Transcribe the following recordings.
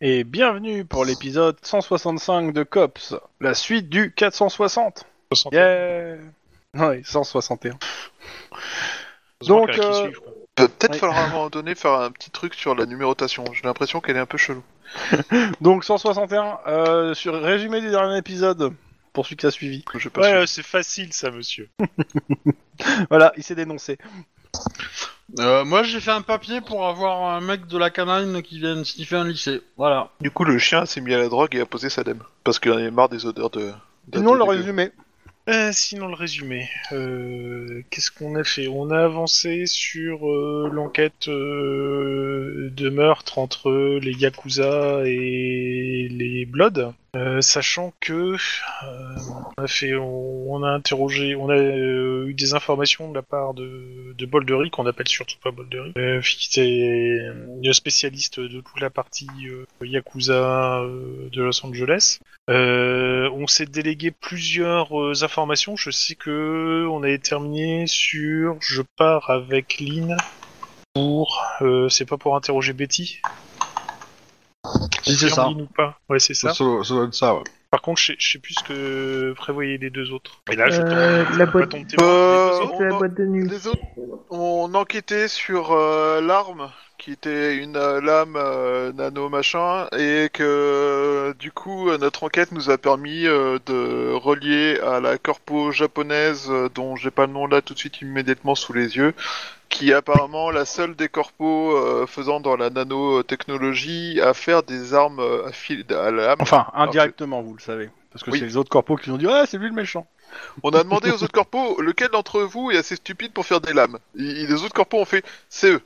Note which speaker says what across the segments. Speaker 1: et bienvenue pour l'épisode 165 de Cops, la suite du 460.
Speaker 2: 60.
Speaker 1: Yeah Ouais, 161.
Speaker 2: Heureusement
Speaker 1: Donc,
Speaker 2: qu'il y en a qui
Speaker 1: euh,
Speaker 2: suivent, quoi.
Speaker 3: Peut- Peut-être
Speaker 1: Ouais.
Speaker 3: falloir à un moment donné faire un petit truc sur la numérotation. J'ai l'impression qu'elle est un peu chelou.
Speaker 1: Donc 161, euh, sur résumé du dernier épisode, pour celui qui a suivi.
Speaker 3: Je passe.
Speaker 2: Ouais, euh, c'est facile ça, monsieur.
Speaker 1: Voilà, il s'est dénoncé.
Speaker 4: Euh, moi, j'ai fait un papier pour avoir un mec de la canine qui vienne sniffer un lycée. Voilà.
Speaker 3: Du coup, le chien s'est mis à la drogue et a posé sa dème. Parce qu'il en avait marre des odeurs de. de-
Speaker 1: Sinon,
Speaker 3: de-
Speaker 1: le
Speaker 3: de-
Speaker 1: résumé.
Speaker 2: Euh, sinon, le résumé. Euh, Qu'est-ce qu'on a fait On a avancé sur euh, l'enquête euh, de meurtre entre les Yakuza et les Bloods, euh, sachant que euh, on, a fait, on, on a interrogé, on a euh, eu des informations de la part de, de Boldery, qu'on appelle surtout pas Boldery, euh, qui était le spécialiste de toute la partie euh, Yakuza euh, de Los Angeles. Euh, on s'est délégué plusieurs euh, informations. Je sais que on avait terminé sur je pars avec Lynn pour euh, c'est pas pour interroger Betty.
Speaker 4: Si, c'est ça.
Speaker 2: Lynn ou pas Ouais, c'est ça.
Speaker 4: doit- doit être ça, ouais.
Speaker 2: Par contre, je sais- je sais plus ce que prévoyaient les deux autres. Et là, je
Speaker 5: Euh,
Speaker 2: tombe-
Speaker 5: la
Speaker 2: je
Speaker 5: boîte-
Speaker 2: tombe témoin.
Speaker 3: Euh,
Speaker 5: C'est la
Speaker 3: on,
Speaker 5: boîte de nuit.
Speaker 3: les autres, on enquêtait sur euh, l'arme qui était une euh, lame euh, nano machin et que du coup euh, notre enquête nous a permis euh, de relier à la corpo japonaise euh, dont j'ai pas le nom là tout de suite immédiatement sous les yeux qui est apparemment la seule des corpos euh, faisant dans la nanotechnologie à faire des armes euh, à fil à lame
Speaker 1: Enfin, indirectement, vous le savez. Parce que
Speaker 3: Oui.
Speaker 1: c'est les autres corpos qui ont dit Ah, c'est lui le méchant.
Speaker 3: On a demandé aux autres corpos lequel d'entre vous est assez stupide pour faire des lames. Et les autres corpos ont fait c'est eux.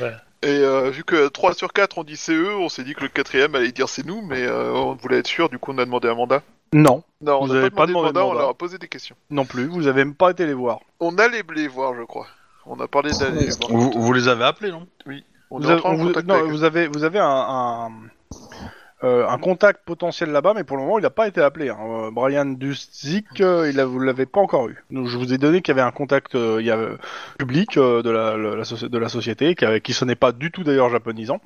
Speaker 2: Ouais.
Speaker 3: Et euh, vu que 3 sur 4 ont dit c'est eux, on s'est dit que le quatrième allait dire c'est nous, mais euh, on voulait être sûr, du coup on a demandé un mandat.
Speaker 1: Non,
Speaker 3: Non, on
Speaker 1: Vous
Speaker 3: n'a
Speaker 1: avez
Speaker 3: pas,
Speaker 1: pas
Speaker 3: demandé
Speaker 1: demandé
Speaker 3: de mandat,
Speaker 1: de
Speaker 3: on
Speaker 1: mandat.
Speaker 3: leur a posé des questions.
Speaker 1: non plus, vous avez même pas été les voir.
Speaker 3: On allait les voir, je crois. On a parlé d'aller les voir.
Speaker 4: Vous, vous les avez appelés, non
Speaker 3: On
Speaker 1: Vous
Speaker 3: est
Speaker 1: avez,
Speaker 3: entré en
Speaker 1: vous-
Speaker 3: contact
Speaker 1: non,
Speaker 3: avec eux.
Speaker 1: vous avez, vous avez un, un, euh, un contact potentiel là-bas, mais pour le moment, il n'a pas été appelé. hein. Euh, Brian Duszik, euh, il a, vous l'avez pas encore eu. Donc, je vous ai donné qu'il y avait un contact euh, il y avait, public euh, de, la, le- la soci- de la société, qui, avait- qui sonnait pas du tout d'ailleurs japonisant.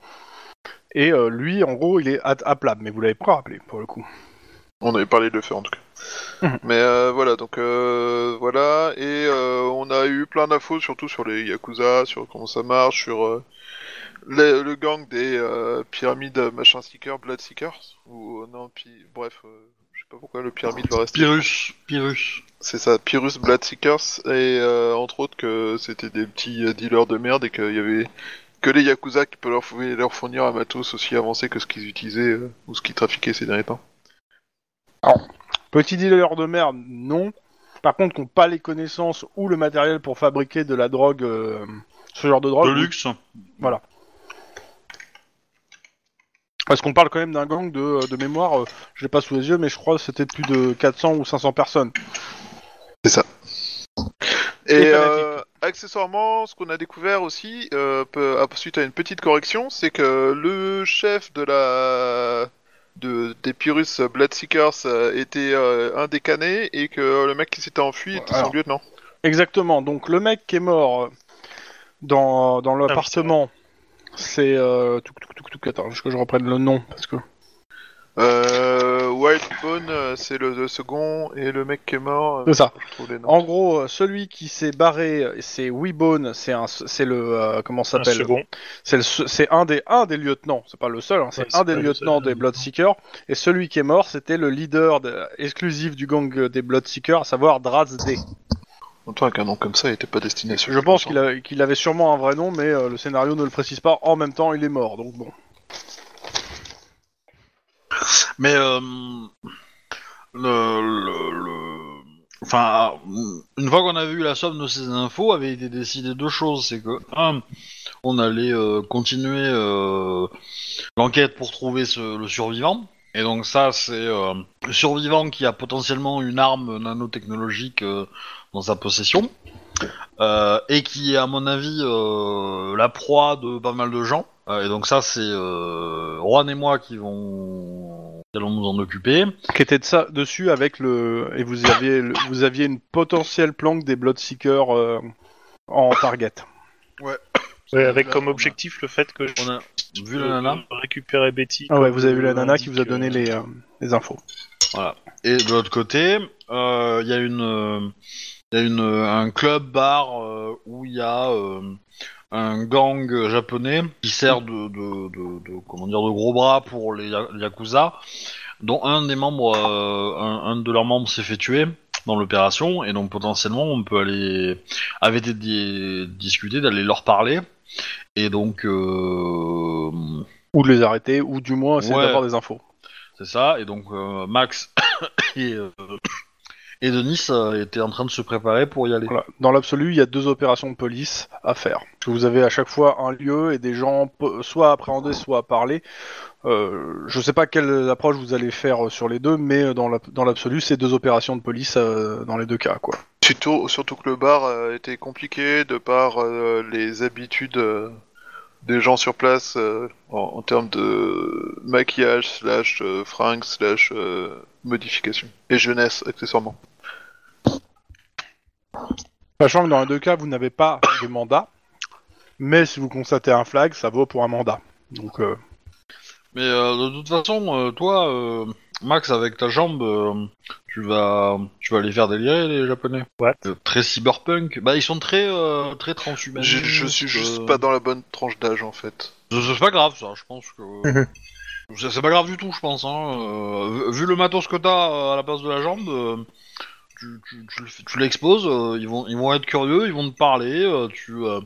Speaker 1: Et euh, lui, en gros, il est at- appelable, mais vous l'avez pas appelé pour le coup.
Speaker 3: On avait parlé de le faire en tout cas.
Speaker 1: Mhm.
Speaker 3: Mais euh, voilà, donc euh, voilà, et euh, on a eu plein d'infos surtout sur les Yakuza, sur comment ça marche, sur euh, le, le gang des euh, pyramides euh, machin seeker, blood seekers, ou euh, non, pi- bref, euh, je sais pas pourquoi le pyramide va rester.
Speaker 4: Pyrrhus. Pyrrhus.
Speaker 3: C'est ça, Pyrrhus Blood Seekers, et euh, entre autres que c'était des petits euh, dealers de merde et qu'il y avait que les Yakuza qui peuvent leur, fou- leur fournir un matos aussi avancé que ce qu'ils utilisaient euh, ou ce qu'ils trafiquaient ces derniers temps.
Speaker 1: Petit dealer de merde, non. Par contre, qu'on pas les connaissances ou le matériel pour fabriquer de la drogue, euh, ce genre de drogue.
Speaker 4: De luxe.
Speaker 1: Parce qu'on parle quand même d'un gang de, de mémoire, euh, je l'ai pas sous les yeux, mais je crois que c'était plus de 400 ou 500 personnes.
Speaker 3: Et
Speaker 1: Et
Speaker 3: euh, accessoirement, ce qu'on a découvert aussi, euh, peu- à- suite à une petite correction, c'est que le chef de la de, des Pyrrhus Bloodseekers euh, était euh, un des canets et que le mec qui s'était enfui était
Speaker 1: Alors.
Speaker 3: son lieutenant.
Speaker 1: Exactement, donc le mec qui est mort euh, dans,
Speaker 2: Ah
Speaker 1: dans l'appartement, c'est... Euh, touc, touc, touc, touc, attends, juste que je reprenne le nom, parce que...
Speaker 3: Euh, Wildbone, euh, c'est le, le second, et le mec qui est mort, euh,
Speaker 1: C'est ça.
Speaker 3: je trouve les noms.
Speaker 1: En gros, euh, celui qui s'est barré, euh, c'est Weebone, c'est un, c'est le, euh, comment ça
Speaker 2: Un
Speaker 1: s'appelle
Speaker 2: second.
Speaker 1: C'est le se- c'est un des, un des lieutenants, c'est pas le seul, hein, c'est
Speaker 2: Ouais,
Speaker 1: un
Speaker 2: c'est
Speaker 1: des
Speaker 2: pas le
Speaker 1: lieutenants
Speaker 2: seul.
Speaker 1: des Bloodseekers, et celui qui est mort, c'était le leader de- exclusif du gang euh, des Bloodseekers, à savoir Draz D.
Speaker 3: En toi, avec un nom comme ça, il était pas destiné à
Speaker 1: Je pense qu'il a- qu'il avait sûrement un vrai nom, mais euh, le scénario ne le précise pas. En même temps, il est mort, donc bon.
Speaker 4: Mais euh, le, le, le- enfin, une fois qu'on avait eu la somme de ces infos, avait été décidé deux choses, c'est que un, on allait euh, continuer euh, l'enquête pour trouver ce- le survivant. Et donc ça, c'est euh, le survivant qui a potentiellement une arme nanotechnologique euh, dans sa possession euh, et qui est à mon avis euh, la proie de pas mal de gens. Euh, et donc ça, c'est euh, Juan et moi qui vont qui allons nous en occuper.
Speaker 1: Qui était de ça dessus avec le et vous aviez le- vous aviez une potentielle planque des Bloodseekers euh, en target.
Speaker 2: Ouais, avec
Speaker 4: Là,
Speaker 2: comme
Speaker 4: on a-
Speaker 2: objectif le fait que je
Speaker 4: On a vu la nana.
Speaker 2: récupérer Betty.
Speaker 1: Ah ouais, vous avez
Speaker 2: comme
Speaker 1: vu la
Speaker 2: le
Speaker 1: nana qui
Speaker 2: indique,
Speaker 1: vous a donné
Speaker 2: euh,
Speaker 1: les, euh, les infos.
Speaker 4: Et de l'autre côté, euh, il y a une, euh, il y a une, euh, un club bar euh, où il y a euh, un gang japonais qui sert de, de, de- de- comment dire de gros bras pour les ya- les yakuza, dont un des membres, euh, un, un de leurs membres s'est fait tuer dans l'opération, et donc potentiellement on peut aller avec des, des- discuter, d'aller leur parler, et donc euh,
Speaker 1: Ou de les arrêter, ou du moins essayer
Speaker 4: Ouais.
Speaker 1: d'avoir des infos.
Speaker 4: c'est ça, et donc euh, Max et, euh, et Denis euh, étaient en train de se préparer pour y aller.
Speaker 1: Voilà. Dans l'absolu, il y a deux opérations de police à faire. Parce que vous avez à chaque fois un lieu et des gens po- soit à appréhender, soit à parler. Euh, je sais pas quelle approche vous allez faire euh, sur les deux, mais euh, dans l'ab- dans l'absolu, c'est deux opérations de police euh, dans les deux cas. quoi.
Speaker 3: Surtout, surtout que le bar euh, était compliqué de par euh, les habitudes euh, des gens sur place euh, en, en termes de maquillage, slash euh, fringues, slash euh, modification. Et jeunesse, accessoirement.
Speaker 1: Sachant que dans les deux cas, vous n'avez pas de mandat, mais si vous constatez un flag, ça vaut pour un mandat. Donc, euh,
Speaker 4: Mais euh, de toute façon, euh, toi, euh, Max, avec ta jambe, euh, tu vas tu vas les faire délirer les Japonais.
Speaker 2: What
Speaker 4: Euh, très cyberpunk. Bah ils sont très euh, très transhumanistes.
Speaker 3: Je, je suis juste
Speaker 4: euh,
Speaker 3: pas dans la bonne tranche d'âge en fait.
Speaker 4: C'est c'est pas grave ça, je pense que. c'est c'est pas grave du tout, je pense. Hein. Euh, vu vu le matos que t'as euh, à la place de la jambe, euh, tu, tu, tu le fais- tu l'exposes, euh, ils, vont, ils vont être curieux, ils vont te parler, euh, tu euh,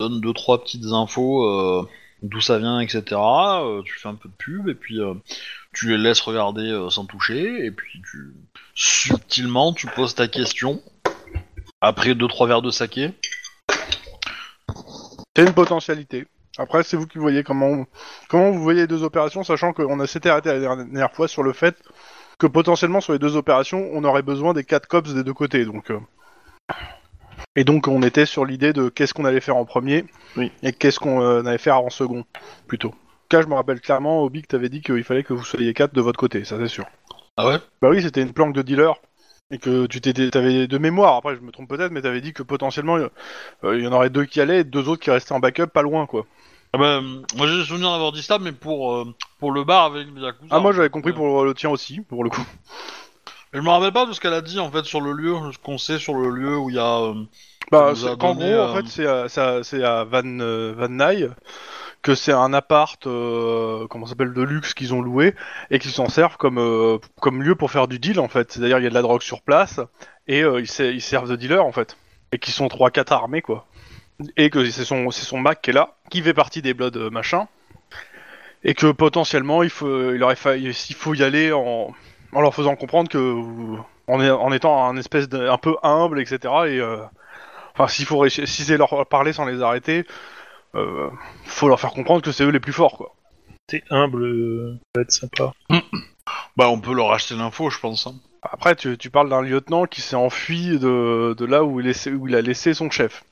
Speaker 4: donnes deux trois petites infos euh, d'où ça vient, etc. euh, tu fais un peu de pub et puis euh, tu les laisses regarder euh, sans toucher et puis tu subtilement tu poses ta question après deux trois verres de saké.
Speaker 1: c'est une potentialité. Après, c'est vous qui voyez comment, comment vous voyez les deux opérations, sachant qu'on a s'était arrêté la dernière fois sur le fait que potentiellement sur les deux opérations, on aurait besoin des quatre cops des deux côtés. Donc, euh. Et donc, on était sur l'idée de qu'est-ce qu'on allait faire en premier et qu'est-ce qu'on euh, allait faire en second, plutôt. En tout cas, je me rappelle clairement, Obi, que t'avais dit qu'il fallait que vous soyez quatre de votre côté, ça c'est sûr.
Speaker 4: Ah ouais
Speaker 1: Bah oui, c'était une planque de dealer. Et que tu t'étais, t'avais de mémoire, après je me trompe peut-être, mais t'avais dit que potentiellement euh, euh, il y en aurait deux qui allaient et deux autres qui restaient en backup pas loin quoi.
Speaker 4: Ah bah, moi j'ai le souvenir d'avoir dit ça, mais pour, euh, pour le bar avec le Yakuza.
Speaker 1: Ah, moi j'avais compris pour le tien aussi, pour le coup.
Speaker 4: Je me rappelle pas de ce qu'elle a dit en fait sur le lieu, ce qu'on sait sur le lieu où il y a. euh,
Speaker 1: Bah,
Speaker 4: nous a
Speaker 1: c'est qu'en gros,
Speaker 4: donné,
Speaker 1: en
Speaker 4: euh,
Speaker 1: fait, c'est à, c'est à- c'est à Van, euh, Van Nuy que c'est un appart, euh, comment ça s'appelle, de luxe qu'ils ont loué et qu'ils s'en servent comme, euh, comme lieu pour faire du deal, en fait. C'est-à-dire, il y a de la drogue sur place et euh, ils, se- ils servent de dealer, en fait. Et qu'ils sont 3-4 armés, quoi. Et que c'est son, c'est son Mac qui est là, qui fait partie des Bloods euh, machin. Et que potentiellement, il faut, il aurait failli, s'il faut y aller en, en leur faisant comprendre que. vous- En, est- en étant un espèce de, un peu humble, etc. Et. euh, Enfin, s'il faut, réussir- si c'est leur parler sans les arrêter, euh, faut leur faire comprendre que c'est eux les plus forts, quoi.
Speaker 2: T'es humble, euh, ça va être sympa.
Speaker 4: Bah, on peut leur acheter l'info, je pense. hein.
Speaker 1: Après, tu, tu parles d'un lieutenant qui s'est enfui de, de là où il, laissait- où il a laissé son chef.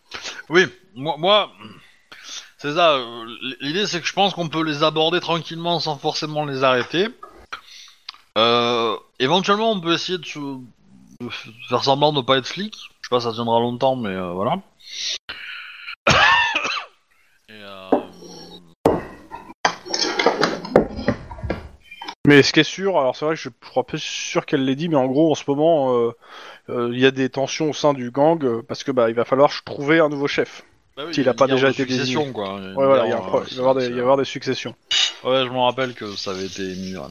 Speaker 4: Oui, moi, moi c'est ça. euh, L'idée, c'est que je pense qu'on peut les aborder tranquillement sans forcément les arrêter. Euh, éventuellement, on peut essayer de, se... de f- faire semblant de ne pas être flic. Je sais pas, ça tiendra longtemps, mais euh, voilà. Et, euh,
Speaker 1: Mais ce qui est sûr, alors c'est vrai que je, je crois pas sûr qu'elle l'ait dit, mais en gros, en ce moment, euh, euh, il y a des tensions au sein du gang euh, parce que bah, il va falloir trouver un nouveau chef.
Speaker 4: bah oui,
Speaker 1: S'il
Speaker 4: il y
Speaker 1: a pas
Speaker 4: une guerre
Speaker 1: déjà
Speaker 4: de
Speaker 1: été
Speaker 4: succession, quoi. Il y a une
Speaker 1: Ouais, voilà, il, y a
Speaker 4: guerre,
Speaker 1: un pro-
Speaker 4: euh,
Speaker 1: il va y avoir des-
Speaker 4: c'est-
Speaker 1: il va y avoir des successions.
Speaker 4: Ouais, je me rappelle que ça avait été Milan.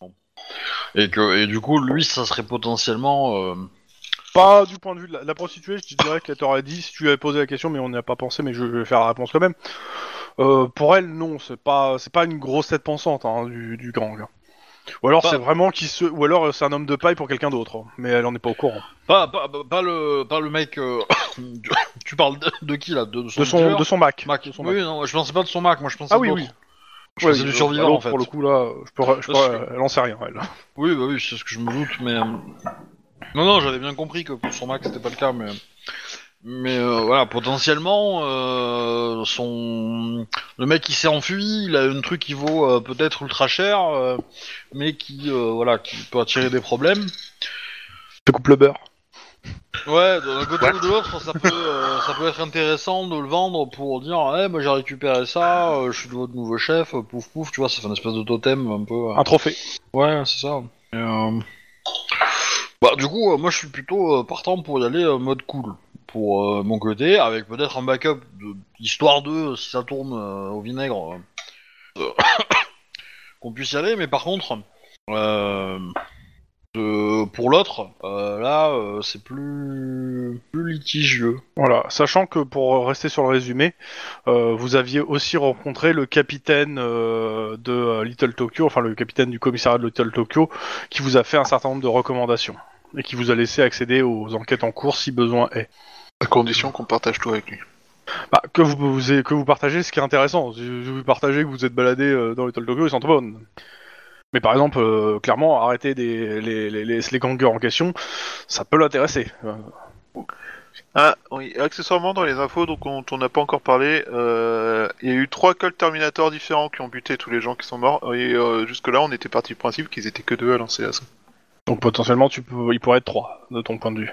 Speaker 4: Bon. Et que et du coup, lui, ça serait potentiellement. euh,
Speaker 1: Pas du point de vue de la, la prostituée, je te dirais qu'elle t'aurait dit si tu lui avais posé la question, mais on n'y a pas pensé, mais je, je vais faire la réponse quand même. Euh, pour elle, non, c'est pas c'est pas une grosse tête pensante hein, du, du gang. Ou alors
Speaker 4: Pas-
Speaker 1: c'est vraiment qui se, ou alors euh, c'est un homme de paille pour quelqu'un d'autre, hein, mais elle en est pas au courant.
Speaker 4: pas, pas, pas- pas le pas le mec. euh, tu parles de, de qui là De, son.
Speaker 1: De son
Speaker 4: dealer
Speaker 1: de son Mac.
Speaker 4: Mac.
Speaker 1: de son
Speaker 4: oui, non, je pensais pas de son Mac. Moi, je pensais.
Speaker 1: Ah oui,
Speaker 4: d'autres.
Speaker 1: oui.
Speaker 4: Je
Speaker 1: Ouais,
Speaker 4: pensais du
Speaker 1: euh,
Speaker 4: survivant
Speaker 1: alors,
Speaker 4: en fait.
Speaker 1: Pour le coup là, je pourrais, je
Speaker 4: Parce
Speaker 1: pourrais- elle en sait rien elle.
Speaker 4: Oui, bah oui, c'est ce que je me doute, mais. euh, Non, non, j'avais bien compris que pour son Mac, c'était pas le cas, mais. Mais euh, voilà, potentiellement, euh, son le mec qui s'est enfui, il a un truc qui vaut euh, peut-être ultra cher, euh, mais qui euh, voilà, qui peut attirer des problèmes.
Speaker 1: Je te coupe le beurre.
Speaker 4: Ouais, d'un côté
Speaker 1: What
Speaker 4: ou de l'autre, ça peut, euh, ça peut être intéressant de le vendre pour dire, eh, moi j'ai récupéré ça, euh, je suis de votre nouveau chef, euh, pouf pouf, tu vois, ça fait une espèce de totem un peu. euh.
Speaker 1: Un trophée.
Speaker 4: Ouais, c'est ça. Et, euh, Bah, du coup, euh, moi je suis plutôt euh, partant pour y aller euh, mode cool, pour euh, mon côté, avec peut-être un backup, de... histoire de, euh, si ça tourne euh, au vinaigre, euh, euh, qu'on puisse y aller, mais par contre, euh, de- pour l'autre, euh, là, euh, c'est plus... plus litigieux.
Speaker 1: Voilà, sachant que pour rester sur le résumé, euh, vous aviez aussi rencontré le capitaine euh, de euh, Little Tokyo, enfin le capitaine du commissariat de Little Tokyo, qui vous a fait un certain nombre de recommandations et qui vous a laissé accéder aux enquêtes en cours si besoin est.
Speaker 3: À condition qu'on partage tout avec lui.
Speaker 1: Bah, que vous, vous ayez- que vous partagez ce qui est intéressant. Si vous partagez que vous êtes baladé euh, dans Little Tokyo, ils sont bonnes. Mais par exemple, euh, clairement, arrêter des, les, les, les, les gangers en question, ça peut l'intéresser. Euh,
Speaker 3: Ah, oui, accessoirement dans les infos donc, dont on n'a pas encore parlé, euh, il y a eu trois cols Terminator différents qui ont buté tous les gens qui sont morts, et euh, jusque-là on était parti du principe qu'ils étaient que deux à lancer l'assaut.
Speaker 1: Donc potentiellement, tu peux, il pourrait être trois, de ton point de vue.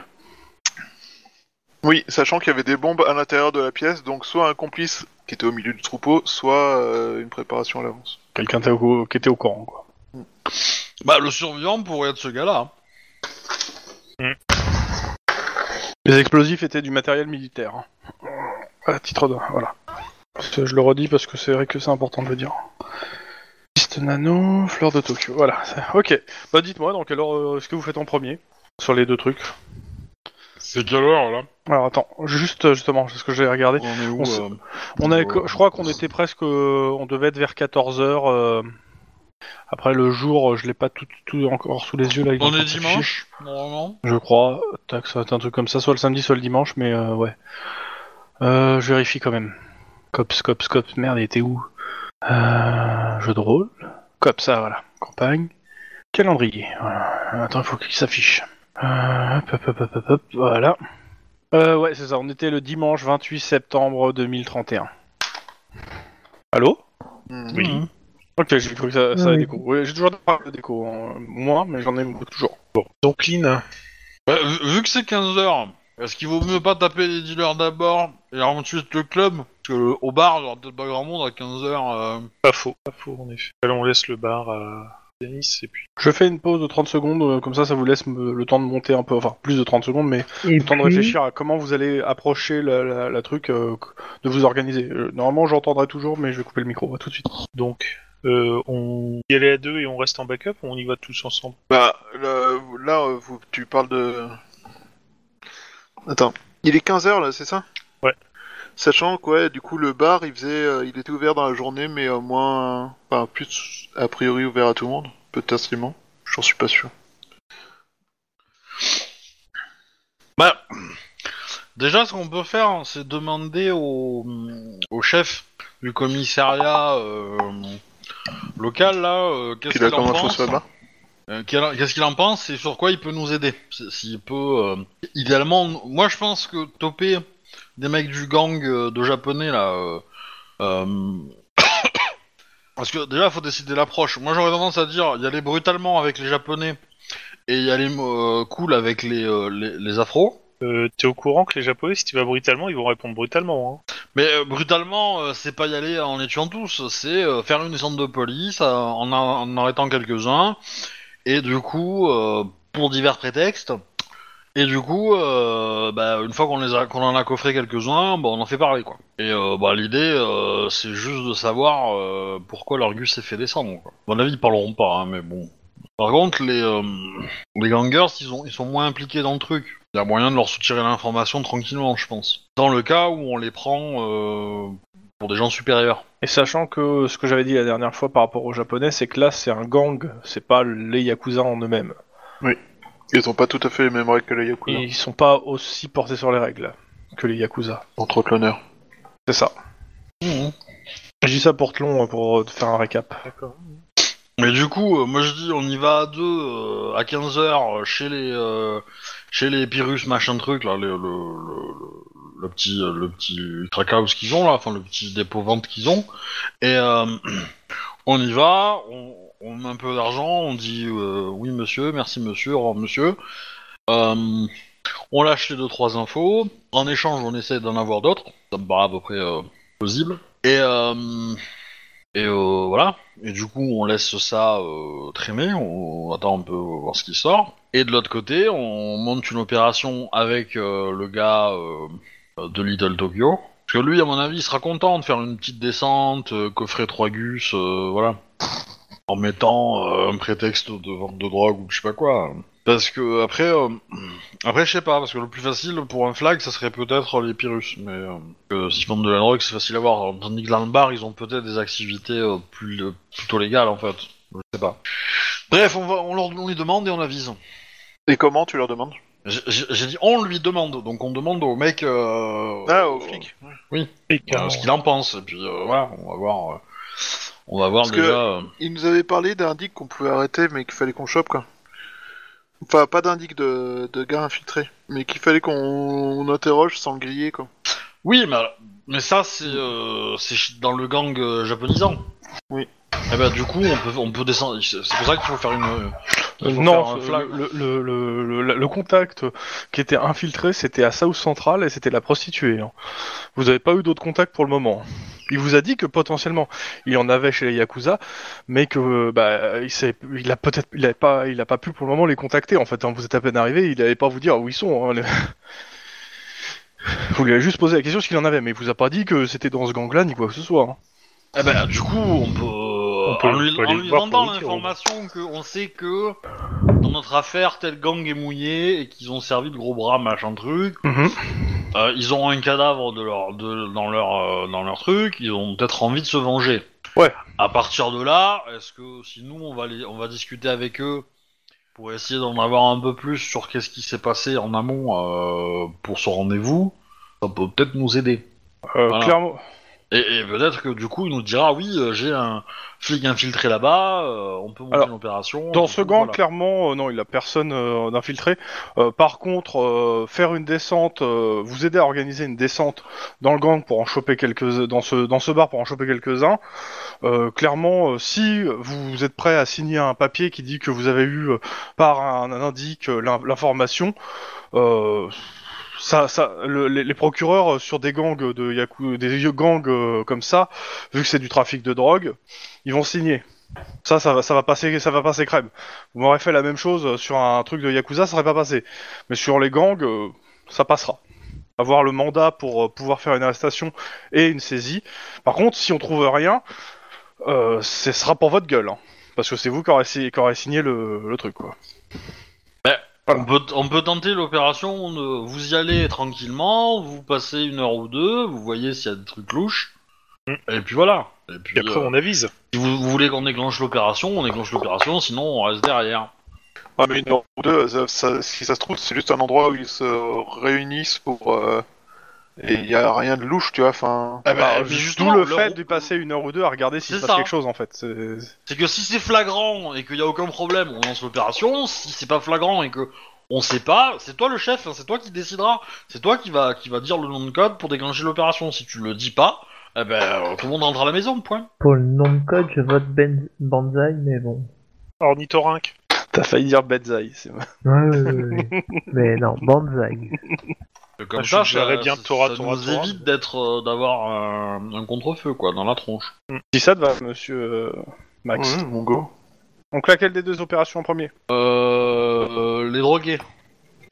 Speaker 3: Oui, sachant qu'il y avait des bombes à l'intérieur de la pièce, donc soit un complice qui était au milieu du troupeau, soit euh, une préparation à l'avance.
Speaker 1: Quelqu'un t'est au cou- qui était au courant, quoi.
Speaker 4: Bah, le survivant pourrait être ce gars-là. hein.
Speaker 1: Les explosifs étaient du matériel militaire. hein. À titre de... Voilà. Je le redis parce que c'est vrai que c'est important de le dire. Piste nano, fleur de Tokyo. Voilà. c'est- Ok. Bah dites-moi, donc alors, euh, est-ce que vous faites en premier Sur les deux trucs.
Speaker 2: C'est quelle heure là
Speaker 1: Alors attends, juste justement, c'est ce que j'ai regardé.
Speaker 4: On est où
Speaker 1: On se-
Speaker 4: euh,
Speaker 1: On avait,
Speaker 4: euh,
Speaker 1: je crois qu'on était presque, euh, on devait être vers 14 h Après le jour, euh, je l'ai pas tout, tout encore sous les yeux là.
Speaker 4: On
Speaker 1: avec
Speaker 4: est
Speaker 1: un petit fichier.
Speaker 4: dimanche, normalement
Speaker 1: Je crois. Tac, ça va être un truc comme ça, soit le samedi, soit le dimanche, mais euh, ouais. Euh, je vérifie quand même. Cops, cops, cops. Merde, il était où euh, Jeu de rôle. Cops, ça, voilà. Campagne. Calendrier. Voilà. Attends, il faut qu'il s'affiche. Euh, hop, hop, hop, hop, hop, hop, voilà. Euh, ouais, c'est ça. On était le dimanche 28 septembre 2031. Allô
Speaker 3: Hmm.
Speaker 1: Oui. Ok, j'ai cru que ça, ça
Speaker 5: Oui.
Speaker 1: déco. Oui, j'ai toujours des problèmes de déco, hein. moi, mais j'en ai toujours.
Speaker 2: Donc Lynn,
Speaker 4: Bah, vu- vu que c'est 15 heures, est-ce qu'il vaut mieux pas taper les dealers d'abord et ensuite le club Parce que le- au bar, il y aura peut-être pas grand monde à 15 heures. euh.
Speaker 2: pas faux. Pas faux en effet. Alors on laisse le bar à Denis et puis.
Speaker 1: Je fais une pause de 30 secondes, euh, comme ça, ça vous laisse me- le temps de monter un peu, enfin plus de 30 secondes, mais
Speaker 5: Et
Speaker 1: le temps de
Speaker 5: puis,
Speaker 1: réfléchir à comment vous allez approcher la, la- la truc, euh, de vous organiser. Euh, normalement, j'entendrai toujours, mais je vais couper le micro, à tout de suite.
Speaker 2: Donc euh, on y allait à deux et on reste en backup ou on y va tous ensemble
Speaker 3: Bah là, là, euh, vous, tu parles de... Attends, il est 15h là, c'est ça
Speaker 2: Ouais.
Speaker 3: Sachant que ouais, du coup le bar il faisait, euh, il était ouvert dans la journée mais euh, moins, enfin plus a priori ouvert à tout le monde, potentiellement, j'en suis pas sûr.
Speaker 4: Bah, déjà, ce qu'on peut faire, hein, c'est demander au, au chef du commissariat euh, local, là, euh, qu'est-ce
Speaker 3: Puis là
Speaker 4: qu'il en
Speaker 3: comment je
Speaker 4: pense
Speaker 3: reçois le bar
Speaker 4: Euh, quel- Qu'est-ce qu'il en pense et sur quoi il peut nous aider S- S'il peut. euh, Idéalement, moi je pense que toper des mecs du gang euh, de japonais là. euh, euh, Parce que déjà, faut décider l'approche. Moi j'aurais tendance à dire y aller brutalement avec les japonais et y aller euh, cool avec les, euh, les, les afros.
Speaker 2: euh, T'es au courant que les Japonais, si tu vas brutalement, ils vont répondre brutalement. Hein.
Speaker 4: Mais euh, brutalement, euh, c'est pas y aller en les tuant tous, c'est euh, faire une descente de police euh, en, en arrêtant quelques-uns, et du coup, euh, pour divers prétextes, et du coup, euh, bah, une fois qu'on les a, qu'on en a coffré quelques-uns, bah, on en fait parler quoi. Et euh, bah, l'idée, euh, c'est juste de savoir euh, pourquoi leur gus s'est fait descendre. Quoi. À mon avis, ils parleront pas, hein, mais bon. Par contre, les, euh, les gangers, ils, ont, ils sont moins impliqués dans le truc. Il y a moyen de leur soutirer l'information tranquillement, je pense. Dans le cas où on les prend euh, pour des gens supérieurs.
Speaker 1: Et sachant que ce que j'avais dit la dernière fois par rapport aux japonais, c'est que là, c'est un gang, c'est pas les yakuza en eux-mêmes.
Speaker 3: Ils ont pas tout à fait les mêmes règles que les Yakuza,
Speaker 1: Ils sont pas aussi portés sur les règles que les yakuza.
Speaker 3: entre autres l'honneur.
Speaker 1: C'est ça. Je dis ça pour te long, hein, pour euh, te faire un récap.
Speaker 2: D'accord.
Speaker 4: Mais du coup, euh, moi je dis, on y va à deux, euh, à 15h, chez les euh, chez les Pyrrhus, machin truc, là, le, le, le, le- le petit euh, le petit ultra house qu'ils ont, là, enfin le petit dépôt vente qu'ils ont. Et euh, on y va, on, on met un peu d'argent, on dit euh, oui monsieur, merci monsieur, au revoir monsieur. Euh, On lâche les deux trois infos. En échange, on essaie d'en avoir d'autres. Ça me paraît à peu près euh, plausible. Et euh, et euh, voilà. Et du coup, on laisse ça euh, traîner. On, on attend un peu voir ce qui sort. Et de l'autre côté, on monte une opération avec euh, le gars euh, de Little Tokyo. Parce que lui, à mon avis, il sera content de faire une petite descente, euh, coffrer trois gus, euh, voilà. En mettant euh, un prétexte de vente de drogue ou je sais pas quoi. Parce que après, euh, après je sais pas, parce que le plus facile pour un flag, ça serait peut-être les Pyrrhus. Mais euh, que s'ils vendent de la drogue, c'est facile à voir. Tandis que dans le bar, ils ont peut-être des activités euh, plus, euh, plutôt légales en fait. Je sais pas. Bref, on, va, on, leur, on lui demande et on avise.
Speaker 3: Et comment tu leur demandes
Speaker 4: J'ai- J'ai j'ai dit on lui demande, donc on demande au mec. euh,
Speaker 3: Ah, aux flics.
Speaker 2: Et
Speaker 4: euh, ce qu'il en pense. Et puis euh, voilà, on va voir. euh, on va voir
Speaker 3: Parce que-
Speaker 4: déjà. euh,
Speaker 3: Il nous avait parlé d'un dick qu'on pouvait arrêter, mais qu'il fallait qu'on chope, quoi. Enfin, pas d'un dick de, de gars infiltré, mais qu'il fallait qu'on on interroge sans le griller, quoi.
Speaker 4: Oui, mais, mais ça, c'est euh, c'est ch- dans le gang euh, japonisant.
Speaker 3: Oui.
Speaker 4: Eh ben, du coup, on peut, on peut descendre. C'est pour ça qu'il faut faire une. euh, il faut faire
Speaker 1: non,
Speaker 4: un
Speaker 1: ce-
Speaker 4: flag.
Speaker 1: le, le, le, le- le contact qui était infiltré, c'était à South Central et c'était la prostituée. hein. Vous n'avez pas eu d'autres contacts pour le moment. Il vous a dit que potentiellement il en avait chez les Yakuza, mais que euh, bah, il, s'est- il a peut-être il a pas il a pas pu pour le moment les contacter en fait. hein. Vous êtes à peine arrivé, il n'allait pas vous dire où ils sont. hein, les- Vous lui avez juste posé la question ce qu'il en avait, mais il vous a pas dit que c'était dans ce gang-là ni quoi que ce soit. hein.
Speaker 4: Eh ben, du coup, on peut. euh,
Speaker 2: On peut-
Speaker 4: en lui,
Speaker 2: on peut aller
Speaker 4: en
Speaker 2: le
Speaker 4: lui
Speaker 2: voir
Speaker 4: vendant
Speaker 2: pour le dire,
Speaker 4: l'information qu'on sait que dans notre affaire, tel gang est mouillé et qu'ils ont servi de gros bras, machin truc.
Speaker 1: hein.
Speaker 4: Euh, ils auront un cadavre de leur, de, dans, leur, euh, dans leur truc, ils ont peut-être envie de se venger.
Speaker 1: Ouais.
Speaker 4: À partir de là, est-ce que si nous on va, les, on va discuter avec eux pour essayer d'en avoir un peu plus sur qu'est-ce qui s'est passé en amont euh, pour ce rendez-vous, ça peut peut-être nous aider.
Speaker 1: Euh,
Speaker 4: Voilà.
Speaker 1: Clairement,
Speaker 4: Et, et peut-être que du coup il nous dira oui, euh, j'ai un flic infiltré là-bas, euh, on peut monter
Speaker 1: Alors,
Speaker 4: une opération.
Speaker 1: Dans ce gang,
Speaker 4: voilà.
Speaker 1: clairement, euh, non, il a personne euh, d'infiltré. Euh, par contre, euh, faire une descente, euh, vous aider à organiser une descente dans le gang pour en choper quelques, dans ce dans ce bar pour en choper quelques-uns. euh, clairement, euh, si vous êtes prêt à signer un papier qui dit que vous avez eu euh, par un, un indique euh, l'in- l'information, euh, ça, ça, le- les, les procureurs euh, sur des gangs de yaku, des vieux gangs euh, comme ça, vu que c'est du trafic de drogue, ils vont signer. Ça, ça va, ça va passer, ça va passer crème. Vous m'aurez fait la même chose euh, sur un truc de Yakuza, ça serait pas passé. Mais sur les gangs, euh, ça passera. Avoir le mandat pour euh, pouvoir faire une arrestation et une saisie. Par contre, si on trouve rien, euh, ce sera pour votre gueule. hein. Parce que c'est vous qui aurez, si- qui aurez signé le, le truc, quoi.
Speaker 4: On peut, on peut tenter l'opération de vous y allez tranquillement, vous passez une heure ou deux, vous voyez s'il y a des trucs louches,
Speaker 2: Mm.
Speaker 4: et puis voilà. Et puis,
Speaker 2: Et après,
Speaker 4: euh,
Speaker 2: on avise.
Speaker 4: si vous, vous voulez qu'on déclenche l'opération, on déclenche l'opération, sinon on reste derrière.
Speaker 3: Ah, mais une heure ou deux, ça- ça- si ça se trouve, c'est juste un endroit où ils se réunissent pour. euh, Et il y a rien de louche, tu vois, enfin.
Speaker 4: Ah bah,
Speaker 1: Bah,
Speaker 4: mais
Speaker 1: D'où
Speaker 4: justement,
Speaker 1: le
Speaker 4: le
Speaker 1: fait
Speaker 4: rou-
Speaker 1: de passer une heure ou deux à regarder s'il
Speaker 4: C'est
Speaker 1: se
Speaker 4: ça.
Speaker 1: passe quelque chose, en fait. C'est-
Speaker 4: C'est que si c'est flagrant et qu'il n'y a aucun problème, on lance l'opération. Si c'est pas flagrant et que on sait pas, c'est toi le chef, hein, c'est toi qui décidera, c'est toi qui va, qui va dire le nom de code pour déclencher l'opération. Si tu le dis pas, eh ben, euh, tout le monde rentre à la maison, point.
Speaker 5: Pour le nom de code, je vote ben... Banzai, mais bon.
Speaker 2: Ornithorynque.
Speaker 1: T'as failli dire Bedzai.
Speaker 5: Ouais, ouais, ouais, ouais. mais non, Banzai.
Speaker 4: Comme
Speaker 2: Ah, je
Speaker 4: ça,
Speaker 2: dirais
Speaker 4: ça-
Speaker 2: bien
Speaker 4: ça-
Speaker 2: Torah,
Speaker 4: ça
Speaker 2: Torah,
Speaker 4: nous
Speaker 2: Torah,
Speaker 4: évite d'être, euh, d'avoir un, un contre-feu quoi, dans la tronche.
Speaker 1: Si ça te va, monsieur euh, Max.
Speaker 3: Ouais, mon go.
Speaker 1: On claque laquelle des deux opérations en premier
Speaker 4: Euh, euh, les drogués,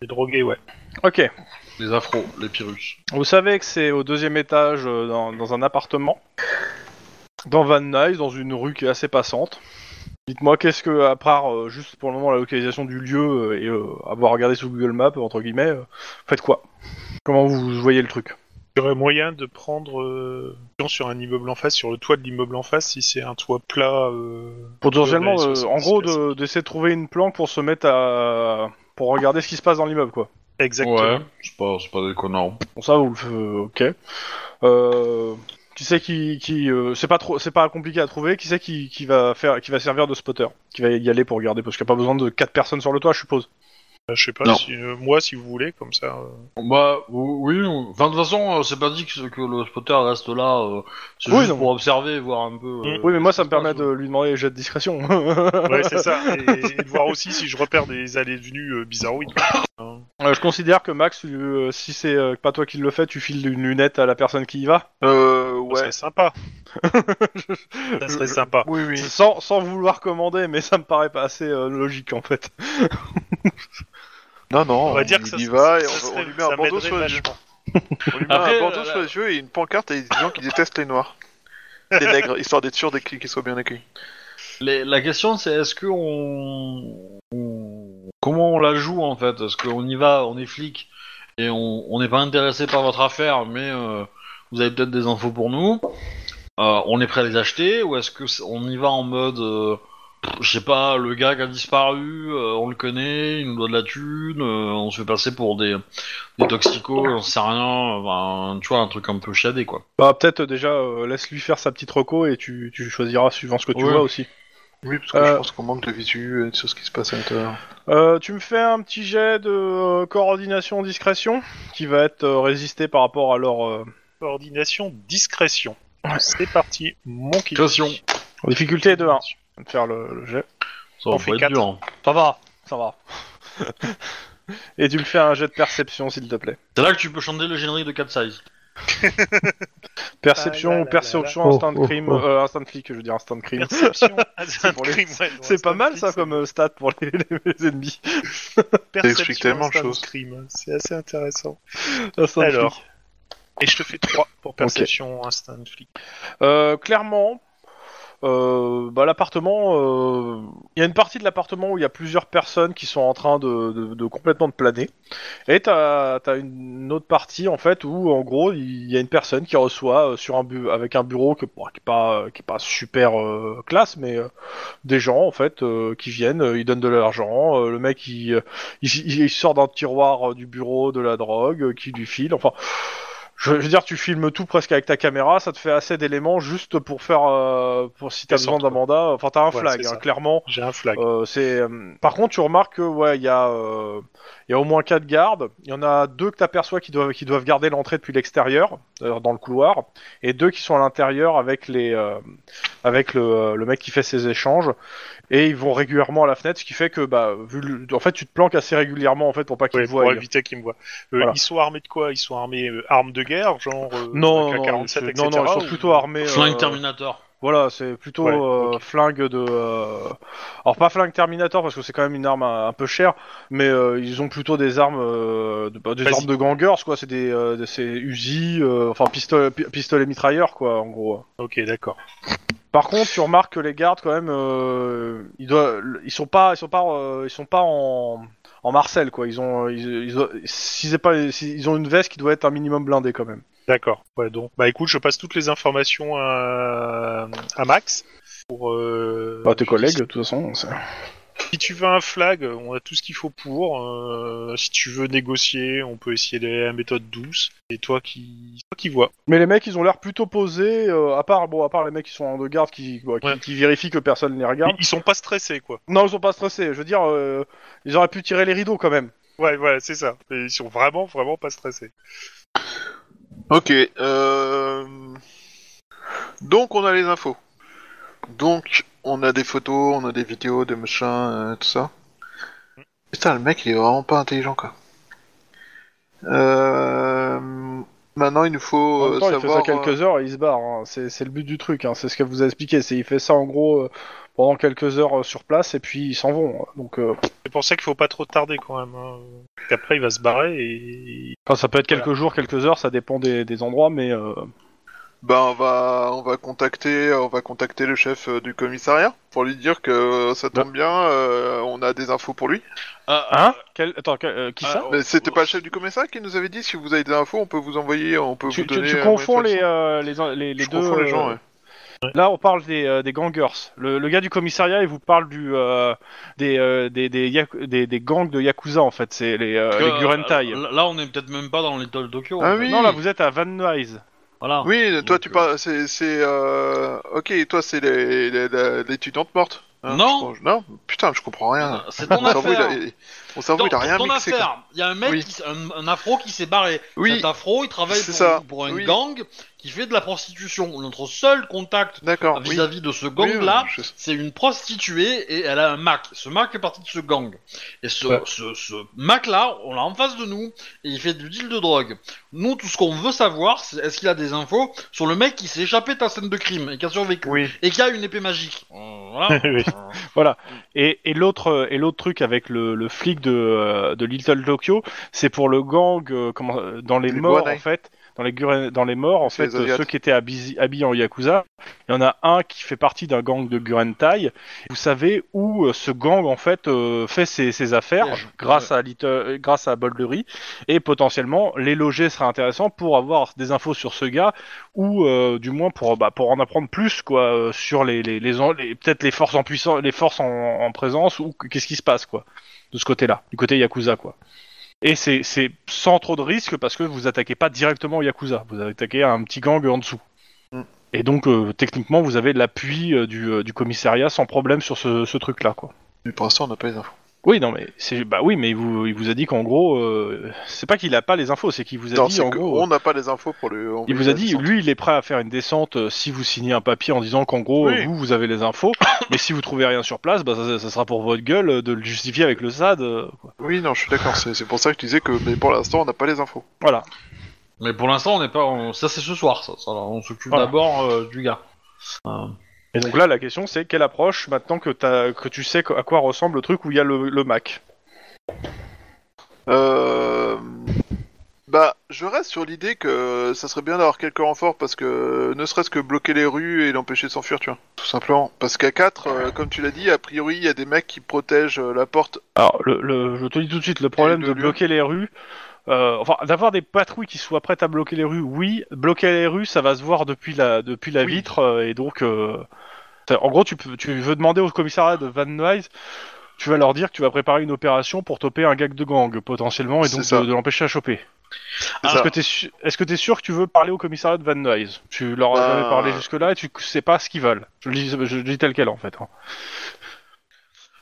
Speaker 2: Les drogués, ouais.
Speaker 1: Ok.
Speaker 4: les afros, les pyrrhus.
Speaker 1: Vous savez que c'est au deuxième étage, euh, dans, dans un appartement, dans Van Nuys, dans une rue qui est assez passante. Dites-moi, qu'est-ce que, à part euh, juste pour le moment la localisation du lieu euh, et euh, avoir regardé sous Google Maps, entre guillemets, euh, faites quoi Comment vous voyez le truc
Speaker 2: Il y aurait moyen de prendre euh, sur un immeuble en face, sur le toit de l'immeuble en face, si c'est un toit plat. euh,
Speaker 1: Potentiellement,
Speaker 2: Ouais, bah,
Speaker 1: euh,
Speaker 2: ils sont
Speaker 1: en gros,
Speaker 2: censés
Speaker 1: de- d'essayer de trouver une planque pour se mettre à. pour regarder ce qui se passe dans l'immeuble, quoi.
Speaker 2: Exactement.
Speaker 4: Ouais, c'est pas, c'est pas déconnant.
Speaker 1: Bon, ça, vous le f- euh, ok. Euh, qui c'est qui. qui euh, c'est pas trop, c'est pas compliqué à trouver. Qui c'est qui, qui va faire, qui va servir de spotter Qui va y aller pour regarder Parce qu'il n'y a pas besoin de quatre personnes sur le toit, je suppose.
Speaker 2: Euh, Je sais pas,
Speaker 4: Non.
Speaker 2: si, euh, moi si vous voulez, comme ça. euh.
Speaker 4: Bah ou- oui, ou- enfin de toute façon, euh, c'est pas dit que, que le spotter reste là, euh, c'est
Speaker 1: Oui,
Speaker 4: juste
Speaker 1: non.
Speaker 4: pour observer, voir un peu. euh,
Speaker 1: oui, mais moi, ça me
Speaker 4: qu'est-ce qui se
Speaker 1: permet
Speaker 4: passe,
Speaker 1: de lui demander les jets de discrétion. Euh,
Speaker 2: euh, Ouais, c'est ça. Et, et de voir aussi si je repère des allées-venues euh, bizarroïdes.
Speaker 1: Euh, je considère que Max, tu, euh, si c'est euh, pas toi qui le fais, tu files une lunette à la personne qui y va.
Speaker 3: Euh,
Speaker 2: Ça
Speaker 3: ouais.
Speaker 2: serait sympa. Ça serait sympa.
Speaker 3: Oui, oui.
Speaker 1: Sans, sans vouloir commander, mais ça me paraît pas assez euh, logique en fait.
Speaker 3: Non, non,
Speaker 2: On
Speaker 3: on,
Speaker 2: va dire que ça
Speaker 3: y va et
Speaker 2: ça
Speaker 3: on,
Speaker 2: serait-
Speaker 3: on lui met
Speaker 2: ça
Speaker 3: un bandeau
Speaker 2: m'aiderait
Speaker 3: sur les yeux.
Speaker 2: vachement.
Speaker 3: On lui met un
Speaker 4: Après,
Speaker 3: bandeau
Speaker 4: euh,
Speaker 3: sur
Speaker 4: là-
Speaker 3: les yeux et une pancarte et des gens qui détestent les noirs. Les nègres, histoire d'être sûr des- qu'ils soient bien accueillis.
Speaker 4: Les- la question c'est est-ce que on... on- comment on la joue en fait Est-ce qu'on y va, on est flic et on on n'est pas intéressé par votre affaire, mais euh, vous avez peut-être des infos pour nous. Euh, on est prêt à les acheter ou est-ce que c'est- on y va en mode euh, je sais pas, le gars qui a disparu, euh, on le connaît, il nous doit de la thune, euh, on se fait passer pour des, des toxicos, on sait rien, enfin, tu vois, un truc un peu chiadé quoi.
Speaker 1: Bah peut-être euh, déjà euh, laisse lui faire sa petite reco et tu, tu choisiras suivant ce que tu
Speaker 4: Ouais.
Speaker 1: vois aussi.
Speaker 3: Oui, parce
Speaker 1: que je
Speaker 3: pense qu'on manque de visu euh, sur ce qui se passe à l'intérieur.
Speaker 1: Euh, tu me fais un petit jet de euh, coordination discrétion qui va être euh, résisté par rapport à leur euh,
Speaker 2: Coordination, discrétion. C'est parti, mon kiff.
Speaker 4: Question.
Speaker 1: difficulté de 1. Je vais faire le, le jet.
Speaker 4: Ça
Speaker 2: On
Speaker 4: va
Speaker 2: fait
Speaker 4: pas être
Speaker 2: quatre.
Speaker 4: dur. hein.
Speaker 1: Ça va, ça va. et tu me fais un jet de perception s'il te plaît.
Speaker 4: C'est là que tu peux changer le générique de 4 size.
Speaker 1: Perception
Speaker 2: Ah là
Speaker 1: ou
Speaker 2: là
Speaker 1: perception
Speaker 5: là là.
Speaker 1: instant
Speaker 5: Oh, oh,
Speaker 1: crime,
Speaker 5: oh.
Speaker 1: euh, instant flic, je veux dire instant crime.
Speaker 2: Perception.
Speaker 1: C'est pour les- C'est pas mal ça comme euh, stat pour les, les- les ennemis.
Speaker 3: explique tellement de choses.
Speaker 2: Crime. C'est assez intéressant.
Speaker 1: Instant flic.
Speaker 2: Alors. Et je te fais 3 pour perception instinct de flic.
Speaker 1: Euh, clairement, euh, bah, l'appartement, euh, il y a une partie de l'appartement où il y a plusieurs personnes qui sont en train de, de- de complètement de planer. Et t'as as une autre partie en fait où en gros il y a une personne qui reçoit euh, sur un bu avec un bureau que, bon, qui est pas euh, qui est pas super euh, classe, mais euh, des gens en fait euh, qui viennent, euh, ils donnent de l'argent, euh, le mec il, euh, il, il- il sort d'un tiroir euh, du bureau de la drogue, euh, qui lui file, enfin. Je veux dire, tu filmes tout presque avec ta caméra, ça te fait assez d'éléments juste pour faire, euh, pour si t'as
Speaker 2: Descendre,
Speaker 1: besoin d'un
Speaker 2: quoi.
Speaker 1: mandat. Enfin, t'as un
Speaker 2: Ouais,
Speaker 1: flag,
Speaker 2: c'est
Speaker 1: hein,
Speaker 2: ça.
Speaker 1: clairement.
Speaker 2: J'ai un flag.
Speaker 1: Euh, c'est. euh, Par contre, tu remarques que ouais, il y a, euh, il y a au moins quatre gardes. Il y en a deux que t'aperçois qui doivent, qui doivent garder l'entrée depuis l'extérieur, euh, dans le couloir, et deux qui sont à l'intérieur avec les, euh, avec le, euh, le mec qui fait ses échanges. Et ils vont régulièrement à la fenêtre, ce qui fait que bah, vu le- en fait, tu te planques assez régulièrement en fait pour pas qu'ils
Speaker 2: Ouais,
Speaker 1: te voient.
Speaker 2: pour éviter qu'ils me voient. Euh,
Speaker 1: Voilà.
Speaker 2: Ils sont armés de quoi Ils sont armés euh, armes de guerre, genre euh,
Speaker 1: Non, non, non,
Speaker 2: AK-47,
Speaker 1: non,
Speaker 2: etc.
Speaker 1: non, ils sont
Speaker 2: ou-
Speaker 1: plutôt armés. euh,
Speaker 4: Flingue Terminator.
Speaker 1: Voilà, c'est plutôt
Speaker 2: Ouais,
Speaker 1: euh,
Speaker 2: ok.
Speaker 1: flingue de. euh, Alors pas flingue Terminator parce que c'est quand même une arme un, un peu chère, mais euh, ils ont plutôt des armes, euh, de- bah, des
Speaker 2: Vas-y.
Speaker 1: armes de gangers quoi. C'est des, euh, des- c'est Uzi, euh, enfin pistolet, pi- pistolet mitrailleur quoi, en gros.
Speaker 2: Ok, d'accord.
Speaker 1: Par contre, tu remarques que les gardes quand même, euh, ils doivent, ils sont pas, ils sont pas, euh, ils sont pas en, en Marcel quoi. Ils ont, ils, ils ont- si c'est pas, si- ils ont une veste qui doit être un minimum blindée quand même.
Speaker 2: D'accord. Ouais, donc, bah écoute, je passe toutes les informations à, à Max pour. euh,
Speaker 1: Bah, tes collègues de toute façon. c'est-
Speaker 2: Si tu veux un flag, on a tout ce qu'il faut pour. euh, si tu veux négocier, on peut essayer la méthode douce. Et toi qui, toi qui vois.
Speaker 1: Mais les mecs, ils ont l'air plutôt posés, euh, à part bon, à part les mecs qui sont en de garde, qui, bon, qui,
Speaker 2: Ouais.
Speaker 1: qui vérifient que personne ne les regarde.
Speaker 2: Ils, ils sont pas stressés, quoi.
Speaker 1: Non, ils sont pas stressés. Je veux dire, euh, ils auraient pu tirer les rideaux quand même.
Speaker 2: Ouais, voilà, c'est ça. Et Ils sont vraiment, vraiment pas stressés.
Speaker 3: Ok. Euh... Donc on a les infos. Donc on a des photos, on a des vidéos, des machins, euh, tout ça. Putain, le mec il est vraiment pas intelligent quoi. Euh... Maintenant il nous faut
Speaker 1: en
Speaker 3: euh,
Speaker 1: même temps, il fait ça
Speaker 3: savoir. euh,
Speaker 1: quelques heures et il se barre. hein. C'est c'est le but du truc. hein. C'est ce qu'elle vous a expliqué. C'est il fait ça en gros euh, pendant quelques heures euh, sur place et puis ils s'en vont. hein. Donc, euh,
Speaker 2: C'est pour ça qu'il faut pas trop tarder quand même. Hein. Parce qu'après, il va se barrer et.
Speaker 1: enfin, ça peut être quelques jours, quelques heures, ça dépend des, des endroits, mais euh,
Speaker 3: Ben on va on va contacter euh, on va contacter le chef euh, du commissariat pour lui dire que euh, ça tombe bien euh, on a des infos pour lui.
Speaker 4: Euh,
Speaker 1: hein Quel- Attends, quel- euh, qui
Speaker 4: Ah,
Speaker 1: ça
Speaker 4: oh,
Speaker 3: Mais c'était
Speaker 4: oh,
Speaker 3: pas le chef du commissariat qui nous avait dit si vous avez des infos on peut vous envoyer on peut
Speaker 1: tu,
Speaker 3: vous
Speaker 1: tu-
Speaker 3: donner.
Speaker 1: tu
Speaker 3: euh,
Speaker 1: confonds
Speaker 3: une
Speaker 1: les,
Speaker 3: information.
Speaker 1: euh, les, les, les
Speaker 3: Je
Speaker 1: deux.
Speaker 3: confonds les gens,
Speaker 1: euh,
Speaker 3: ouais.
Speaker 1: Là, on parle des, euh, des gangers. Le, le gars du commissariat, il vous parle du, euh, des, euh, des, des, yaku- des- des gangs de Yakuza, en fait. C'est les, euh,
Speaker 4: Parce
Speaker 1: les
Speaker 4: que,
Speaker 1: Gurentai.
Speaker 4: euh, Là, on est peut-être même pas dans l'étoile Tokyo.
Speaker 3: Ah
Speaker 4: en fait.
Speaker 3: oui.
Speaker 1: Non, là, vous êtes à Van Nuys.
Speaker 4: Voilà.
Speaker 3: Oui, toi
Speaker 4: Donc,
Speaker 3: tu
Speaker 4: euh,
Speaker 3: parles, c'est, c'est, euh... ok, toi c'est les- les- la- l'étudiante morte. hein,
Speaker 4: Non.
Speaker 3: je crois. non, putain, je comprends rien.
Speaker 4: Euh, C'est ton
Speaker 3: Mon cerveau, Ah. il
Speaker 4: affaire.
Speaker 3: a, il- mon cerveau,
Speaker 4: Dans-
Speaker 3: il a rien
Speaker 4: ton
Speaker 3: mixé. quoi.
Speaker 4: affaire. Il y a un mec,
Speaker 3: Oui.
Speaker 4: qui s- un, un afro qui s'est barré.
Speaker 3: Oui,
Speaker 4: Cet afro, il travaille
Speaker 3: c'est
Speaker 4: pour,
Speaker 3: ça.
Speaker 4: pour un
Speaker 3: Oui.
Speaker 4: gang qui qui fait de la prostitution. Notre seul contact
Speaker 3: D'accord, oui.
Speaker 4: vis-à-vis de ce
Speaker 3: Oui,
Speaker 4: gang-là,
Speaker 3: oui, je sais.
Speaker 4: c'est une prostituée et elle a un Mac. Ce Mac est parti de ce gang. Et ce,
Speaker 2: Ouais.
Speaker 4: ce, Mac là, on l'a en face de nous et il fait du deal de drogue. Nous, tout ce qu'on veut savoir, c'est est-ce qu'il a des infos sur le mec qui s'est échappé de ta scène de crime et qui a survécu
Speaker 2: Oui.
Speaker 4: et qui a une épée magique. Euh, voilà.
Speaker 2: Oui.
Speaker 4: Euh,
Speaker 1: Et, et l'autre et l'autre truc avec le, le flic de, euh, de Little Tokyo, c'est pour le gang euh, comment, euh, dans les,
Speaker 3: Les
Speaker 1: morts
Speaker 3: Guanais.
Speaker 1: en fait, dans les gure- dans les morts en
Speaker 3: C'est
Speaker 1: fait,
Speaker 3: les
Speaker 1: euh,
Speaker 3: Asiates.
Speaker 1: ceux qui étaient habisi- habillés en yakuza, il y en a un qui fait partie d'un gang de Gurentai. Vous savez où euh, ce gang en fait euh, fait ses, ses affaires
Speaker 4: Piège.
Speaker 1: grâce à Little, euh, grâce à Boldery et potentiellement les loger serait intéressant pour avoir des infos sur ce gars ou euh, du moins pour bah, pour en apprendre plus quoi euh, sur les les, les, en- les- peut-être les forces en puissance les forces en, en présence ou que- qu'est-ce qui se passe quoi de ce côté-là du côté yakuza quoi et c'est c'est sans trop de risque parce que vous attaquez pas directement au yakuza vous attaquez un petit gang en dessous
Speaker 3: Mm.
Speaker 1: et donc euh, techniquement vous avez l'appui euh, du, euh, du commissariat sans problème sur ce, ce truc là quoi
Speaker 3: Mais pour l'instant, on n'a pas les infos.
Speaker 1: oui non mais c'est bah oui mais il vous, il vous a dit qu'en gros euh, c'est pas qu'il a pas les infos c'est qu'il vous a
Speaker 3: Non,
Speaker 1: dit
Speaker 3: c'est
Speaker 1: en
Speaker 3: que-
Speaker 1: gros euh,
Speaker 3: on n'a pas les infos pour le. on
Speaker 1: il
Speaker 3: veut
Speaker 1: vous
Speaker 3: la
Speaker 1: a dit,
Speaker 3: descente.
Speaker 1: lui, il est prêt à faire une descente euh, si vous signez un papier en disant qu'en gros,
Speaker 3: Oui.
Speaker 1: euh, vous, vous avez les infos, mais si vous trouvez rien sur place, bah, ça, ça sera pour votre gueule euh, de le justifier avec le SAD. euh, quoi.
Speaker 3: Oui, non, je suis d'accord. C'est c'est pour ça que je disais que, mais pour l'instant, on n'a pas les infos.
Speaker 1: Voilà.
Speaker 4: Mais pour l'instant, on n'est pas. on- Ça, c'est ce soir. Ça, Ça, on s'occupe
Speaker 1: Voilà.
Speaker 4: d'abord euh, du gars. Euh,
Speaker 1: Et donc là, la question, c'est quelle approche maintenant que, t'as- que tu sais à quoi ressemble le truc où il y a le, le Mac
Speaker 3: Euh... Bah, je reste sur l'idée que ça serait bien d'avoir quelques renforts parce que ne serait-ce que bloquer les rues et l'empêcher de s'enfuir, tu vois. Tout simplement. Parce qu'à 4, euh, comme tu l'as dit, a priori, il y a des mecs qui protègent euh, la porte.
Speaker 1: Alors, le, le- je te dis tout de suite, le problème
Speaker 3: de
Speaker 1: de
Speaker 3: lieu.
Speaker 1: bloquer les rues, euh, enfin, d'avoir des patrouilles qui soient prêtes à bloquer les rues, oui, bloquer les rues, ça va se voir depuis la, depuis la
Speaker 3: Oui.
Speaker 1: vitre, euh, et donc, euh, ça- en gros, tu, peux- tu veux demander au commissariat de Van Nuys, tu vas leur dire que tu vas préparer une opération pour toper un gag de gang, potentiellement, et
Speaker 3: C'est
Speaker 1: donc
Speaker 3: ça.
Speaker 1: de, de l'empêcher à choper.
Speaker 3: ça.
Speaker 1: Est-ce que t'es su- est-ce que t'es sûr que tu veux parler au commissariat de Van Nuys Tu leur as
Speaker 3: Bah,
Speaker 1: jamais parlé jusque-là et tu sais pas ce qu'ils veulent. Je le dis, je le dis tel quel, en fait. hein.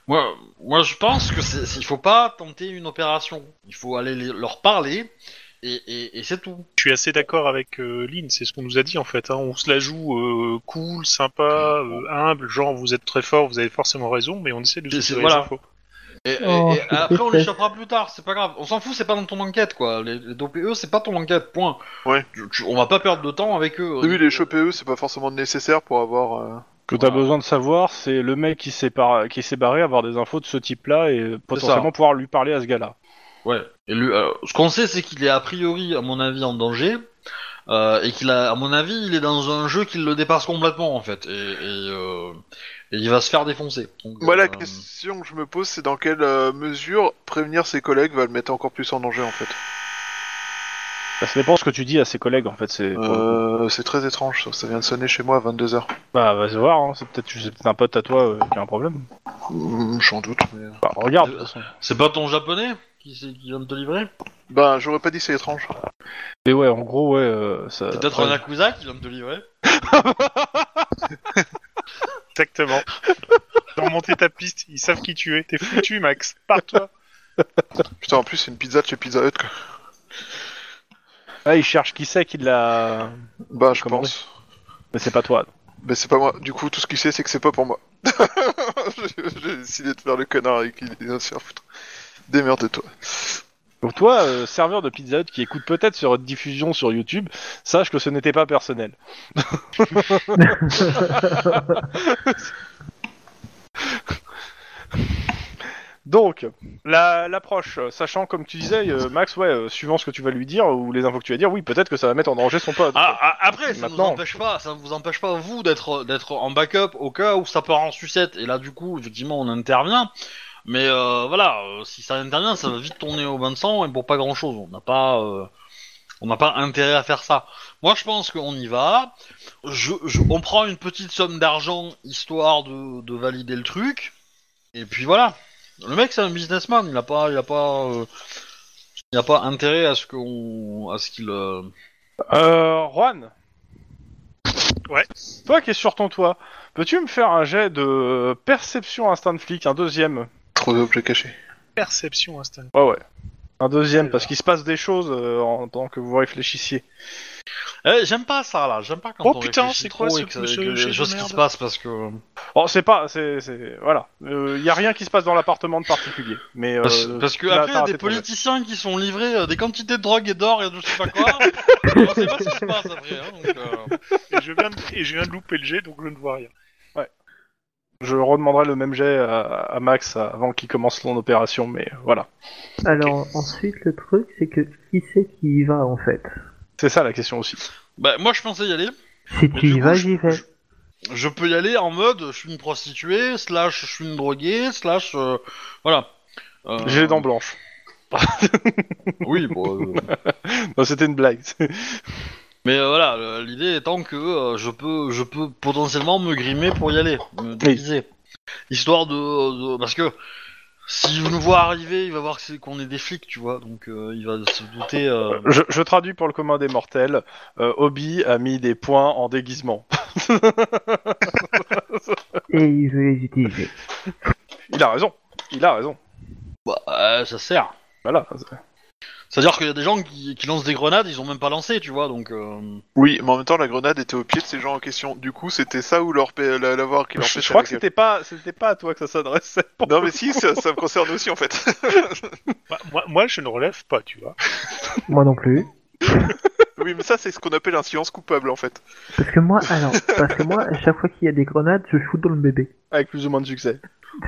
Speaker 4: Moi, moi, je pense que c'est, c'est- il faut pas tenter une opération. Il faut aller les- leur parler et, et- et c'est tout.
Speaker 2: Je suis assez d'accord avec euh, Lynn, c'est ce qu'on nous a dit en fait. hein. On se la joue euh, cool, sympa, euh, humble, genre vous êtes très fort, vous avez forcément raison, mais on essaie de
Speaker 4: C'est-
Speaker 2: se
Speaker 4: c'est- voilà. Et, et-
Speaker 5: Oh,
Speaker 4: et
Speaker 5: je
Speaker 4: après, on
Speaker 5: déteste.
Speaker 4: l'échappera plus tard. C'est pas grave. On s'en fout. C'est pas dans ton enquête, quoi. Les, les DPE, c'est pas ton enquête. Point.
Speaker 3: Ouais.
Speaker 4: Tu- tu- on va pas perdre de temps avec eux.
Speaker 3: Oui, les choper eux, c'est pas forcément nécessaire pour avoir. euh,
Speaker 1: que t'as
Speaker 4: Voilà.
Speaker 1: besoin de savoir, c'est le mec qui s'est par- qui s'est barré, avoir des infos de ce type-là et potentiellement pouvoir lui parler à ce gars-là.
Speaker 4: Ouais. Et lui, euh, ce qu'on sait, c'est qu'il est a priori, à mon avis, en danger. euh, et qu'il a, à mon avis, il est dans un jeu qui le dépasse complètement en fait, et, et, euh, et il va se faire défoncer. Donc,
Speaker 3: Moi, la
Speaker 4: euh,
Speaker 3: question que je me pose, c'est dans quelle euh, mesure prévenir ses collègues va le mettre encore plus en danger, en fait.
Speaker 1: Bah, ça dépend ce que tu dis à ses collègues en fait. C'est
Speaker 3: Euh, c'est très étrange, ça. ça vient de sonner chez moi à 22h.
Speaker 1: bah vas-y voir, hein, c'est peut-être c'est peut-être un pote à toi euh, qui a un problème.
Speaker 3: J'en Mm, doute, mais...
Speaker 1: Bah, regarde. de toute façon.
Speaker 4: c'est pas ton japonais qui, s'est- qui vient de te livrer
Speaker 3: Ben, j'aurais pas dit c'est étrange.
Speaker 1: Mais ouais, en gros ouais, euh, ça.
Speaker 4: C'est peut-être un yakuza qui vient de te livrer.
Speaker 2: Exactement. Dans monter ta piste, ils savent qui tu es. T'es foutu, Max. Pars-toi.
Speaker 3: Putain, en plus, c'est une pizza de chez Pizza Hut, quoi.
Speaker 1: Ah, il cherche qui c'est qui l'a.
Speaker 3: Bah, je
Speaker 1: Comment
Speaker 3: pense.
Speaker 1: Mais c'est pas toi.
Speaker 3: Mais c'est pas moi. Du coup, tout ce qu'il sait, c'est que c'est pas pour moi. J'ai j'ai décidé de faire le connard et qu'il vient se faire foutre. Démerde-toi.
Speaker 1: Donc toi, euh, serveur de Pizza Hut qui écoute peut-être sur votre diffusion sur YouTube, sache que ce n'était pas personnel. Donc, la- l'approche, euh, sachant comme tu disais, euh, Max, ouais, euh, suivant ce que tu vas lui dire ou les infos que tu vas dire, oui, peut-être que ça va mettre en danger son pote.
Speaker 4: Ah, ah, après, ça ne vous
Speaker 1: Maintenant.
Speaker 4: empêche pas, ça ne vous empêche pas vous d'être d'être en backup au cas où ça part en sucette. Et là, du coup, effectivement, on intervient. Mais euh, voilà, euh, si ça intervient, ça va vite tourner au bain de sang et pour pas grand chose. On n'a pas, euh, on n'a pas intérêt à faire ça. Moi, je pense qu'on y va. Je, je- on prend une petite somme d'argent histoire de, de valider le truc. Et puis voilà. Le mec, c'est un businessman. Il n'a pas, il a pas, euh, il a pas intérêt à ce qu'on, à ce qu'il. euh,
Speaker 1: Euh, Juan
Speaker 2: Ouais.
Speaker 1: Toi qui es sur ton toit, peux-tu me faire un jet de euh, perception instinct de flic, un deuxième
Speaker 3: Trop d'objets cachés.
Speaker 2: Perception instant.
Speaker 1: Ouais, ouais. Un deuxième, parce qu'il se passe des choses euh, en tant que vous réfléchissiez.
Speaker 4: Eh, j'aime pas ça là, j'aime pas quand
Speaker 2: Oh,
Speaker 4: on
Speaker 2: putain,
Speaker 4: réfléchit
Speaker 2: c'est quoi
Speaker 4: trop
Speaker 2: ce-
Speaker 4: et que,
Speaker 2: ce-
Speaker 4: que les
Speaker 2: ce
Speaker 4: choses qui
Speaker 2: merde
Speaker 4: se passent parce que
Speaker 1: Bon, Oh, c'est pas, c'est, c'est- voilà, il y a rien qui se passe dans l'appartement de particulier. Mais euh,
Speaker 4: parce, parce que
Speaker 1: t'as-
Speaker 4: après
Speaker 1: t'as
Speaker 4: y a
Speaker 1: raté
Speaker 4: des
Speaker 1: ton jeu.
Speaker 4: politiciens qui sont livrés euh, des quantités de drogue et d'or et de je sais pas quoi. on sait pas ce qui se passe après. Hein, donc, euh,
Speaker 2: Et je viens de, et je viens de louper le jet, donc je ne vois rien.
Speaker 1: Je redemanderai le même jet à, à Max avant qu'il commence son opération, mais euh, voilà.
Speaker 5: Alors ensuite le truc c'est que qui c'est qui y va en fait
Speaker 1: C'est ça la question aussi.
Speaker 4: Bah moi je pensais y aller.
Speaker 5: Si
Speaker 4: Mais
Speaker 5: tu
Speaker 4: du
Speaker 5: y
Speaker 4: coup,
Speaker 5: vas
Speaker 4: je-
Speaker 5: j'y vais.
Speaker 4: je- Je peux y aller en mode je suis une prostituée slash je suis une droguée slash euh, voilà. Euh,
Speaker 1: J'ai les dents blanches.
Speaker 4: Oui, bon, euh,
Speaker 1: Non, c'était une blague.
Speaker 4: mais euh, voilà, euh, l'idée étant que euh, je peux, je peux potentiellement me grimer pour y aller, me déguiser, histoire de, de- parce que si vous nous voit arriver, il va voir que c'est- qu'on est des flics, tu vois, donc euh, il va se douter. euh,
Speaker 1: je, je traduis pour le commun des mortels. euh, Obi a mis des points en déguisement.
Speaker 5: Et il veut les utiliser.
Speaker 1: Il a raison. Il a raison.
Speaker 4: bah, euh, ça sert.
Speaker 1: Voilà.
Speaker 4: C'est-à-dire qu'il y a des gens qui, qui lancent des grenades, ils ont même pas lancé, tu vois, donc. euh,
Speaker 3: Oui, mais en même temps, la grenade était au pied de ces gens en question. Du coup, c'était ça ou leur pa- la, la voir qui
Speaker 1: Je,
Speaker 3: leur
Speaker 1: je
Speaker 3: pêchait
Speaker 1: crois
Speaker 3: la
Speaker 1: que c'était pas, c'était pas à toi que ça s'adressait.
Speaker 3: gueule. Non, mais si, ça, ça me concerne aussi en fait.
Speaker 2: Bah, moi, moi, je ne relève pas, tu vois.
Speaker 5: Moi non plus.
Speaker 3: oui, mais ça, c'est ce qu'on appelle un silence coupable en fait.
Speaker 5: Parce que moi alors parce que moi à chaque fois qu'il y a des grenades je shoot dans le bébé.
Speaker 1: Avec plus ou moins de succès.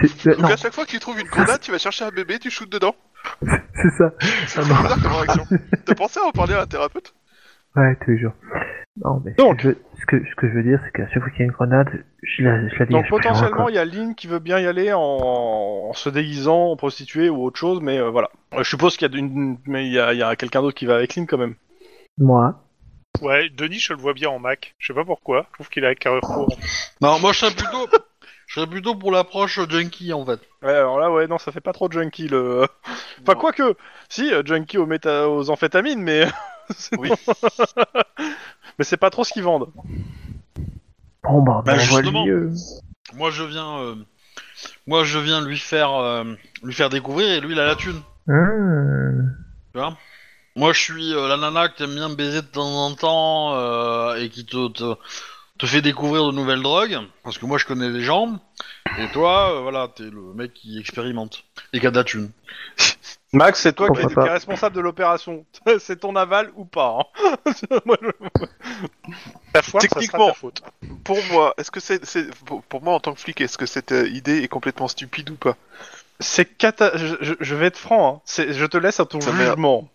Speaker 5: C'est- euh,
Speaker 3: Donc
Speaker 5: non
Speaker 3: à chaque fois que tu trouves une grenade, tu vas chercher un bébé, tu shootes dedans.
Speaker 5: c'est ça.
Speaker 3: C'est
Speaker 5: Ah non.
Speaker 3: bizarre comme réaction. T'as pensé à en parler à un thérapeute
Speaker 5: Ouais, toujours. Non, mais
Speaker 1: Donc.
Speaker 5: ce, que je, ce, que, ce que je veux dire, c'est qu'à chaque fois qu'il y a une grenade, je la, je la
Speaker 1: Donc
Speaker 5: dégage plus loin,
Speaker 1: potentiellement,
Speaker 5: quoi.
Speaker 1: il y a Lynn qui veut bien y aller en, en se déguisant en prostituée ou autre chose, mais euh, voilà. Euh, Je suppose qu'il y a une, mais il y a, il y a quelqu'un d'autre qui va avec Lynn quand même.
Speaker 5: Moi,
Speaker 2: Ouais, Denis, je le vois bien en Mac. Je sais pas pourquoi. Je trouve qu'il a un carrure court.
Speaker 4: Non, moi je serais plutôt, je serais plutôt pour l'approche junkie en fait.
Speaker 1: Ouais, alors là, ouais, non, ça fait pas trop junkie le. Enfin, quoique, si, euh, junkie aux, méta- aux amphétamines, mais. c'est
Speaker 4: Oui.
Speaker 1: pas- mais c'est pas trop ce qu'ils vendent.
Speaker 5: bon, bah,
Speaker 4: Bah,
Speaker 5: on voit le
Speaker 4: justement.
Speaker 5: lieu.
Speaker 4: Moi je viens, euh, moi je viens lui faire, euh, lui faire découvrir et lui il a la thune.
Speaker 5: Hmm.
Speaker 4: Moi je suis euh, la nana que t'aimes bien baiser de temps en temps euh, et qui te, te te fait découvrir de nouvelles drogues parce que moi je connais les gens et toi euh, voilà t'es le mec qui expérimente et qui a de la thune.
Speaker 1: Max, c'est toi qui
Speaker 5: Pourquoi
Speaker 1: es,
Speaker 5: pas.
Speaker 1: qui es responsable de l'opération. c'est ton aval ou pas. hein. Moi, je-
Speaker 2: Ta foi, ça sera
Speaker 3: Techniquement.
Speaker 2: ta faute.
Speaker 3: Pour moi, est-ce que c'est, c'est- pour, pour moi en tant que flic, est-ce que cette euh, idée est complètement stupide ou pas
Speaker 1: c'est cata... je, je- je vais être franc, hein. C'est- je te laisse à ton
Speaker 3: Ça m'a-
Speaker 1: jugement.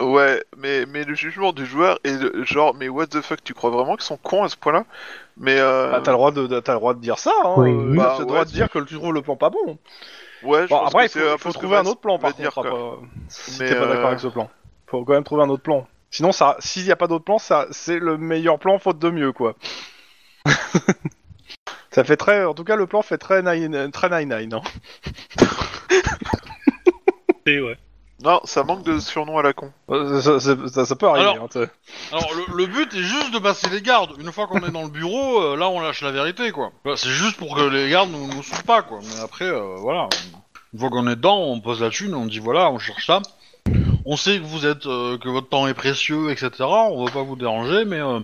Speaker 3: Ouais, mais mais le jugement du joueur est le- genre mais what the fuck, tu crois vraiment qu'ils sont cons à ce point-là Mais euh,
Speaker 1: Ah, t'as le droit de, de- t'as le droit de dire ça. Hein.
Speaker 5: Oui.
Speaker 1: Euh,
Speaker 3: Bah,
Speaker 1: t'as le
Speaker 3: ouais,
Speaker 1: droit de
Speaker 3: c'est-
Speaker 1: dire que tu trouves le plan pas bon.
Speaker 3: ouais, je
Speaker 1: Bon,
Speaker 3: pense
Speaker 1: après, il faut,
Speaker 3: que c'est
Speaker 1: il
Speaker 3: peu
Speaker 1: faut
Speaker 3: ce que
Speaker 1: trouver un
Speaker 3: Vaz
Speaker 1: autre plan,
Speaker 3: voulait
Speaker 1: par
Speaker 3: dire,
Speaker 1: contre,
Speaker 3: quoi.
Speaker 1: après, euh, si
Speaker 3: Mais,
Speaker 1: t'es pas d'accord
Speaker 3: euh,
Speaker 1: avec ce plan. Faut quand même trouver un autre plan. Sinon, ça, s'il n'y a pas d'autre plan, ça, c'est le meilleur plan, faute de mieux, quoi. ça fait très, en tout cas, le plan fait très nine, très nine, nine hein.
Speaker 2: Et ouais.
Speaker 3: Non, ça manque de surnom à la con.
Speaker 1: Euh, ça, ça- ça- ça peut arriver.
Speaker 4: Alors-
Speaker 1: hein, t'sais.
Speaker 4: Alors le, le but est juste de passer les gardes. Une fois qu'on est dans le bureau, euh, là on lâche la vérité quoi. Bah, c'est juste pour que les gardes nous, nous suivent pas quoi. Mais après euh, voilà, une fois qu'on est dedans, on pose la thune, on dit voilà, on cherche ça. On sait que vous êtes, euh, que votre temps est précieux, etc. On va pas vous déranger, mais euh,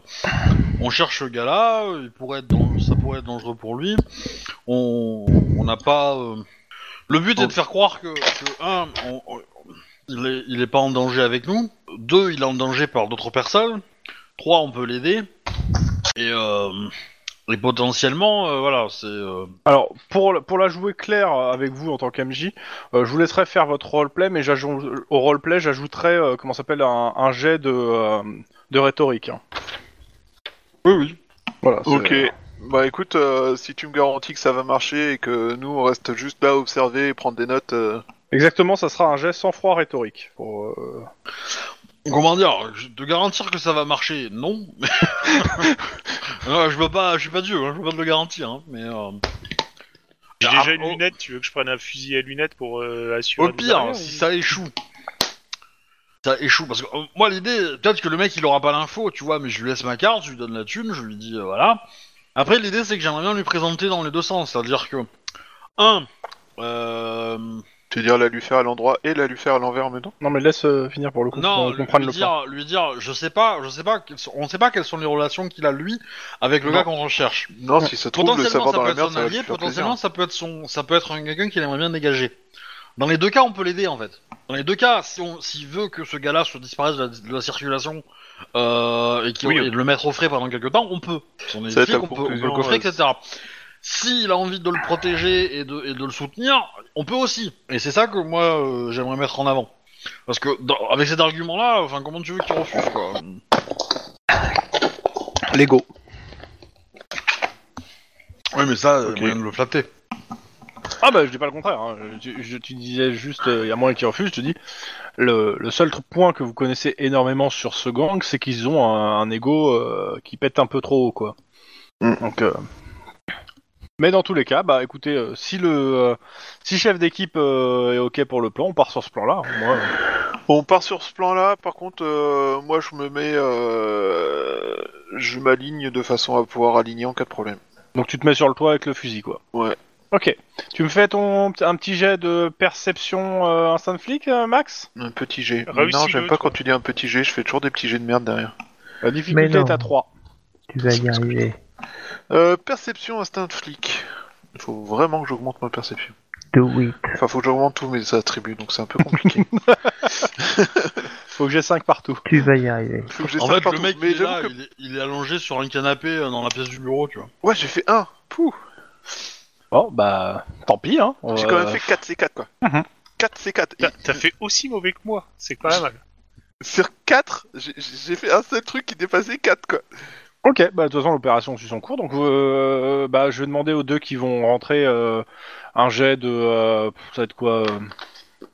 Speaker 4: on cherche ce gars-là. euh, Il pourrait être, dan- ça pourrait être dangereux pour lui. On, on n'a pas. euh, Le but est de faire croire que, que, un, on- on- il est, il est pas en danger avec nous. Deux, il est en danger par d'autres personnes. Trois, on peut l'aider. Et, euh, et potentiellement, euh, voilà, c'est. euh,
Speaker 1: Alors, pour, pour la jouer claire euh, avec vous en tant qu'MJ, euh, je vous laisserai faire votre roleplay, mais j'ajou- au roleplay, j'ajouterai, euh, comment ça s'appelle, un, un jet de, euh, de rhétorique. hein.
Speaker 4: Oui, oui.
Speaker 1: Voilà. c'est-
Speaker 3: Ok. Bah écoute, euh, si tu me garantis que ça va marcher et que nous on reste juste là à observer et prendre des notes. euh,
Speaker 1: Exactement, ça sera un jet sans froid rhétorique. Pour, euh,
Speaker 4: Comment dire je- Te garantir que ça va marcher, non. Non, je peux pas, je suis pas Dieu, hein, je peux pas te le garantir, hein, mais. euh,
Speaker 2: J'ai
Speaker 4: Ah,
Speaker 2: déjà une
Speaker 4: au-
Speaker 2: lunette. Tu veux que je prenne un fusil à lunettes pour euh, assurer
Speaker 4: Au
Speaker 2: nos
Speaker 4: pire,
Speaker 2: arrières,
Speaker 4: si
Speaker 2: ou-
Speaker 4: ça échoue. Ça échoue, parce que euh, moi l'idée, peut-être que le mec il aura pas l'info, tu vois, mais je lui laisse ma carte, je lui donne la thune, je lui dis euh, voilà. Après l'idée c'est que j'aimerais bien lui présenter dans les deux sens, c'est-à-dire que, un, euh,
Speaker 3: C'est-à-dire la lui faire à l'endroit et la lui faire à l'envers maintenant
Speaker 1: Non, mais laisse euh, finir pour le coup.
Speaker 4: Non,
Speaker 1: on
Speaker 4: lui,
Speaker 1: comprend
Speaker 4: lui
Speaker 1: le plan.
Speaker 4: dire, lui dire, je sais pas, je sais pas, quelles sont- on sait pas quelles sont les relations qu'il a lui avec le
Speaker 3: Non.
Speaker 4: gars qu'on recherche.
Speaker 3: Non, si ça trouve, le
Speaker 4: Potentiellement,
Speaker 3: savoir
Speaker 4: ça
Speaker 3: dans
Speaker 4: peut
Speaker 3: la
Speaker 4: être
Speaker 3: merde,
Speaker 4: son
Speaker 3: ça va lui
Speaker 4: allié,
Speaker 3: faire
Speaker 4: potentiellement,
Speaker 3: plaisir.
Speaker 4: ça peut être son, ça peut être un- quelqu'un qu'il aimerait bien dégager. Dans les deux cas, on peut l'aider en fait. Dans les deux cas, si on, s'il veut que ce gars-là se disparaisse de la, de la circulation euh, et, qu'il-
Speaker 3: Oui.
Speaker 4: et de le mettre au frais pendant quelques temps, on peut. Si on est
Speaker 3: Ça va être
Speaker 4: flic,
Speaker 3: la
Speaker 4: on peut, on peut
Speaker 3: conclusion,
Speaker 4: le coffrer,
Speaker 3: euh,
Speaker 4: etc. S'il a envie de le protéger et de, et de le soutenir, on peut aussi. Et c'est ça que moi, euh, j'aimerais mettre en avant. Parce que dans- avec cet argument-là, enfin, comment tu veux qu'il refuse quoi
Speaker 1: Lego.
Speaker 4: Oui, mais ça,
Speaker 3: Ok.
Speaker 4: moyen de le flatter.
Speaker 1: Ah bah je dis pas le contraire. hein. Je, je- tu disais juste, euh, il y a moyen qui refuse. Je te dis, le, le seul tr- point que vous connaissez énormément sur ce gang, c'est qu'ils ont un, un ego euh, qui pète un peu trop haut, quoi.
Speaker 3: Mm.
Speaker 1: Donc, euh, mais dans tous les cas, bah écoutez, euh, si le euh, si chef d'équipe euh, est ok pour le plan, on part sur ce plan-là. Moi, euh,
Speaker 3: On part sur ce plan-là, par contre, euh, moi je me mets... euh, je m'aligne de façon à pouvoir aligner en cas de problème.
Speaker 1: donc tu te mets sur le toit avec le fusil, quoi.
Speaker 3: Ouais.
Speaker 1: Ok. Tu me fais ton p- un petit jet de perception euh, instinct de flic, euh, Max
Speaker 3: Un petit G.
Speaker 2: Réussis-le,
Speaker 3: non, j'aime pas
Speaker 2: toi.
Speaker 3: quand tu dis un petit G, je fais toujours des petits G de merde derrière.
Speaker 1: La difficulté
Speaker 5: non.
Speaker 1: est à 3.
Speaker 5: Tu vas y arriver.
Speaker 3: Euh, perception instinct de flic. Faut vraiment que j'augmente ma perception.
Speaker 5: Do it.
Speaker 3: Enfin, faut que j'augmente tous mes attributs, donc c'est un peu compliqué.
Speaker 1: Faut que j'ai 5 partout.
Speaker 5: Tu vas y arriver.
Speaker 3: Faut que j'ai
Speaker 4: En
Speaker 3: ça
Speaker 4: fait, le
Speaker 3: partout.
Speaker 4: mec,
Speaker 3: Mais
Speaker 4: il, est là,
Speaker 3: j'avoue que-
Speaker 4: il, est, il est allongé sur un canapé euh, dans la pièce du bureau, tu vois.
Speaker 3: Ouais, j'ai fait un. Pouh.
Speaker 1: Bon, bah tant pis, hein. On
Speaker 3: J'ai
Speaker 1: va-
Speaker 3: quand même fait 4 C4 quoi.
Speaker 1: Mhm.
Speaker 3: 4 C4.
Speaker 2: T'as t'as fait aussi mauvais que moi, c'est pas mal.
Speaker 3: Sur 4, j'ai fait un seul truc qui dépassait 4 quoi.
Speaker 1: Ok, bah, de toute façon l'opération suit son cours, donc euh, bah, je vais demander aux deux qui vont rentrer euh, un jet de... euh, ça va être quoi euh,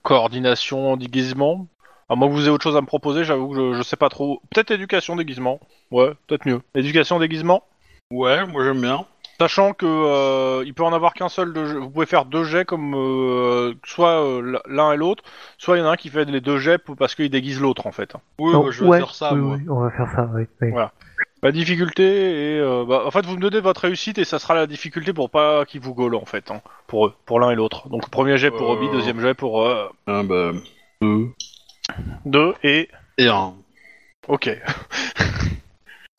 Speaker 1: Coordination, déguisement à moi, vous avez autre chose à me proposer, j'avoue que je, je sais pas trop. Peut-être éducation, déguisement. Ouais, peut-être mieux. Éducation, déguisement.
Speaker 4: Ouais, moi j'aime bien.
Speaker 1: Sachant que euh, il peut en avoir qu'un seul. De jeu. Vous pouvez faire deux jets comme euh, soit euh, l'un et l'autre, soit il y en a un qui fait les deux jets pour- parce qu'il déguise l'autre en fait.
Speaker 4: Oui,
Speaker 5: Non,
Speaker 4: bah, je vais
Speaker 5: ouais,
Speaker 4: faire ça,
Speaker 5: oui,
Speaker 4: moi.
Speaker 5: oui, on va faire ça, oui. oui.
Speaker 1: Ouais. La difficulté et euh, bah, en fait vous me donnez votre réussite et ça sera la difficulté pour pas qu'ils vous gaulent en fait hein, pour eux, pour l'un et l'autre. Donc premier jet pour
Speaker 4: Euh.
Speaker 1: Obi, deuxième jet pour euh,
Speaker 4: Ah, bah, deux
Speaker 1: deux et
Speaker 3: Ah,
Speaker 4: et un.
Speaker 1: ok.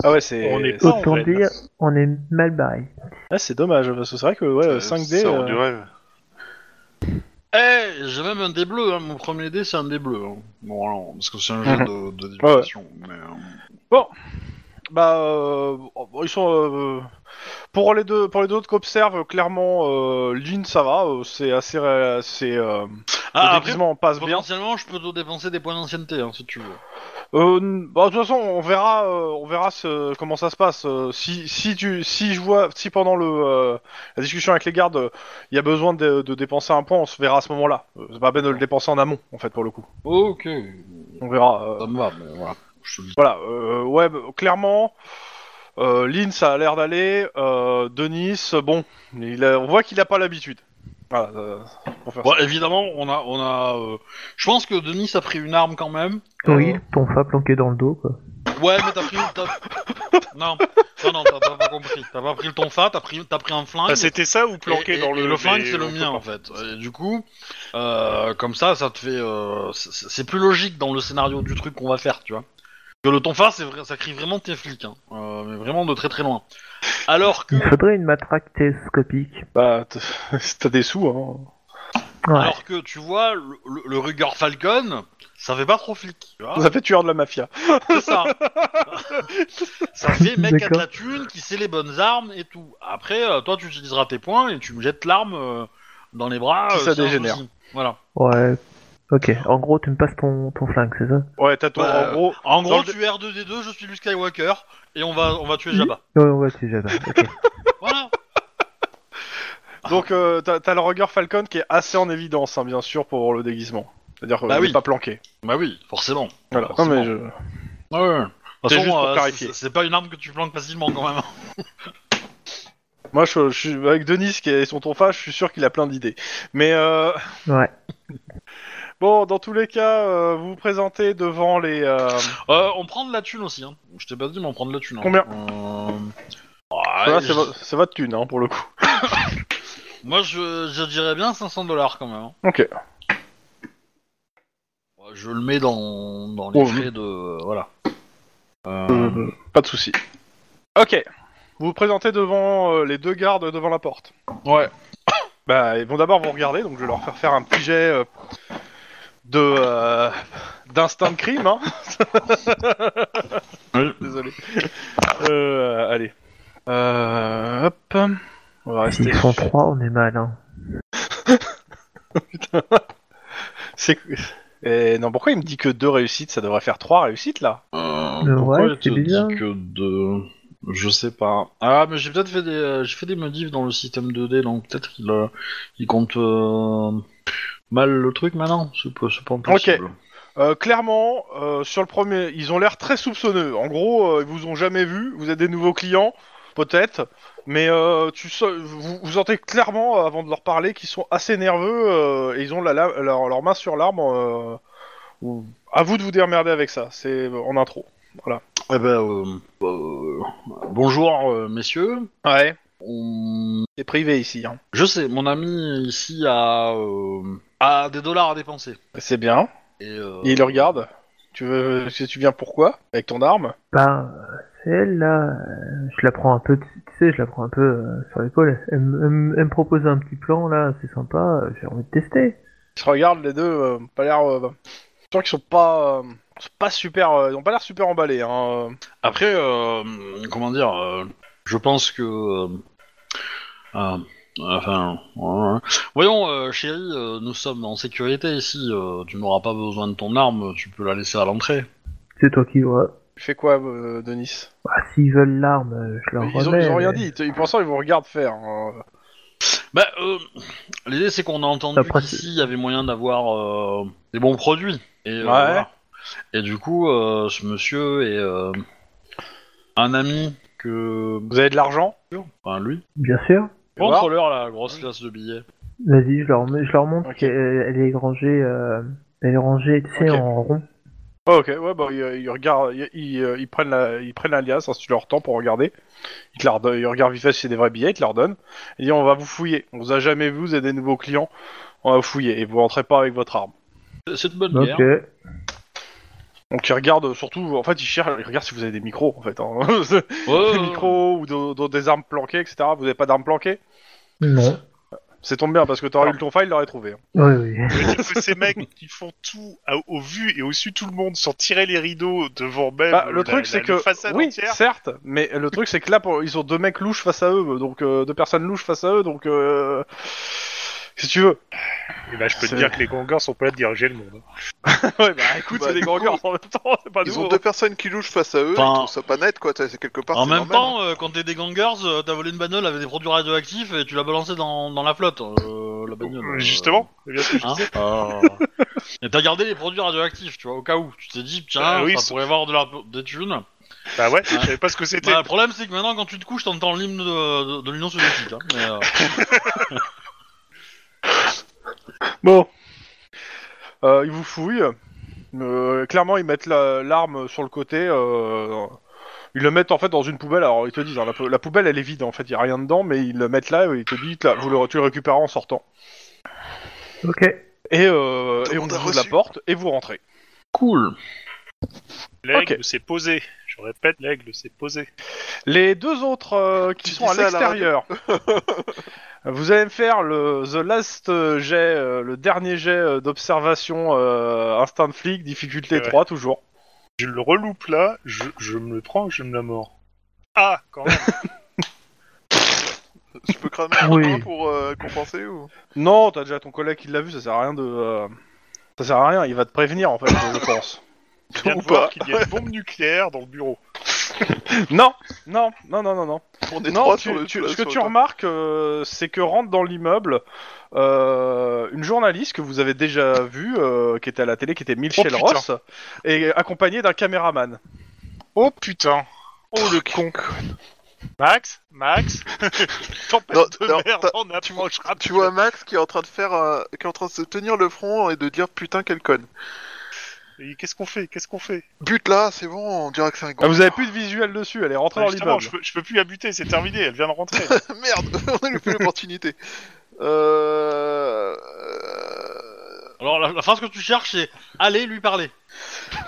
Speaker 1: ah ouais c'est
Speaker 2: On est
Speaker 1: c'est-
Speaker 2: pas-
Speaker 5: Autant
Speaker 2: en fait.
Speaker 5: dire, on est mal barré.
Speaker 1: ah, c'est dommage parce que c'est vrai que ouais
Speaker 3: Euh,
Speaker 1: 5D
Speaker 3: ça rend
Speaker 1: euh,
Speaker 3: du rêve.
Speaker 4: Eh, j'ai même un dé bleu, hein. mon premier dé c'est un dé bleu. hein. Bon, alors, parce que c'est un jeu de, de députation, mais, euh,
Speaker 1: bah euh, ils sont euh, pour les deux pour les deux autres qu'observe clairement euh, Lynn ça va euh, c'est assez ré- c'est euh,
Speaker 4: Ah,
Speaker 1: le
Speaker 4: après,
Speaker 1: déguisement passe bien
Speaker 4: potentiellement, je peux te dépenser des points d'ancienneté, hein, si tu veux.
Speaker 1: Euh, n- bah, de toute façon, on verra, euh, on verra ce- comment ça se passe. Euh, si, si tu, si je vois, si pendant le, euh, la discussion avec les gardes, euh, il y a besoin de, de dépenser un point, on se verra à ce moment-là. Euh, c'est pas la peine de le dépenser en amont, en fait, pour le coup.
Speaker 4: Ok,
Speaker 1: On verra. euh,
Speaker 4: ça me va, mais voilà. Je te le dis.
Speaker 1: voilà. euh, ouais, bah, clairement, euh, Lynn, ça a l'air d'aller. Euh, Denis, euh, bon, il a- on voit qu'il a pas l'habitude. Voilà. euh, pour faire
Speaker 4: Bon, Bah, évidemment, on a, on a. euh, Je pense que Denis a pris une arme quand même.
Speaker 5: Oui, ton fa planqué dans le dos, quoi.
Speaker 4: Ouais, mais t'as pris. t'as- Non, non, non, t'as t'as pas compris. T'as pas pris le tonfa, t'as pris, t'as pris un flingue.
Speaker 2: Ah, C'était ça ou planqué
Speaker 4: Et- et-
Speaker 2: dans le.
Speaker 4: et le flingue,
Speaker 2: mais euh,
Speaker 4: c'est le
Speaker 2: on peut
Speaker 4: mien
Speaker 2: pas.
Speaker 4: en fait. Et du coup, euh, comme ça, ça te fait. euh, c'est- c'est plus logique dans le scénario du truc qu'on va faire, tu vois. Que le tonfa, c'est vrai, ça crie vraiment tes flics, hein. Euh, mais vraiment de très très loin. Alors que,
Speaker 5: Il faudrait une matraque télescopique.
Speaker 1: Bah, t- t'as des sous, hein.
Speaker 5: Ouais.
Speaker 4: alors que tu vois, le, le, le Ruger Falcon, ça fait pas trop flic, tu vois.
Speaker 1: Ça fait tueur de la mafia.
Speaker 4: C'est ça. ça fait mec à de la
Speaker 5: D'accord.
Speaker 4: thune qui sait les bonnes armes et tout. Après, euh, toi, tu utiliseras tes points et tu me jettes l'arme euh, dans les bras.
Speaker 1: Si
Speaker 4: euh,
Speaker 1: ça
Speaker 4: c'est un
Speaker 1: dégénère.
Speaker 4: souci. Voilà.
Speaker 5: Ouais. Ok, en gros, tu me passes ton, ton flingue, c'est ça
Speaker 1: Ouais, t'as ton,
Speaker 4: Bah,
Speaker 1: en gros.
Speaker 4: En
Speaker 1: Dans
Speaker 4: gros,
Speaker 1: le-
Speaker 4: tu es R2D2, je suis Luke Skywalker et on va, on va tuer Jabba.
Speaker 5: Ouais, ouais, c'est Java. ok.
Speaker 4: voilà.
Speaker 1: Donc euh, t'as t'as le Roger Falcon qui est assez en évidence, hein, bien sûr, pour le déguisement. C'est-à-dire que
Speaker 4: Bah
Speaker 1: il
Speaker 4: oui.
Speaker 1: est pas planqué.
Speaker 4: Bah oui, forcément.
Speaker 1: Voilà. Non,
Speaker 4: Forcément.
Speaker 1: mais je...
Speaker 4: Ouais, ouais. De toute
Speaker 1: C'est juste
Speaker 4: façon,
Speaker 1: pour
Speaker 4: euh,
Speaker 1: clarifier.
Speaker 4: c'est- c'est pas une arme que tu planques facilement quand même.
Speaker 1: Moi, je, je suis avec Denis qui est son tonfa, je suis sûr qu'il a plein d'idées. Mais euh,
Speaker 5: Ouais.
Speaker 1: bon, dans tous les cas, euh, vous vous présentez devant les. euh,
Speaker 4: Euh, on prend de la thune aussi. Hein. Je t'ai pas dit, mais on prend de la thune. hein.
Speaker 1: Combien
Speaker 4: Euh,
Speaker 1: voilà,
Speaker 4: ouais, Ah,
Speaker 1: c'est
Speaker 4: je-
Speaker 1: vo- c'est votre thune, hein, pour le coup.
Speaker 4: Moi, je, je dirais bien 500 dollars quand même. hein.
Speaker 1: Ok.
Speaker 4: je le mets dans, dans les
Speaker 1: Oh,
Speaker 4: frais de... Voilà. Euh,
Speaker 1: Euh, pas de souci. Ok. Vous vous présentez devant euh, les deux gardes devant la porte.
Speaker 4: Ouais.
Speaker 1: Bah, ils vont d'abord vous regarder, donc je vais leur faire faire un petit jet euh, de euh, d'instinct de crime. Hein.
Speaker 4: Oui.
Speaker 1: Désolé. Euh, allez. Euh, hop. On va rester.
Speaker 5: S'ils sont trois, on est mal. Hein.
Speaker 1: C'est. Eh, non, pourquoi il me dit que deux réussites, ça devrait faire trois réussites là
Speaker 4: Euh,
Speaker 5: Mais
Speaker 4: pourquoi
Speaker 5: ouais,
Speaker 4: elle
Speaker 5: c'est
Speaker 4: te dit
Speaker 5: bizarre.
Speaker 4: que de... Je sais pas. Ah, mais j'ai peut-être fait des, euh, j'ai fait des modifs dans le système 2D, donc peut-être qu'il euh, il compte euh, mal le truc maintenant. C'est pas, c'est pas impossible.
Speaker 1: Euh, Clairement, euh, sur le premier, ils ont l'air très soupçonneux. En gros, euh, ils vous ont jamais vu. Vous êtes des nouveaux clients, peut-être, mais euh, tu sais- vous, vous sentez clairement euh, avant de leur parler qu'ils sont assez nerveux euh, et ils ont la, la- leur, leur main sur l'arme. euh, ou- à vous de vous démerder avec ça. C'est euh, en intro.
Speaker 4: Eh ben, euh, euh, bonjour euh, messieurs.
Speaker 1: Ouais.
Speaker 4: On-
Speaker 1: C'est privé ici. Hein.
Speaker 4: Je sais, mon ami ici a, euh, a des dollars à dépenser.
Speaker 1: C'est bien.
Speaker 4: Et, euh,
Speaker 1: Et ils le regardent. Tu veux si tu viens pourquoi avec ton arme
Speaker 5: Ben, euh, celle là, euh, je la prends un peu, tu sais, je la prends un peu euh, sur l'épaule. Elle, me- elle me- elle me propose un petit plan là, c'est sympa, euh, j'ai envie de tester.
Speaker 1: Ils se regardent les deux. euh, pas l'air. Euh, je sens qu'ils sont pas. euh, sont pas super. euh, ils ont pas l'air super emballés. Hein.
Speaker 4: Après, euh, comment dire, euh, je pense que. euh, euh, enfin. ouais, ouais. Voyons, euh, chérie, euh, nous sommes en sécurité ici. euh, tu n'auras pas besoin de ton arme, tu peux la laisser à l'entrée.
Speaker 5: C'est toi qui vois.
Speaker 1: Tu fais quoi, euh, Denis
Speaker 5: Bah, s'ils veulent l'arme, euh, je leur
Speaker 1: ils, ont,
Speaker 5: remets,
Speaker 1: ils ont rien
Speaker 5: mais
Speaker 1: dit. Ils, te- ils- pour l'instant, ils vous regardent faire. hein.
Speaker 4: Bah, euh, l'idée c'est qu'on a entendu
Speaker 5: Après,
Speaker 4: qu'ici il y avait moyen d'avoir euh, des bons produits. Et, euh,
Speaker 1: Ouais.
Speaker 4: voilà. Et du coup, euh, ce monsieur est euh, un ami que.
Speaker 1: Vous avez de l'argent
Speaker 4: Enfin, lui.
Speaker 5: Bien sûr.
Speaker 4: Contrôleur, la grosse classe de billets.
Speaker 5: Vas-y, je leur, mets- je leur montre
Speaker 1: Ok.
Speaker 5: qu'elle elle est rangée, euh, elle est rangée, tu sais,
Speaker 1: Ok.
Speaker 5: en rond.
Speaker 1: Ah, Ok, ouais, bah, ils, ils regardent. Ils, ils, euh, ils prennent la- ils prennent l'alias. hein, si tu leur temps pour regarder. Ils, te la redonnent- ils regardent vite fait si c'est des vrais billets. Ils te leur donnent. Ils disent On va vous fouiller. On vous a jamais vu. Vous êtes des nouveaux clients. On va vous fouiller. Et vous rentrez pas avec votre arme.
Speaker 4: C'est- C'est de bonne guerre.
Speaker 5: Ok.
Speaker 1: Donc ils regardent surtout, en fait ils cherchent, ils regardent si vous avez des micros en fait, hein.
Speaker 4: Ouais,
Speaker 1: des
Speaker 2: Euh.
Speaker 4: ouais, ouais.
Speaker 1: micros ou de- de- des armes planquées, etc. Vous n'avez pas d'armes planquées
Speaker 5: Non.
Speaker 1: C'est tombé bien parce que t'aurais eu ton file, il l'aurait trouvé. hein.
Speaker 5: Oui, oui.
Speaker 2: Je veux dire que ces mecs qui font tout à- au vu et au su de tout le monde sans tirer les rideaux devant même
Speaker 1: Bah, le
Speaker 2: Eh, la-
Speaker 1: truc
Speaker 2: la-
Speaker 1: c'est
Speaker 2: la
Speaker 1: que,
Speaker 2: façade
Speaker 1: oui,
Speaker 2: entière.
Speaker 1: certes, mais le truc c'est que là pour- ils ont deux mecs louches face à eux, donc euh, deux personnes louches face à eux, donc euh, si tu veux.
Speaker 2: Et bah, je peux te
Speaker 1: C'est-
Speaker 2: dire que les gangers sont pas là de diriger le monde. hein.
Speaker 1: ouais bah écoute,
Speaker 3: Bah,
Speaker 1: c'est des
Speaker 3: du
Speaker 1: grands
Speaker 3: coup,
Speaker 1: gars en même temps, c'est pas
Speaker 3: Ils
Speaker 1: nouveau.
Speaker 3: ont deux personnes qui louchent face à eux,
Speaker 4: Enfin,
Speaker 3: ils trouvent ça pas net quoi, t'as- c'est quelque part.
Speaker 4: En
Speaker 3: c'est
Speaker 4: même
Speaker 3: normal.
Speaker 4: temps, euh, quand t'es des gangers, euh, t'as volé une bagnole avec des produits radioactifs et tu l'as balancé dans, dans la flotte, euh, la bagnole. euh,
Speaker 2: Justement, c'est bien ce que je
Speaker 4: hein,
Speaker 2: disais.
Speaker 4: euh, Et t'as gardé les produits radioactifs, tu vois, au cas où. Tu t'es dit, tiens,
Speaker 2: Ah oui,
Speaker 4: ça
Speaker 2: c'est-
Speaker 4: pourrait avoir de la, des thunes.
Speaker 2: Bah ouais, je savais pas ce que c'était.
Speaker 4: Bah, le problème, c'est que maintenant, quand tu te couches, t'entends l'hymne de, de- de l'Union soviétique. hein, mais, euh,
Speaker 1: Bon. Euh, ils vous fouillent. Euh, clairement, ils mettent la- l'arme sur le côté. euh, ils le mettent en fait dans une poubelle. Alors, ils te disent, hein, la, pou- la poubelle elle est vide en fait, il n'y a rien dedans, mais ils le mettent là et ils te disent, là, vous le, tu le récupères en sortant.
Speaker 5: Ok.
Speaker 1: Et, euh,
Speaker 3: Tout
Speaker 1: et
Speaker 3: le
Speaker 1: on
Speaker 3: monde a
Speaker 1: ouvre
Speaker 3: reçu.
Speaker 1: la porte et vous rentrez.
Speaker 4: Cool.
Speaker 2: L'aigle
Speaker 1: ok.
Speaker 2: s'est posé. Je répète, l'aigle s'est posé.
Speaker 1: Les deux autres euh, qui
Speaker 3: Tu
Speaker 1: sont
Speaker 3: dis
Speaker 1: à
Speaker 3: ça à la
Speaker 1: l'extérieur. vous allez me faire le the last euh, jet, euh, le dernier jet euh, d'observation euh, instinct de flic, difficulté
Speaker 2: Ouais.
Speaker 1: 3 toujours.
Speaker 2: Je le reloupe là, je, je me le prends, je me la mords. Ah, quand même.
Speaker 3: Je peux cramer un
Speaker 5: Oui.
Speaker 3: pain pour euh, compenser ou
Speaker 1: Non, t'as déjà ton collègue qui l'a vu, ça sert à rien de. euh, Ça sert à rien, il va te prévenir en fait, je pense.
Speaker 2: Je viens
Speaker 3: Ou
Speaker 2: de voir
Speaker 3: pas.
Speaker 2: qu'il y a une bombe nucléaire dans le bureau.
Speaker 1: Non, non, non, non, non, non.
Speaker 3: On est
Speaker 1: Non,
Speaker 3: trois
Speaker 1: tu-
Speaker 3: sur le
Speaker 1: tu-
Speaker 3: sur
Speaker 1: ce
Speaker 3: le
Speaker 1: que tu
Speaker 3: toit.
Speaker 1: remarques, euh, c'est que rentre dans l'immeuble euh, une journaliste que vous avez déjà vue, euh, qui était à la télé, qui était Michel
Speaker 2: putain.
Speaker 1: Ross, et accompagnée d'un caméraman.
Speaker 2: Oh putain. Oh le con. Max, Max. Tempête
Speaker 3: Non,
Speaker 2: de
Speaker 3: non,
Speaker 2: merde,
Speaker 3: t'as-
Speaker 2: on approche rapide.
Speaker 3: Tu vois Max qui est en train de faire, euh, qui est en train de se tenir le front et de dire putain quel con.
Speaker 2: Et Qu'est-ce qu'on fait Qu'est-ce qu'on fait
Speaker 3: But là, c'est bon, on dirait que c'est un
Speaker 1: Ah,
Speaker 3: gros.
Speaker 1: vous avez plus de visuel dessus, elle est rentrée
Speaker 2: Ah,
Speaker 1: dans
Speaker 2: Justement,
Speaker 1: l'immeuble.
Speaker 2: je peux, je peux plus la buter, c'est terminé, elle vient de rentrer.
Speaker 3: Merde, on a loupé l'opportunité. Euh... euh,
Speaker 4: Alors la, la phrase que tu cherches, c'est allez lui parler.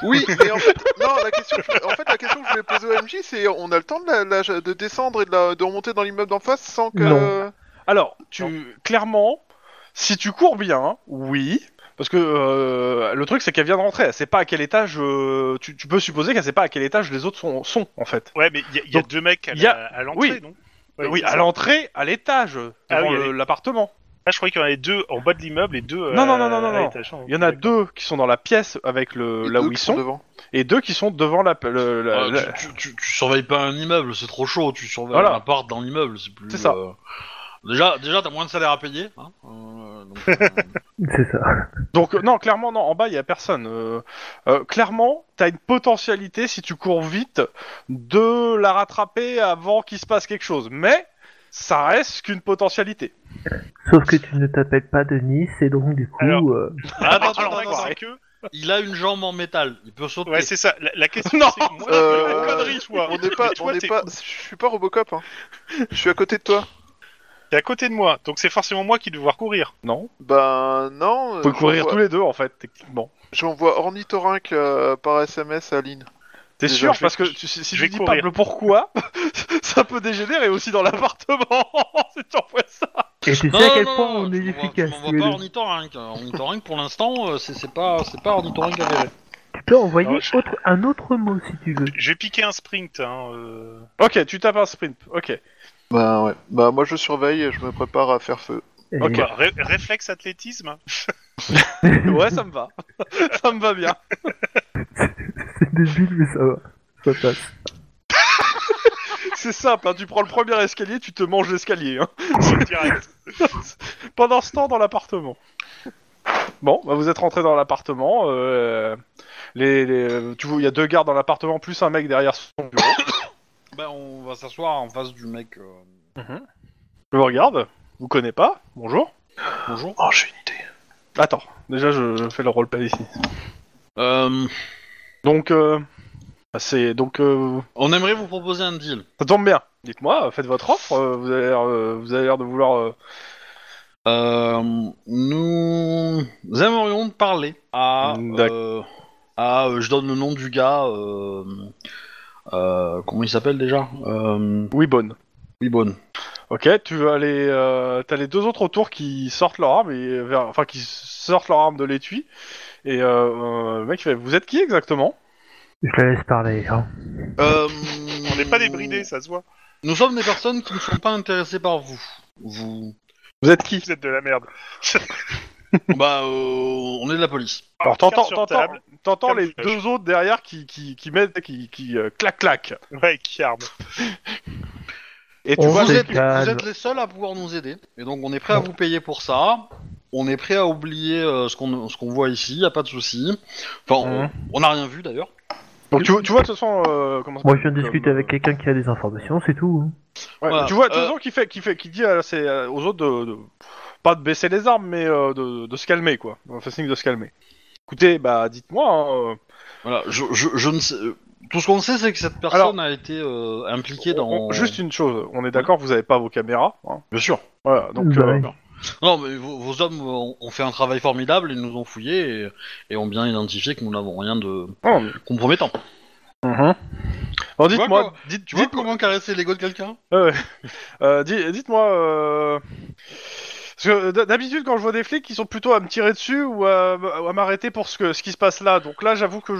Speaker 3: Oui, et en fait, non, la question, que je- en fait, la question que je voulais poser au MJ, c'est on a le temps de, la- la- de descendre et de, la- de remonter dans l'immeuble d'en face sans que.
Speaker 5: Non.
Speaker 1: Alors, tu clairement, si tu cours bien, oui. Parce que euh, le truc, c'est qu'elle vient de rentrer. Elle sait pas à quel étage. euh, tu, tu peux supposer qu'elle sait pas à quel étage les autres sont, sont en fait.
Speaker 2: Ouais, mais il y a, y a
Speaker 1: Donc,
Speaker 2: deux mecs à, la-
Speaker 1: y a-
Speaker 2: à l'entrée,
Speaker 1: oui.
Speaker 2: non
Speaker 1: oui,
Speaker 2: c'est
Speaker 1: à
Speaker 2: ça.
Speaker 1: l'entrée, à l'étage,
Speaker 2: Ah
Speaker 1: devant
Speaker 2: oui,
Speaker 1: le-
Speaker 2: allez.
Speaker 1: l'appartement.
Speaker 2: Ah, je croyais qu'il y en avait deux en bas de l'immeuble et deux euh,
Speaker 1: Non, non, non, non, non,
Speaker 2: à
Speaker 1: non.
Speaker 2: l'étage. Ah,
Speaker 1: Il y en a
Speaker 2: D'accord.
Speaker 1: deux qui sont dans la pièce avec le
Speaker 3: les
Speaker 1: là
Speaker 3: deux
Speaker 1: où ils
Speaker 3: qui
Speaker 1: sont,
Speaker 3: devant.
Speaker 1: et deux qui sont devant la. le- la-
Speaker 2: Ah,
Speaker 4: Euh,
Speaker 1: la-
Speaker 4: tu, tu- tu- tu surveilles pas un immeuble, c'est trop chaud. Tu surveilles
Speaker 1: Voilà.
Speaker 4: un appart dans l'immeuble, c'est plus.
Speaker 1: C'est ça.
Speaker 4: euh, Déjà, déjà, t'as moins de salaire à payer. Hein euh, donc, euh,
Speaker 5: C'est ça.
Speaker 1: Donc euh, non, clairement non, en bas il y a personne. Euh, euh, clairement, t'as une potentialité si tu cours vite de la rattraper avant qu'il se passe quelque chose, mais ça reste qu'une potentialité.
Speaker 5: Sauf que tu ne t'appelles pas Denis, et donc du coup.
Speaker 2: Alors-
Speaker 5: euh,
Speaker 4: attends, attends,
Speaker 2: Alors,
Speaker 4: attends,
Speaker 2: c'est
Speaker 4: attends.
Speaker 2: que-
Speaker 4: Il a une jambe en métal. Il peut sauter.
Speaker 2: Ouais, c'est ça. La, la question,
Speaker 1: Non.
Speaker 2: c'est que moi,
Speaker 3: Euh,
Speaker 2: je fais la connerie, toi.
Speaker 3: On n'est pas,
Speaker 2: Et toi,
Speaker 3: on n'est
Speaker 2: t'es-
Speaker 3: pas, je suis pas Robocop, hein. Je suis à côté de toi.
Speaker 2: T'es à côté de moi, donc c'est forcément moi qui vais devoir courir.
Speaker 1: Non
Speaker 3: Ben non.
Speaker 1: Vous pouvez
Speaker 3: je
Speaker 1: courir
Speaker 3: vois-
Speaker 1: tous les deux en fait, techniquement.
Speaker 3: J'envoie Ornithorynque euh, par SMS à Lynn.
Speaker 1: T'es
Speaker 2: Déjà,
Speaker 1: sûr
Speaker 2: je vais-
Speaker 1: Parce que tu- si, si
Speaker 2: je
Speaker 1: tu dis
Speaker 2: vais
Speaker 1: pas
Speaker 2: courir.
Speaker 1: le pourquoi, ça peut dégénérer aussi dans l'appartement. C'est toujours vrai, ça.
Speaker 5: Et tu
Speaker 4: Non,
Speaker 5: sais à
Speaker 4: non,
Speaker 5: quel
Speaker 4: non,
Speaker 5: point
Speaker 4: non,
Speaker 5: on
Speaker 4: tu
Speaker 5: est
Speaker 4: m'envoies-
Speaker 5: efficace.
Speaker 4: Tu
Speaker 5: tous
Speaker 4: m'envoies
Speaker 5: les
Speaker 4: pas
Speaker 5: deux.
Speaker 4: ornithorynque. Ornithorynque, pour l'instant, euh, c'est c'est pas, c'est pas ornithorynque avéré.
Speaker 5: Tu peux envoyer
Speaker 2: Non, je-
Speaker 5: autre- un autre mot si tu veux.
Speaker 2: Je vais piquer un sprint. Hein, euh.
Speaker 1: Ok, tu tapes un sprint. Ok.
Speaker 3: Ben ouais. Ben moi je surveille et je me prépare à faire feu.
Speaker 5: Et-
Speaker 1: Ok.
Speaker 2: Quoi, ré- réflexe athlétisme
Speaker 1: Ouais, ça me va. ça me va bien.
Speaker 5: C'est débile, mais ça va. Ça passe.
Speaker 1: C'est simple. hein, Tu prends le premier escalier, tu te manges l'escalier. hein.
Speaker 2: direct.
Speaker 1: Pendant ce temps, dans l'appartement. Bon, bah, vous êtes rentré dans l'appartement. euh, les, les- tu vois, il y a deux gardes dans l'appartement plus un mec derrière son bureau.
Speaker 4: Ben, on va s'asseoir en face du mec. euh,
Speaker 1: Je vous regarde. Vous connaissez pas Bonjour.
Speaker 4: Bonjour.
Speaker 3: Oh j'ai une idée.
Speaker 1: Attends. Déjà, je, je fais le roleplay ici.
Speaker 4: Euh,
Speaker 1: Donc, euh, bah, c'est donc euh,
Speaker 4: on aimerait vous proposer un deal.
Speaker 1: ça tombe bien. Dites-moi, faites votre offre. euh, vous avez l'air, euh, vous avez l'air de vouloir. euh,
Speaker 4: Euh, nous aimerions te parler à.
Speaker 1: D'ac-
Speaker 4: euh, à, euh, je donne le nom du gars. euh, euh, comment il s'appelle déjà euh,
Speaker 1: Oui, bonne.
Speaker 4: Oui, bon.
Speaker 1: Ok, tu vas aller. euh, T'as les deux autres autour qui sortent leur arme et vers- enfin qui sortent leur arme de l'étui. Et euh, euh, le mec, il fait, vous êtes qui exactement
Speaker 5: Je la laisse parler. Hein.
Speaker 4: Euh,
Speaker 2: On n'est pas débridés, ça se voit.
Speaker 4: Nous sommes des personnes qui ne sont pas intéressées par vous. Vous.
Speaker 1: Vous êtes qui
Speaker 2: Vous êtes de la merde.
Speaker 4: bah, euh, on est de la police.
Speaker 1: Alors
Speaker 2: Carte
Speaker 1: t'entends,
Speaker 2: Ah, sur
Speaker 1: t'entends,
Speaker 2: table.
Speaker 1: t'entends
Speaker 2: Comme
Speaker 1: les
Speaker 2: une flèche.
Speaker 1: deux autres derrière qui qui qui mettent, qui qui euh, clac clac.
Speaker 2: Ouais, qui arme.
Speaker 1: Et tu
Speaker 5: On
Speaker 1: vois,
Speaker 4: vous,
Speaker 5: sait
Speaker 4: êtes,
Speaker 5: calme.
Speaker 4: vous êtes les seuls à pouvoir nous aider. Et donc, on est prêt à vous payer pour ça. On est prêt à oublier euh, ce qu'on ce qu'on voit ici, y a pas de souci. Enfin, on-
Speaker 1: Mhm.
Speaker 4: on n'a rien vu d'ailleurs.
Speaker 1: donc tu, tu vois de toute façon euh, comment. ça
Speaker 5: Moi, je viens de
Speaker 1: s'appelle,
Speaker 5: discuter
Speaker 1: euh,
Speaker 5: avec quelqu'un qui a des informations, c'est tout. hein.
Speaker 1: ouais,
Speaker 4: Voilà.
Speaker 1: Tu vois de toute
Speaker 4: Euh,
Speaker 1: façon qui fait qui fait qui dit à ses- euh, aux autres de, de- pas de baisser les armes mais euh, de, de se calmer quoi. Enfin signe de se calmer. Écoutez, bah dites-moi. hein, euh,
Speaker 4: Voilà, je, je, je ne sais. euh, Tout ce qu'on sait, c'est que cette personne a été euh, impliquée dans. Mmh.
Speaker 1: on- Juste une chose, on est d'accord, vous avez pas vos caméras. hein.
Speaker 4: Bien sûr.
Speaker 1: Voilà, donc
Speaker 5: Bah
Speaker 1: euh,
Speaker 5: oui.
Speaker 4: Non, mais vos, vos hommes ont, ont fait un travail formidable, ils nous ont fouillés et, et ont bien identifié que nous n'avons rien de
Speaker 1: Oh.
Speaker 4: compromettant.
Speaker 1: mhm. Bon, dites-moi,
Speaker 4: vois
Speaker 1: dites,
Speaker 4: Tu vois
Speaker 1: dites,
Speaker 4: comment caresser l'ego de quelqu'un
Speaker 1: Euh, di- Dites-moi. euh, Parce que d- d'habitude, quand je vois des flics, ils sont plutôt à me tirer dessus ou à, ou à m'arrêter pour ce, que, ce qui se passe là. Donc là, j'avoue que je,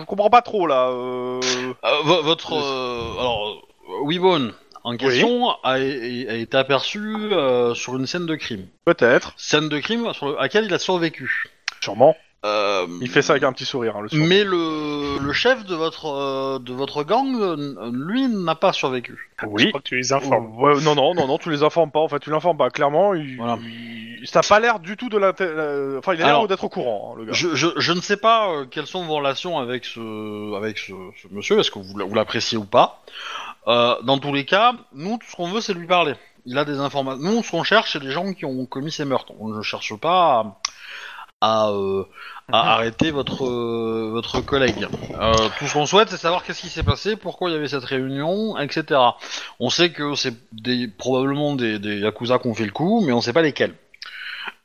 Speaker 1: je comprends pas trop là. euh.
Speaker 4: Euh, vo- Votre. euh, alors, euh, Weebone, en question, a, a- a été aperçu euh, sur une scène de crime.
Speaker 1: Peut-être,
Speaker 4: Scène de crime sur le- à laquelle il a survécu.
Speaker 1: sûrement.
Speaker 4: Euh,
Speaker 1: Il fait ça avec un petit sourire. hein, le sourire.
Speaker 4: Mais le, le chef de votre, euh, de votre gang, euh, lui, n'a pas survécu.
Speaker 2: Je
Speaker 1: Oui.
Speaker 2: crois que tu les informes.
Speaker 1: Ouais, non, non, non, non, tu les informes pas. En fait, tu l'informes pas. Clairement, il-
Speaker 4: Voilà.
Speaker 1: il- ça a pas l'air du tout de l'inté- euh, Enfin, il a l'air
Speaker 4: Alors-
Speaker 1: d'être au courant, hein, le gars.
Speaker 4: Je, je, je ne sais pas euh, quelles sont vos relations avec ce, avec ce, ce monsieur, est-ce que vous, l'a- vous l'appréciez ou pas. Euh, dans tous les cas, nous, tout ce qu'on veut, c'est lui parler. Il a des informations. Nous, ce qu'on cherche, c'est les gens qui ont commis ces meurtres. On ne cherche pas à, à, euh, à arrêter votre, euh, votre collègue. Euh, tout ce qu'on souhaite, c'est savoir qu'est-ce qui s'est passé, pourquoi il y avait cette réunion, etc. On sait que c'est des, probablement des, des Yakuza qui ont fait le coup, mais on ne sait pas lesquels.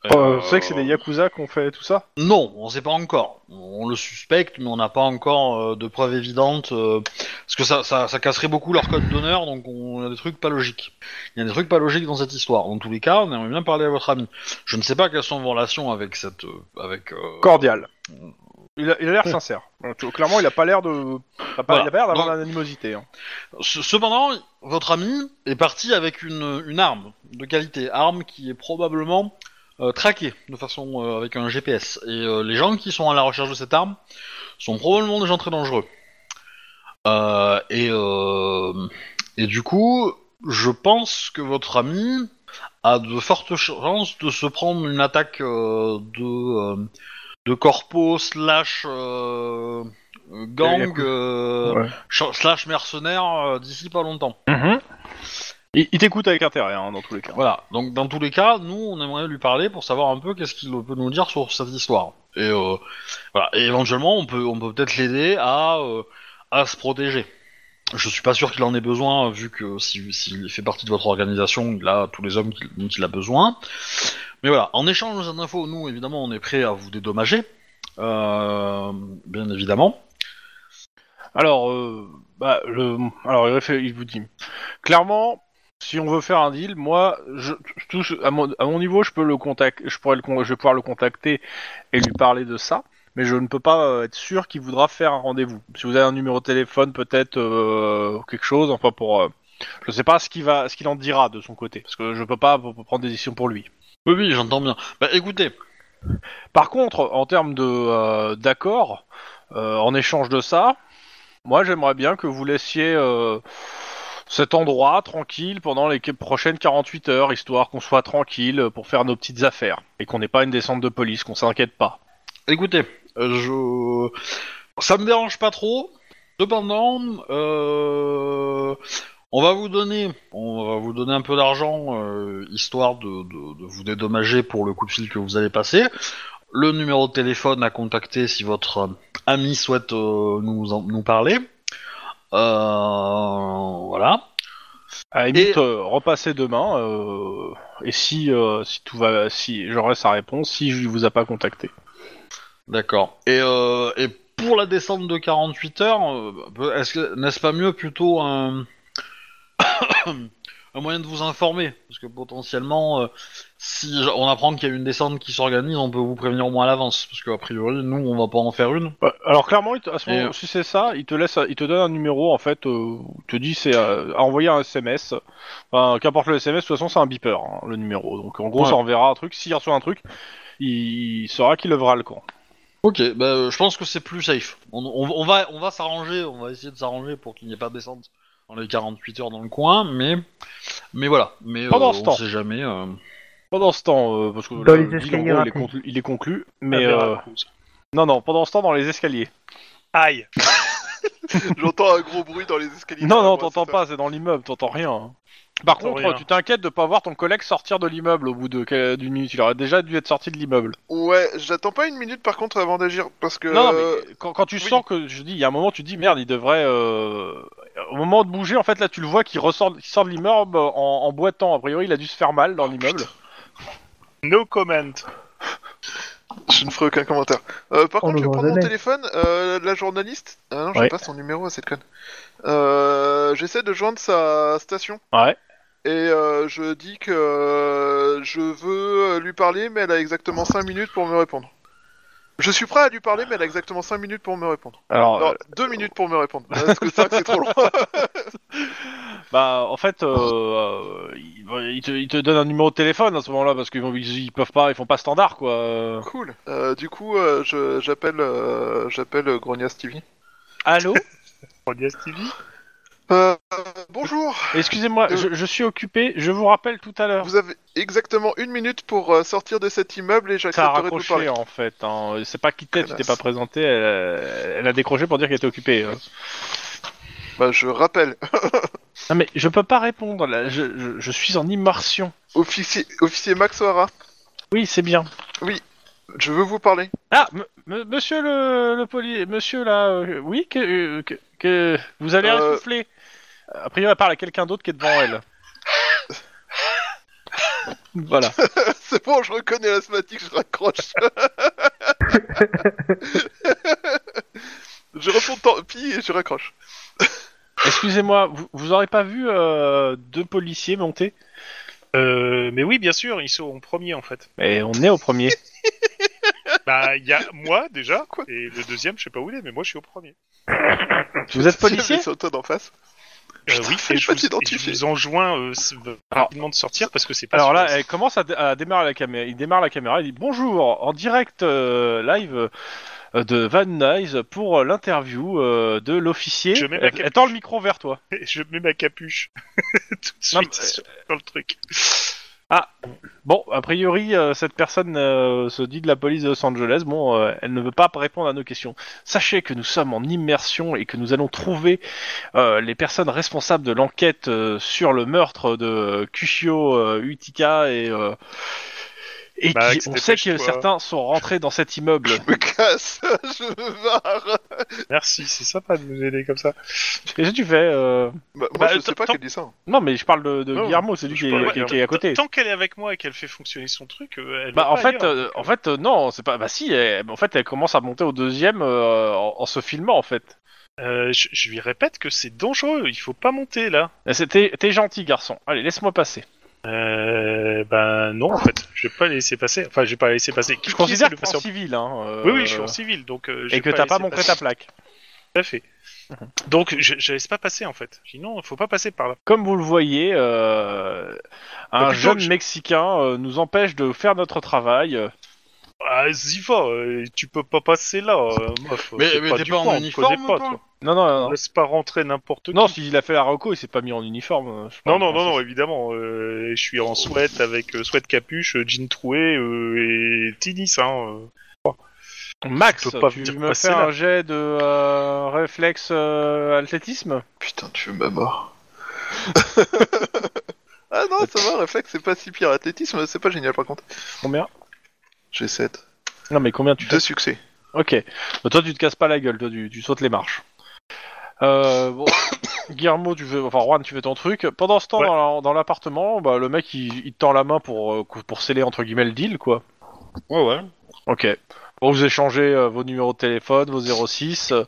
Speaker 1: Euh,
Speaker 4: Euh,
Speaker 1: Vous savez que c'est des Yakuza qui ont fait tout ça
Speaker 4: Non, on sait pas encore. On le suspecte, mais on n'a pas encore euh, de preuves évidentes. euh, parce que ça, ça, ça casserait beaucoup leur code d'honneur, donc on a des trucs pas logiques. Il y a des trucs pas logiques dans cette histoire. Dans tous les cas, on aimerait bien parler à votre ami. Je ne sais pas quelles sont vos relations avec cette. euh, avec, euh,
Speaker 1: Cordial. Il a il a l'air sincère. Euh, tu- Clairement, il a pas l'air de. Il a pas
Speaker 4: Voilà.
Speaker 1: il a pas l'air d'avoir
Speaker 4: Donc-
Speaker 1: d'animosité. hein.
Speaker 4: Ce- Cependant, votre ami est parti avec une, une arme de qualité, arme qui est probablement euh, traquée de façon euh, avec un GPS. Et euh, les gens qui sont à la recherche de cette arme sont probablement des gens très dangereux. Euh, et, euh, et du coup, je pense que votre ami a de fortes chances de se prendre une attaque euh, de, euh, de corpo slash euh, gang. euh,
Speaker 1: Ouais.
Speaker 4: Ch- slash mercenaire euh, d'ici pas longtemps.
Speaker 1: Il, il t'écoute avec intérêt, hein, dans tous les cas.
Speaker 4: Voilà, donc dans tous les cas, nous on aimerait lui parler pour savoir un peu qu'est-ce qu'il peut nous dire sur cette histoire. Et euh, voilà, et éventuellement on peut on peut peut-être l'aider à euh, à se protéger. Je suis pas sûr qu'il en ait besoin vu que si- s'il fait partie de votre organisation, il a tous les hommes qu'il- dont il a besoin. Mais voilà, en échange de cette info, nous évidemment on est prêt à vous dédommager, Euh, bien évidemment.
Speaker 1: Alors, euh, bah, le, alors il, réfé- il vous dit clairement, si on veut faire un deal, moi, je, tout ce- à, mon, à mon niveau, je peux le contact, je pourrais le, con- je vais pouvoir le contacter et lui parler de ça, mais je ne peux pas euh, être sûr qu'il voudra faire un rendez-vous. Si vous avez un numéro de téléphone, peut-être euh, quelque chose, enfin pour, euh, je sais pas ce qu'il va, ce qu'il en dira de son côté, parce que je peux pas p- prendre des décisions pour lui.
Speaker 4: Oui, oui, j'entends bien. Bah écoutez,
Speaker 1: Par contre, en termes de euh, d'accord, euh, en échange de ça, moi j'aimerais bien que vous laissiez euh, cet endroit tranquille pendant les qu- prochaines 48 heures, histoire qu'on soit tranquille pour faire nos petites affaires et qu'on n'ait pas une descente de police, qu'on s'inquiète pas.
Speaker 4: Écoutez, euh, je... ça me dérange pas trop. Cependant, euh, on va vous donner, on va vous donner un peu d'argent euh, histoire de, de- de vous dédommager pour le coup de fil que vous allez passer. Le numéro de téléphone à contacter si votre ami souhaite euh, nous en- nous parler. Euh, voilà.
Speaker 1: À la limite,
Speaker 4: Et-
Speaker 1: euh, repassez demain euh, et si euh, si tout va, si j'aurai sa réponse, si je vous a pas contacté.
Speaker 4: D'accord. Et, euh, et pour la descente de 48 heures, euh, est-ce que- n'est-ce pas mieux plutôt un... un moyen de vous informer Parce que potentiellement, euh, si on apprend qu'il y a une descente qui s'organise, on peut vous prévenir au moins à l'avance. Parce qu'a priori, nous, on va pas en faire une.
Speaker 1: Ouais, Euh, Alors clairement, il te- à ce
Speaker 4: Et,
Speaker 1: moment, si c'est ça, il te laisse, il te donne un numéro en fait. euh, il te dit c'est euh, à envoyer un SMS. Enfin, qu'importe le SMS, de toute façon c'est un beeper hein, le numéro. Donc en gros,
Speaker 4: Ouais.
Speaker 1: ça enverra un truc. S'il reçoit un truc, il, il saura qu'il levera le camp.
Speaker 4: Ok, bah, euh, je pense que c'est plus safe. On, on- on va, on va s'arranger, on va essayer de s'arranger pour qu'il n'y ait pas de descente dans les 48 heures dans le coin. Mais, mais voilà. Mais euh,
Speaker 1: Pendant ce
Speaker 4: on
Speaker 1: temps.
Speaker 4: sait jamais. euh.
Speaker 1: Pendant ce temps, euh, parce que
Speaker 5: Dans
Speaker 1: là,
Speaker 5: les
Speaker 1: le deal, en
Speaker 5: escaliers
Speaker 1: gros, il, est
Speaker 5: rapides.
Speaker 1: conclu, il est conclu, mais
Speaker 2: À
Speaker 1: euh,
Speaker 2: Veracruz.
Speaker 1: non, non. Pendant ce temps, dans les escaliers.
Speaker 2: Aïe
Speaker 3: J'entends un gros bruit dans les escaliers.
Speaker 1: Non, non,
Speaker 3: Moi,
Speaker 1: t'entends
Speaker 3: c'est
Speaker 1: pas. C'est dans l'immeuble, t'entends rien. hein. Par
Speaker 2: T'entends
Speaker 1: contre,
Speaker 2: rien.
Speaker 1: tu t'inquiètes de pas voir ton collègue sortir de l'immeuble au bout de que- d'une minute. Il aurait déjà dû être sorti de l'immeuble.
Speaker 3: ça. Ouais, j'attends pas une minute par contre avant d'agir parce que.
Speaker 1: Non, non,
Speaker 3: euh,
Speaker 1: mais quand, quand tu
Speaker 3: oui.
Speaker 1: sens que je dis, il y a un moment, tu dis merde, il devrait. euh, Au moment de bouger, en fait, là, tu le vois qui ressort, qui sort de l'immeuble en, en boitant. A priori, il a dû se faire mal dans l'immeuble.
Speaker 2: No comment
Speaker 3: Je ne ferai aucun commentaire. Euh, par
Speaker 5: On
Speaker 3: contre, je vais
Speaker 5: n'aura
Speaker 3: prendre mon
Speaker 5: jamais.
Speaker 3: téléphone. euh, la journaliste. Ah non, je
Speaker 1: Ouais.
Speaker 3: pas son numéro à cette conne. Euh, J'essaie de joindre sa station.
Speaker 1: Ouais.
Speaker 3: Et euh, je dis que euh, je veux lui parler, mais elle a exactement 5 minutes pour me répondre. Je suis prêt à lui parler, mais elle a exactement 5 minutes pour me répondre.
Speaker 1: Alors,
Speaker 3: Non, 2 minutes pour me répondre. Parce que 5 c'est trop long.
Speaker 1: bah, en fait, euh, euh, il, il te, il te donne un numéro de téléphone à ce moment-là parce qu'ils vont- ils, ils peuvent pas, ils font pas standard, quoi. Euh,
Speaker 3: cool. Euh, du coup, euh, je- j'appelle euh, j'appelle euh, Grogna Stevie.
Speaker 1: Allô
Speaker 2: Rodia Stevie
Speaker 3: Euh, bonjour.
Speaker 1: Excusez-moi, je, je suis occupé. Je vous rappelle tout à l'heure.
Speaker 3: Euh, Vous avez exactement une minute pour euh, sortir de cet immeuble et
Speaker 1: Ça a
Speaker 3: j'accepterai de vous parler.
Speaker 1: raccroché en fait. Hein. C'est pas quitté, tu t'es
Speaker 3: Connasse.
Speaker 1: pas présenté. Elle, elle a décroché pour dire qu'elle était occupée. euh.
Speaker 3: Bah, je rappelle,
Speaker 1: Non mais je peux pas répondre. Là. Je- je- je suis en immersion.
Speaker 3: officier, officier Max O'Hara,
Speaker 1: Oui, c'est bien.
Speaker 3: je veux vous parler.
Speaker 1: Ah, m- m- monsieur le, le poli- monsieur là, euh, oui, que, euh, que, que- vous allez Euh,
Speaker 3: Euh.
Speaker 1: insuffler. A priori, elle parle à quelqu'un d'autre qui est devant elle. Voilà.
Speaker 3: C'est bon, je reconnais l'asthmatique, je raccroche. je réponds tant pis et je raccroche.
Speaker 1: Excusez-moi, vous, vous aurez pas vu euh, deux policiers monter
Speaker 2: Euh, mais oui, bien sûr, ils sont premiers en fait.
Speaker 1: Mais on est au premier.
Speaker 2: Bah, il y a moi déjà, et le deuxième, je sais pas où il est, mais moi je suis au premier.
Speaker 1: Vous êtes policier
Speaker 3: Ils sont toi d'en face.
Speaker 2: Euh, oui,
Speaker 3: fallait
Speaker 2: et je,
Speaker 3: pas
Speaker 2: vous, et
Speaker 3: t'identifier.
Speaker 2: je vous enjoins euh, s- rapidement de sortir parce que c'est pas.
Speaker 1: Alors
Speaker 2: sûr.
Speaker 1: là, elle commence à, à démarrer la caméra. Il démarre la caméra. Il dit bonjour en direct euh, live euh, de Van Nuys pour euh, l'interview euh, de l'officier.
Speaker 2: Je mets ma
Speaker 1: Elle-
Speaker 2: capuche.
Speaker 1: elle tend le micro vers toi.
Speaker 2: je mets ma capuche tout de
Speaker 1: Non,
Speaker 2: suite
Speaker 1: mais-
Speaker 2: sur, sur le truc.
Speaker 1: Bon, a priori, euh, cette personne euh, se dit de la police de Los Angeles. Bon, euh, elle ne veut pas répondre à nos questions. Sachez que nous sommes en immersion et que nous allons trouver euh, les personnes responsables de l'enquête euh, sur le meurtre de Cuccio euh, Utica et. euh, et
Speaker 2: Max,
Speaker 1: qui- on sait que
Speaker 2: dépêche-toi.
Speaker 1: certains sont rentrés dans cet immeuble.
Speaker 3: Je me casse, je me barre. Bah,
Speaker 2: Merci, c'est sympa de nous aider comme ça.
Speaker 1: Qu'est-ce que tu fais euh
Speaker 3: Bah,
Speaker 1: Bah,
Speaker 3: moi, je
Speaker 1: t-
Speaker 3: sais pas
Speaker 1: tant-
Speaker 3: qui dit ça.
Speaker 1: Non, mais je parle de, de
Speaker 2: Non,
Speaker 1: Guillermo, c'est lui
Speaker 2: je
Speaker 1: qui
Speaker 2: parle
Speaker 1: est,
Speaker 2: de
Speaker 1: qui est- qui est à
Speaker 2: Guillermo.
Speaker 1: côté.
Speaker 2: Tant qu'elle est avec moi et qu'elle fait fonctionner son truc, euh, elle
Speaker 1: Bah,
Speaker 2: va
Speaker 1: en
Speaker 2: pas
Speaker 1: fait,
Speaker 2: ailleurs.
Speaker 1: euh, en fait, euh, non, c'est pas. Bah si, elle- en fait, elle commence à monter au deuxième euh, en- en se filmant en fait.
Speaker 2: Euh, je, je lui répète que c'est dangereux, il faut pas monter là.
Speaker 1: Eh, c'est- T'es t'es gentil, garçon. Allez, laisse-moi passer.
Speaker 2: Euh, ben non, en fait, je vais pas la laisser passer. Enfin, je vais pas la laisser passer.
Speaker 1: Je considère
Speaker 2: le
Speaker 1: que t'es en civil, hein. euh,
Speaker 2: Oui, oui, je suis en civil, donc. euh,
Speaker 1: Et
Speaker 2: je vais
Speaker 1: que t'as pas
Speaker 2: laisser
Speaker 1: montré
Speaker 2: passer.
Speaker 1: ta plaque.
Speaker 2: Tout à fait. Donc, je, je laisse pas passer en fait. Je dis non, faut pas passer par là.
Speaker 1: Comme vous le voyez, euh, un
Speaker 2: Bah, plutôt,
Speaker 1: jeune
Speaker 2: je-
Speaker 1: Mexicain euh, nous empêche de faire notre travail. euh.
Speaker 2: Ah, Ziva, euh, tu peux pas passer là, euh, meuf.
Speaker 4: Mais-
Speaker 2: c'est
Speaker 4: mais t'es
Speaker 2: du
Speaker 4: pas en
Speaker 2: coin, on te
Speaker 4: uniforme
Speaker 2: connaît pas,
Speaker 4: ou pas
Speaker 2: toi.
Speaker 1: Non, non, non. Non,
Speaker 2: Laisse pas rentrer n'importe qui.
Speaker 1: Non, s'il a fait la reco, il s'est pas mis en uniforme. euh, je
Speaker 2: Non,
Speaker 1: pense.
Speaker 2: non, non, non, évidemment. euh, je suis en sweat avec euh, sweat capuche, euh, jean troué euh, et tennis. Hein, euh.
Speaker 1: Max,
Speaker 2: Je peux pas
Speaker 1: tu
Speaker 2: venir
Speaker 1: me
Speaker 2: passer
Speaker 1: fais
Speaker 2: là.
Speaker 1: un jet de euh, réflexe euh, athlétisme
Speaker 3: Putain, tu me barres. ah non, ça va, réflexe, c'est pas si pire. Athlétisme, c'est pas génial par contre.
Speaker 1: Combien
Speaker 3: J'ai 7.
Speaker 1: Non, mais combien tu fais
Speaker 3: Deux succès.
Speaker 1: Ok. Bah, toi, tu te casses pas la gueule, toi, tu, tu sautes les marches. Euh, bon, Guillermo, tu fais, enfin Juan, tu fais ton truc. Pendant ce temps,
Speaker 2: Ouais.
Speaker 1: dans la- dans l'appartement, bah, le mec il, il te tend la main pour, euh, cou- pour sceller entre guillemets le deal, quoi.
Speaker 4: Ouais, ouais.
Speaker 1: Ok. Bon, vous échangez euh, vos numéros de téléphone, vos 06, euh,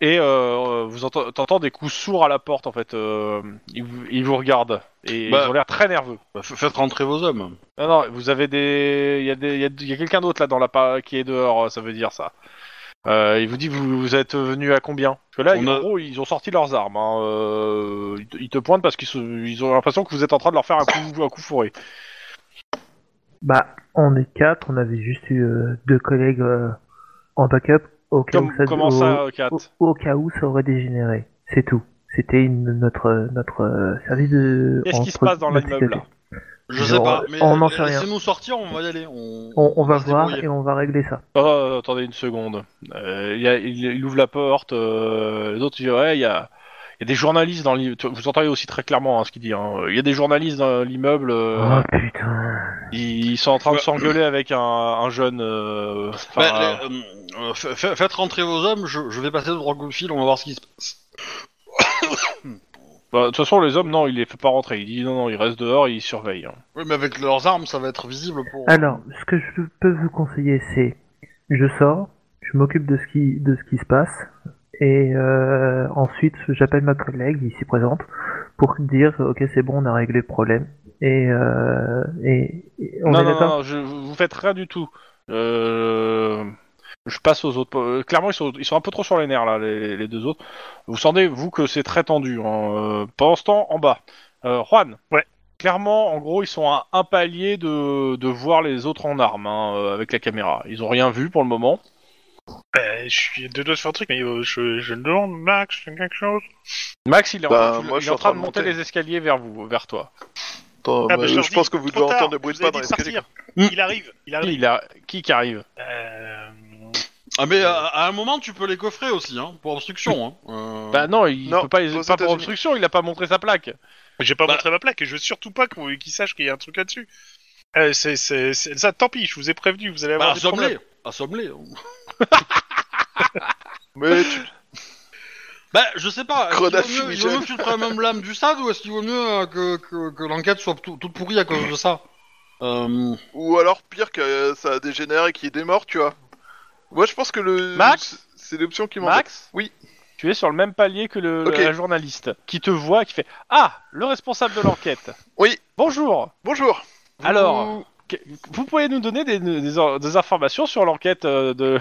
Speaker 1: et euh, vous entend- t'entends des coups sourds à la porte en fait. euh, ils, vous- ils vous regardent et
Speaker 4: Bah.
Speaker 1: ils ont l'air très nerveux.
Speaker 4: Bah, f- faites rentrer vos hommes.
Speaker 1: Non, non, vous avez des. Il y a, des... il y a- il y a quelqu'un d'autre là dans la pa- qui est dehors, euh, ça veut dire ça. Euh, il vous dit vous, vous êtes venu à combien Parce que là,
Speaker 4: On
Speaker 1: ils-
Speaker 4: a-
Speaker 1: en gros, ils ont sorti leurs armes. hein, euh, Ils te- ils te pointent parce qu'ils se- ils ont l'impression que vous êtes en train de leur faire un coup, un coup fourré.
Speaker 5: Bah, on est quatre, on avait juste eu euh, deux collègues euh, en backup au cas,
Speaker 1: Comme-
Speaker 5: où, ça,
Speaker 1: comment
Speaker 5: au-
Speaker 1: ça, euh, Kat
Speaker 5: au- au cas où ça aurait dégénéré. C'est tout. C'était une- notre, notre euh, service de.
Speaker 1: Qu'est-ce qui se
Speaker 5: entre-
Speaker 1: passe dans
Speaker 5: notre
Speaker 1: l'immeuble,
Speaker 5: sécurité.
Speaker 4: Je
Speaker 5: Je-
Speaker 4: sais pas, mais
Speaker 5: on n'en
Speaker 4: euh,
Speaker 5: sait rien.
Speaker 4: laissez-nous sortir, on va y aller. On,
Speaker 5: On, on va
Speaker 4: se
Speaker 5: voir
Speaker 4: débrouiller.
Speaker 5: et on va régler ça.
Speaker 1: Oh, attendez une seconde. Euh, il, y a- il- il ouvre la porte. euh, Les autres disent ouais, il y a. il y a des journalistes dans l'immeuble. Vous entendez aussi très clairement hein, ce qu'il dit. hein. Il y a des journalistes dans l'immeuble. euh,
Speaker 5: Oh putain.
Speaker 1: Ils ils sont en train de
Speaker 4: Ouais.
Speaker 1: s'engueuler avec un, un jeune. euh, enfin,
Speaker 4: Bah, les- euh, euh, fa- fa- faites rentrer vos hommes, je, je vais passer de droit de fil, on va voir ce qui se passe.
Speaker 1: Bah, de toute façon, les hommes, non, il les fait pas rentrer. Il dit non, non, ils restent dehors et ils surveillent. hein.
Speaker 4: Oui, mais avec leurs armes, ça va être visible pour.
Speaker 5: Alors, ce que je peux vous conseiller, c'est je sors, je m'occupe de ce qui de ce qui se passe, et euh, ensuite j'appelle ma collègue ici présente pour dire ok c'est bon on a réglé le problème et euh, et, et on
Speaker 1: non,
Speaker 5: est
Speaker 1: non, non,
Speaker 5: d'accord.
Speaker 1: non, je, vous vous faites rien du tout. Euh, je passe aux autres. Euh, Clairement, ils sont, ils sont un peu trop sur les nerfs, là, les, les deux autres. Vous sentez, vous, que c'est très tendu. hein. Euh, Pendant ce temps, en bas. Euh, Juan.
Speaker 2: Ouais.
Speaker 1: Clairement, en gros, ils sont à un palier de, de voir les autres en armes hein, euh, avec la caméra. Ils ont rien vu pour le moment.
Speaker 2: Euh, je suis de doigts sur un truc, mais euh, je, je me demande, Max, il y a quelque chose.
Speaker 1: Max, il est, en-
Speaker 3: Bah,
Speaker 1: tu-
Speaker 3: moi,
Speaker 1: il est
Speaker 3: je suis
Speaker 1: en train de monter, les escaliers vers vous, vers toi.
Speaker 3: Attends,
Speaker 2: Ah,
Speaker 3: bah,
Speaker 2: bah,
Speaker 3: je
Speaker 2: leur dis,
Speaker 3: pense que vous
Speaker 2: trop
Speaker 3: devez
Speaker 2: tard,
Speaker 3: entendre le bruit de
Speaker 2: vous avez
Speaker 3: pas dans
Speaker 2: dit de
Speaker 3: l'escalier.
Speaker 4: Hmm.
Speaker 2: sortir. Il arrive, il
Speaker 5: Ah
Speaker 1: Qui,
Speaker 2: arrive.
Speaker 1: il a- qui qui arrive
Speaker 2: Euh,
Speaker 4: Ah, mais à, à un moment, tu peux les coffrer aussi, hein, pour obstruction. Hein. Euh,
Speaker 1: Bah non, il
Speaker 3: Non,
Speaker 1: peut pas, les-
Speaker 3: aux
Speaker 1: pas pour
Speaker 3: États-Unis.
Speaker 1: obstruction, il a pas montré sa plaque.
Speaker 2: J'ai pas
Speaker 4: Bah.
Speaker 2: montré ma plaque et je veux surtout pas qu'on- qu'ils sachent qu'il y a un truc là-dessus. Euh, c'est, c'est, c'est- ça, tant pis, je vous ai prévenu, vous allez
Speaker 4: bah,
Speaker 2: avoir des problèmes.
Speaker 4: assomme-les Assomme-les
Speaker 3: Mais tu...
Speaker 4: Bah, je sais pas. Est-ce
Speaker 3: Grenade
Speaker 4: qu'il vaut mieux- il vaut mieux que tu te prennes même l'âme du stade ou est-ce qu'il vaut mieux euh, que, que, que l'enquête soit tout- toute pourrie à cause de ça Euh,
Speaker 3: Ou alors pire que euh, ça dégénère et qu'il y ait des morts, tu vois. Moi je pense que le.
Speaker 1: Max
Speaker 3: C'est l'option qui m'embête.
Speaker 1: Max
Speaker 3: Oui.
Speaker 1: Tu es sur le même palier que le,
Speaker 3: Ok.
Speaker 1: la journaliste qui te voit, qui fait Ah, le responsable de l'enquête.
Speaker 3: Oui.
Speaker 1: Bonjour.
Speaker 3: Bonjour Vous-
Speaker 1: Alors, que- vous pouvez nous donner des, des- des informations sur l'enquête euh, de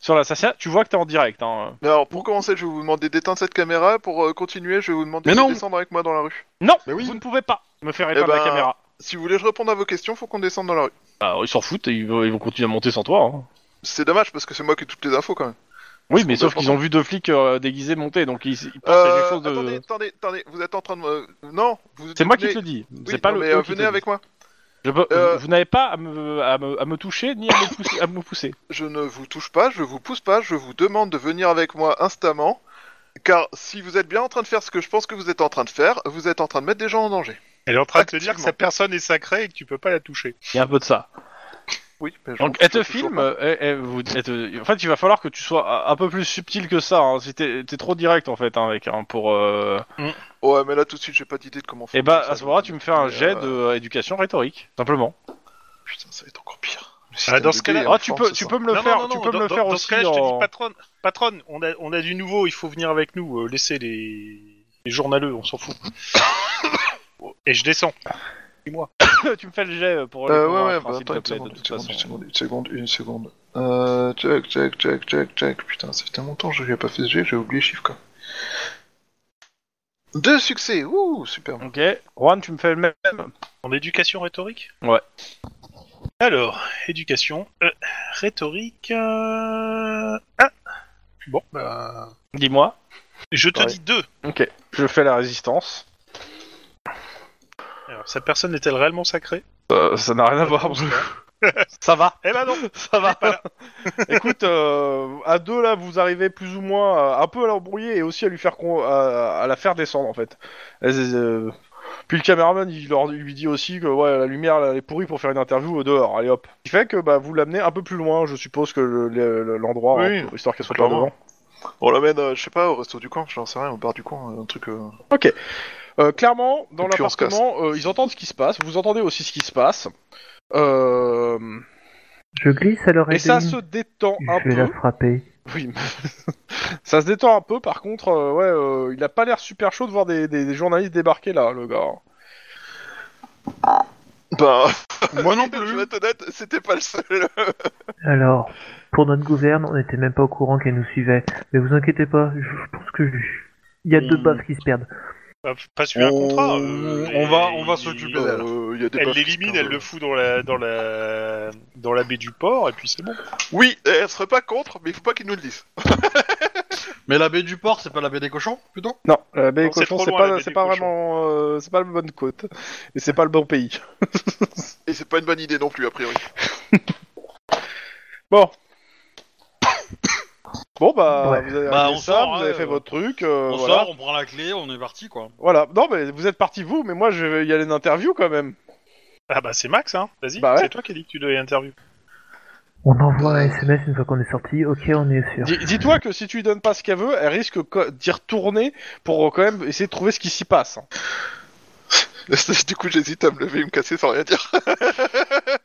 Speaker 1: sur l'assassinat. Tu vois que t'es en direct. Hein.
Speaker 3: Mais Alors pour commencer, je vais vous demander d'éteindre cette caméra. Pour euh, continuer, je vais vous demander
Speaker 4: Mais
Speaker 3: de
Speaker 4: non.
Speaker 3: descendre avec moi dans la rue.
Speaker 1: Non,
Speaker 4: Mais oui.
Speaker 1: vous ne pouvez pas me faire éteindre la
Speaker 3: ben,
Speaker 1: caméra.
Speaker 3: Si vous voulez que je réponde à vos questions, faut qu'on descende dans la rue.
Speaker 1: Bah, ils s'en foutent, et ils vont, ils vont continuer à monter sans toi. hein.
Speaker 3: C'est dommage parce que c'est moi qui ai toutes les infos quand même.
Speaker 1: Oui, mais sauf
Speaker 3: complètement
Speaker 1: qu'ils ont vu deux flics euh, déguisés monter, donc ils, ils pensent à quelque
Speaker 3: Euh,
Speaker 1: chose de.
Speaker 3: Attendez, attendez, attendez, vous êtes en train de me. Non vous
Speaker 1: C'est moi qui
Speaker 3: venez-
Speaker 1: te le dis.
Speaker 3: Oui,
Speaker 1: C'est pas
Speaker 3: non,
Speaker 1: le.
Speaker 3: mais, euh,
Speaker 1: eux qui te
Speaker 3: venez
Speaker 1: le
Speaker 3: avec moi.
Speaker 1: disent. Je peux-
Speaker 3: Euh,
Speaker 1: Vous, vous n'avez pas à me, à, me, à me toucher ni à me pousser. à me pousser.
Speaker 3: Je ne vous touche pas, je vous pousse pas, je vous demande de venir avec moi instamment. Car si vous êtes bien en train de faire ce que je pense que vous êtes en train de faire, vous êtes en train de mettre des gens en danger.
Speaker 2: Elle est en train de te dire que
Speaker 3: Activement.
Speaker 2: sa personne est sacrée et que tu peux pas la toucher.
Speaker 1: Il y a un peu de ça.
Speaker 3: Oui, mais je
Speaker 1: Donc,
Speaker 3: m'en
Speaker 1: elle
Speaker 3: fiche
Speaker 1: te
Speaker 3: toujours
Speaker 1: filme,
Speaker 3: pas.
Speaker 1: elle- elle eh, vous- elle te- en fait, il va falloir que tu sois un- un peu plus subtil que ça. Hein. Si t'es t'es trop direct, en fait, hein, mec, hein, pour. Euh...
Speaker 3: Ouais, mais là tout de suite, j'ai pas d'idée de comment
Speaker 1: Et
Speaker 3: faire.
Speaker 1: bah,
Speaker 3: ça,
Speaker 1: à ce moment-là,
Speaker 3: donc,
Speaker 1: tu me fais un
Speaker 3: euh,
Speaker 1: jet de euh, éducation rhétorique, simplement.
Speaker 3: Putain, ça va être encore pire. Le
Speaker 2: Ah, dans
Speaker 3: système
Speaker 2: ce
Speaker 3: de
Speaker 2: cas-là-
Speaker 3: dés est
Speaker 1: Ah, tu
Speaker 3: en
Speaker 1: peux,
Speaker 3: force,
Speaker 1: tu
Speaker 3: ça.
Speaker 1: peux me le faire, tu peux
Speaker 2: dans,
Speaker 1: me le
Speaker 2: dans-
Speaker 1: faire
Speaker 2: dans ce
Speaker 1: aussi.
Speaker 2: cas-là, je te
Speaker 1: en-
Speaker 2: dis, patronne, patronne, on a, on a du nouveau, il faut venir avec nous, euh, laissez les, les journaleux, on s'en fout. et je descends.
Speaker 1: tu me fais le jet pour.
Speaker 3: Euh,
Speaker 1: les
Speaker 3: ouais,
Speaker 1: convaincre,
Speaker 3: ouais, bah,
Speaker 1: hein, s'il
Speaker 3: attends,
Speaker 1: te plaît,
Speaker 3: une
Speaker 1: de
Speaker 3: seconde, une
Speaker 1: toute
Speaker 3: seconde, une
Speaker 1: façon.
Speaker 3: seconde, une seconde, une seconde. Euh, check, check, check, check, check. Putain, ça fait tellement longtemps que j'ai pas fait ce jet, j'ai oublié le chiffre, quoi. Deux succès, ouh, super.
Speaker 1: Ok, Juan, tu me fais le même.
Speaker 2: En éducation rhétorique
Speaker 1: Ouais.
Speaker 2: Alors, éducation, euh, rhétorique. euh, Ah Bon, bah.
Speaker 1: Dis-moi.
Speaker 2: Je te
Speaker 1: Ouais.
Speaker 2: dis deux.
Speaker 1: Ok, je fais la résistance.
Speaker 2: Alors, sa personne est-elle réellement sacrée
Speaker 1: Euh, ça n'a rien à voir. ça va.
Speaker 2: Eh ben non
Speaker 1: Ça va. Écoute, euh, à deux là, vous arrivez plus ou moins euh, un peu à l'embrouiller et aussi à lui faire con- à, à la faire descendre en fait. Elles- euh, Puis le caméraman, il leur il lui dit aussi que ouais, la lumière là, elle est pourrie pour faire une interview au dehors. Allez hop. Ce qui fait que bah, vous l'amenez un peu plus loin, je suppose que le- le- le- l'endroit,
Speaker 3: Oui,
Speaker 1: hein, pour- histoire qu'elle soit pas
Speaker 3: clairement.
Speaker 1: devant.
Speaker 3: On l'amène, euh, je sais pas, au resto du coin, j'en sais rien, au bar du coin, euh, un truc. euh,
Speaker 1: Euh, clairement, dans
Speaker 3: Et puis on se
Speaker 1: l'appartement, euh, ils entendent ce qui se passe. Vous entendez aussi ce qui se passe. Euh,
Speaker 5: Je glisse à l'oreille
Speaker 1: Et ça
Speaker 5: de
Speaker 1: se
Speaker 5: Lynn.
Speaker 1: détend un
Speaker 5: Je
Speaker 1: peu.
Speaker 5: vais la frapper.
Speaker 1: Oui, mais- ça se détend un peu. Par contre, euh, ouais, euh, il a pas l'air super chaud de voir des, des- des journalistes débarquer là, le gars.
Speaker 3: Bah,
Speaker 4: moi non
Speaker 3: je
Speaker 4: plus.
Speaker 3: vais être honnête, c'était pas le seul.
Speaker 5: Alors, pour notre gouverne, on n'était même pas au courant qu'elle nous suivait. Mais vous inquiétez pas, je pense que je- il y a deux
Speaker 4: Hmm.
Speaker 5: bases qui se perdent.
Speaker 2: Bah, Pas suivi un
Speaker 4: On-
Speaker 2: contrat. euh,
Speaker 4: on va-
Speaker 2: et-
Speaker 4: on va s'occuper d'elle.
Speaker 3: Euh, y a des
Speaker 2: Elle
Speaker 3: baffes qui
Speaker 2: l'élimine,
Speaker 3: se
Speaker 2: elle le fout dans la, dans la, dans la baie du port, et puis c'est bon.
Speaker 3: Oui, elle serait pas contre, mais il faut pas qu'ils nous le disent.
Speaker 4: Mais la baie du port, c'est pas la baie des cochons, plutôt
Speaker 1: Non, la baie
Speaker 2: Non, c'est
Speaker 1: cochons,
Speaker 2: trop
Speaker 1: c'est
Speaker 2: loin, la
Speaker 1: pas,
Speaker 2: baie
Speaker 1: c'est
Speaker 2: des
Speaker 1: pas
Speaker 2: cochons.
Speaker 1: vraiment, euh, c'est pas le bonne côte et c'est pas le bon pays.
Speaker 3: Et c'est pas une bonne idée non plus, a priori.
Speaker 1: Bon. Bon bah,
Speaker 5: Ouais.
Speaker 1: vous avez
Speaker 4: Bah,
Speaker 1: réglé
Speaker 4: on
Speaker 1: ça,
Speaker 4: sort,
Speaker 1: vous
Speaker 4: hein,
Speaker 1: avez fait
Speaker 4: euh,
Speaker 1: votre truc, euh,
Speaker 4: On
Speaker 1: voilà.
Speaker 4: sort, on prend la clé, on est parti, quoi.
Speaker 1: Voilà. Non mais vous êtes partis vous, mais moi je vais y aller l'interview quand même.
Speaker 2: Ah bah c'est Max, hein Vas-y,
Speaker 1: Bah ouais.
Speaker 2: c'est toi qui as dit que tu devais interviewer.
Speaker 5: On envoie un SMS une fois qu'on est sorti. Ok, on est sûr.
Speaker 1: Dis- Dis-toi que si tu lui donnes pas ce qu'elle veut, elle risque co- d'y retourner pour euh, quand même essayer de trouver ce qui s'y passe. hein.
Speaker 3: du coup, j'hésite à me lever et me casser sans rien dire.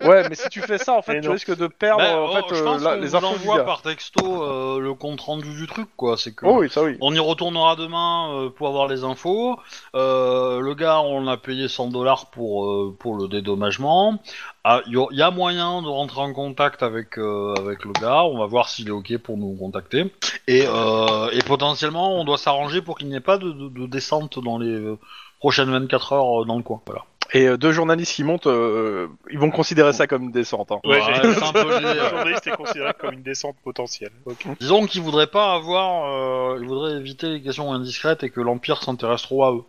Speaker 1: Ouais, mais si tu fais ça, en fait,
Speaker 2: Mais
Speaker 1: tu
Speaker 2: non.
Speaker 1: risques de perdre
Speaker 4: Bah,
Speaker 1: en
Speaker 4: oh,
Speaker 1: fait,
Speaker 4: je
Speaker 1: euh,
Speaker 4: pense
Speaker 1: la-
Speaker 4: qu'on
Speaker 1: les
Speaker 4: vous
Speaker 1: infos du
Speaker 4: envoie
Speaker 1: gars.
Speaker 4: par texto euh, le compte rendu du truc, quoi. C'est que
Speaker 1: Oh oui, ça oui.
Speaker 4: on y retournera demain euh, pour avoir les infos. Euh, le gars, on l'a payé 100 dollars pour euh, pour le dédommagement. Ah, Il y a- il y, a moyen de rentrer en contact avec euh, avec le gars. On va voir s'il est ok pour nous contacter. Et euh, et potentiellement, on doit s'arranger pour qu'il n'y ait pas de, de- de descente dans les euh, prochaines 24 heures euh, dans le coin. Voilà.
Speaker 1: Et euh, deux journalistes qui montent, euh, ils vont considérer ça comme une descente. hein.
Speaker 2: Ouais, j'ai-
Speaker 4: c'est un peu les,
Speaker 2: Le
Speaker 4: euh,
Speaker 2: journaliste est considéré comme une descente potentielle. Ok.
Speaker 4: Disons qu'ils voudraient pas avoir, euh, ils voudraient éviter les questions indiscrètes et que l'Empire s'intéresse trop à eux.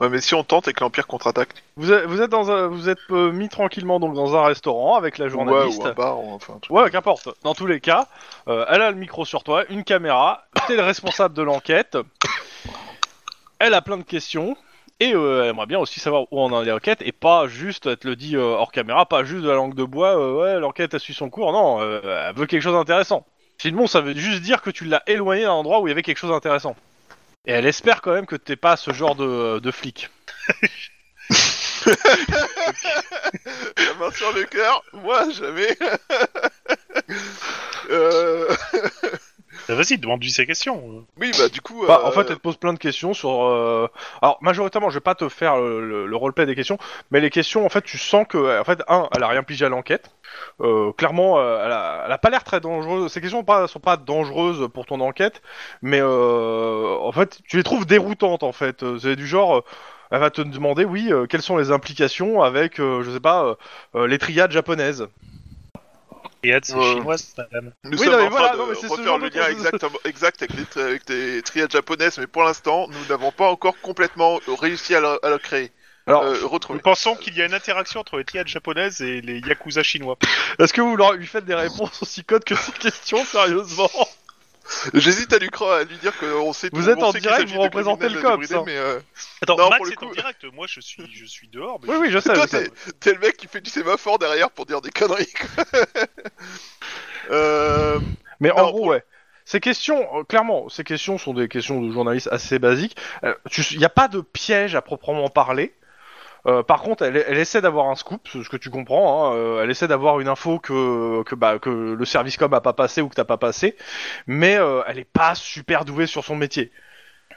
Speaker 3: Ouais, mais si on tente et que l'Empire contre-attaque,
Speaker 1: Vous, êtes- vous êtes dans un- vous êtes euh, mis tranquillement donc dans un restaurant avec la journaliste.
Speaker 3: ouais, ou un bar, ou enfin un truc.
Speaker 1: Ouais, qu'importe. Dans tous les cas, euh, elle a le micro sur toi, une caméra, t'es le responsable de l'enquête. Elle a plein de questions. Et euh, elle aimerait bien aussi savoir où on en est l'enquête et pas juste, elle te le dit euh, hors caméra, pas juste de la langue de bois, euh, ouais, l'enquête a su son cours, non, euh, elle veut quelque chose d'intéressant. Sinon, ça veut juste dire que tu l'as éloigné d'un endroit où il y avait quelque chose d'intéressant. Et elle espère quand même que t'es pas ce genre de, de flic.
Speaker 3: La main sur le cœur, moi jamais. Euh,
Speaker 2: Bah, Vas-y, demande-lui ses questions.
Speaker 3: Oui, bah du coup.
Speaker 1: Bah,
Speaker 3: euh,
Speaker 1: En fait, elle te pose plein de questions sur. euh, Alors, majoritairement, je vais pas te faire le, le- le roleplay des questions, mais les questions, en fait, tu sens que, en fait, un, elle a rien pigé à l'enquête. Euh, clairement, euh, elle, a, elle a pas l'air très dangereuse. Ces questions sont pas, sont pas dangereuses pour ton enquête, mais euh, en fait, tu les trouves déroutantes, en fait. Euh, C'est du genre. euh, Elle va te demander, oui, euh, quelles sont les implications avec, euh, je sais pas, euh, euh, les triades japonaises.
Speaker 2: Et hâte, c'est
Speaker 3: Ouais.
Speaker 2: chinoise, madame.
Speaker 3: Nous
Speaker 1: Oui,
Speaker 3: sommes
Speaker 1: non, mais
Speaker 3: en train
Speaker 1: voilà,
Speaker 3: de
Speaker 1: non, mais c'est ce
Speaker 3: refaire
Speaker 1: genre
Speaker 3: le
Speaker 1: de
Speaker 3: lien
Speaker 1: choses.
Speaker 3: exactement- exact avec les, tri- avec les triades japonaises, mais pour l'instant, nous n'avons pas encore complètement réussi à le, à le créer.
Speaker 1: Alors,
Speaker 3: Euh, retrouver.
Speaker 2: Nous pensons qu'il y a une interaction entre les triades japonaises et les yakuza chinois.
Speaker 1: est-ce que vous leur- lui faites des réponses aussi codes que ces questions, sérieusement
Speaker 3: J'hésite à lui, cro- à lui dire qu'on sait
Speaker 1: Vous
Speaker 3: tout-
Speaker 1: êtes
Speaker 3: on
Speaker 1: en
Speaker 3: sait qu'il
Speaker 1: direct,
Speaker 3: s'agit
Speaker 1: vous
Speaker 3: de
Speaker 1: représentez
Speaker 3: criminels
Speaker 1: le COPS,
Speaker 3: débridés,
Speaker 1: hein.
Speaker 3: mais, euh,
Speaker 2: Attends,
Speaker 3: Non,
Speaker 2: Max
Speaker 3: pour le
Speaker 2: est
Speaker 3: coup-
Speaker 2: en direct, moi je suis, je suis dehors. Mais
Speaker 1: Oui, oui, je sais.
Speaker 3: Toi,
Speaker 1: je sais.
Speaker 3: T'es le mec qui fait du sémaphore derrière pour dire des conneries. quoi. euh,
Speaker 1: Mais en
Speaker 3: Alors,
Speaker 1: gros, ouais. Ces questions, euh, clairement, ces questions sont des questions de journalistes assez basiques. Euh, Il n'y a pas de piège à proprement parler. Euh, par contre, elle, elle essaie d'avoir un scoop, ce ce que tu comprends. hein, euh, elle essaie d'avoir une info que que, bah, que le service com a pas passé ou que t'as pas passé, mais euh, elle est pas super douée sur son métier.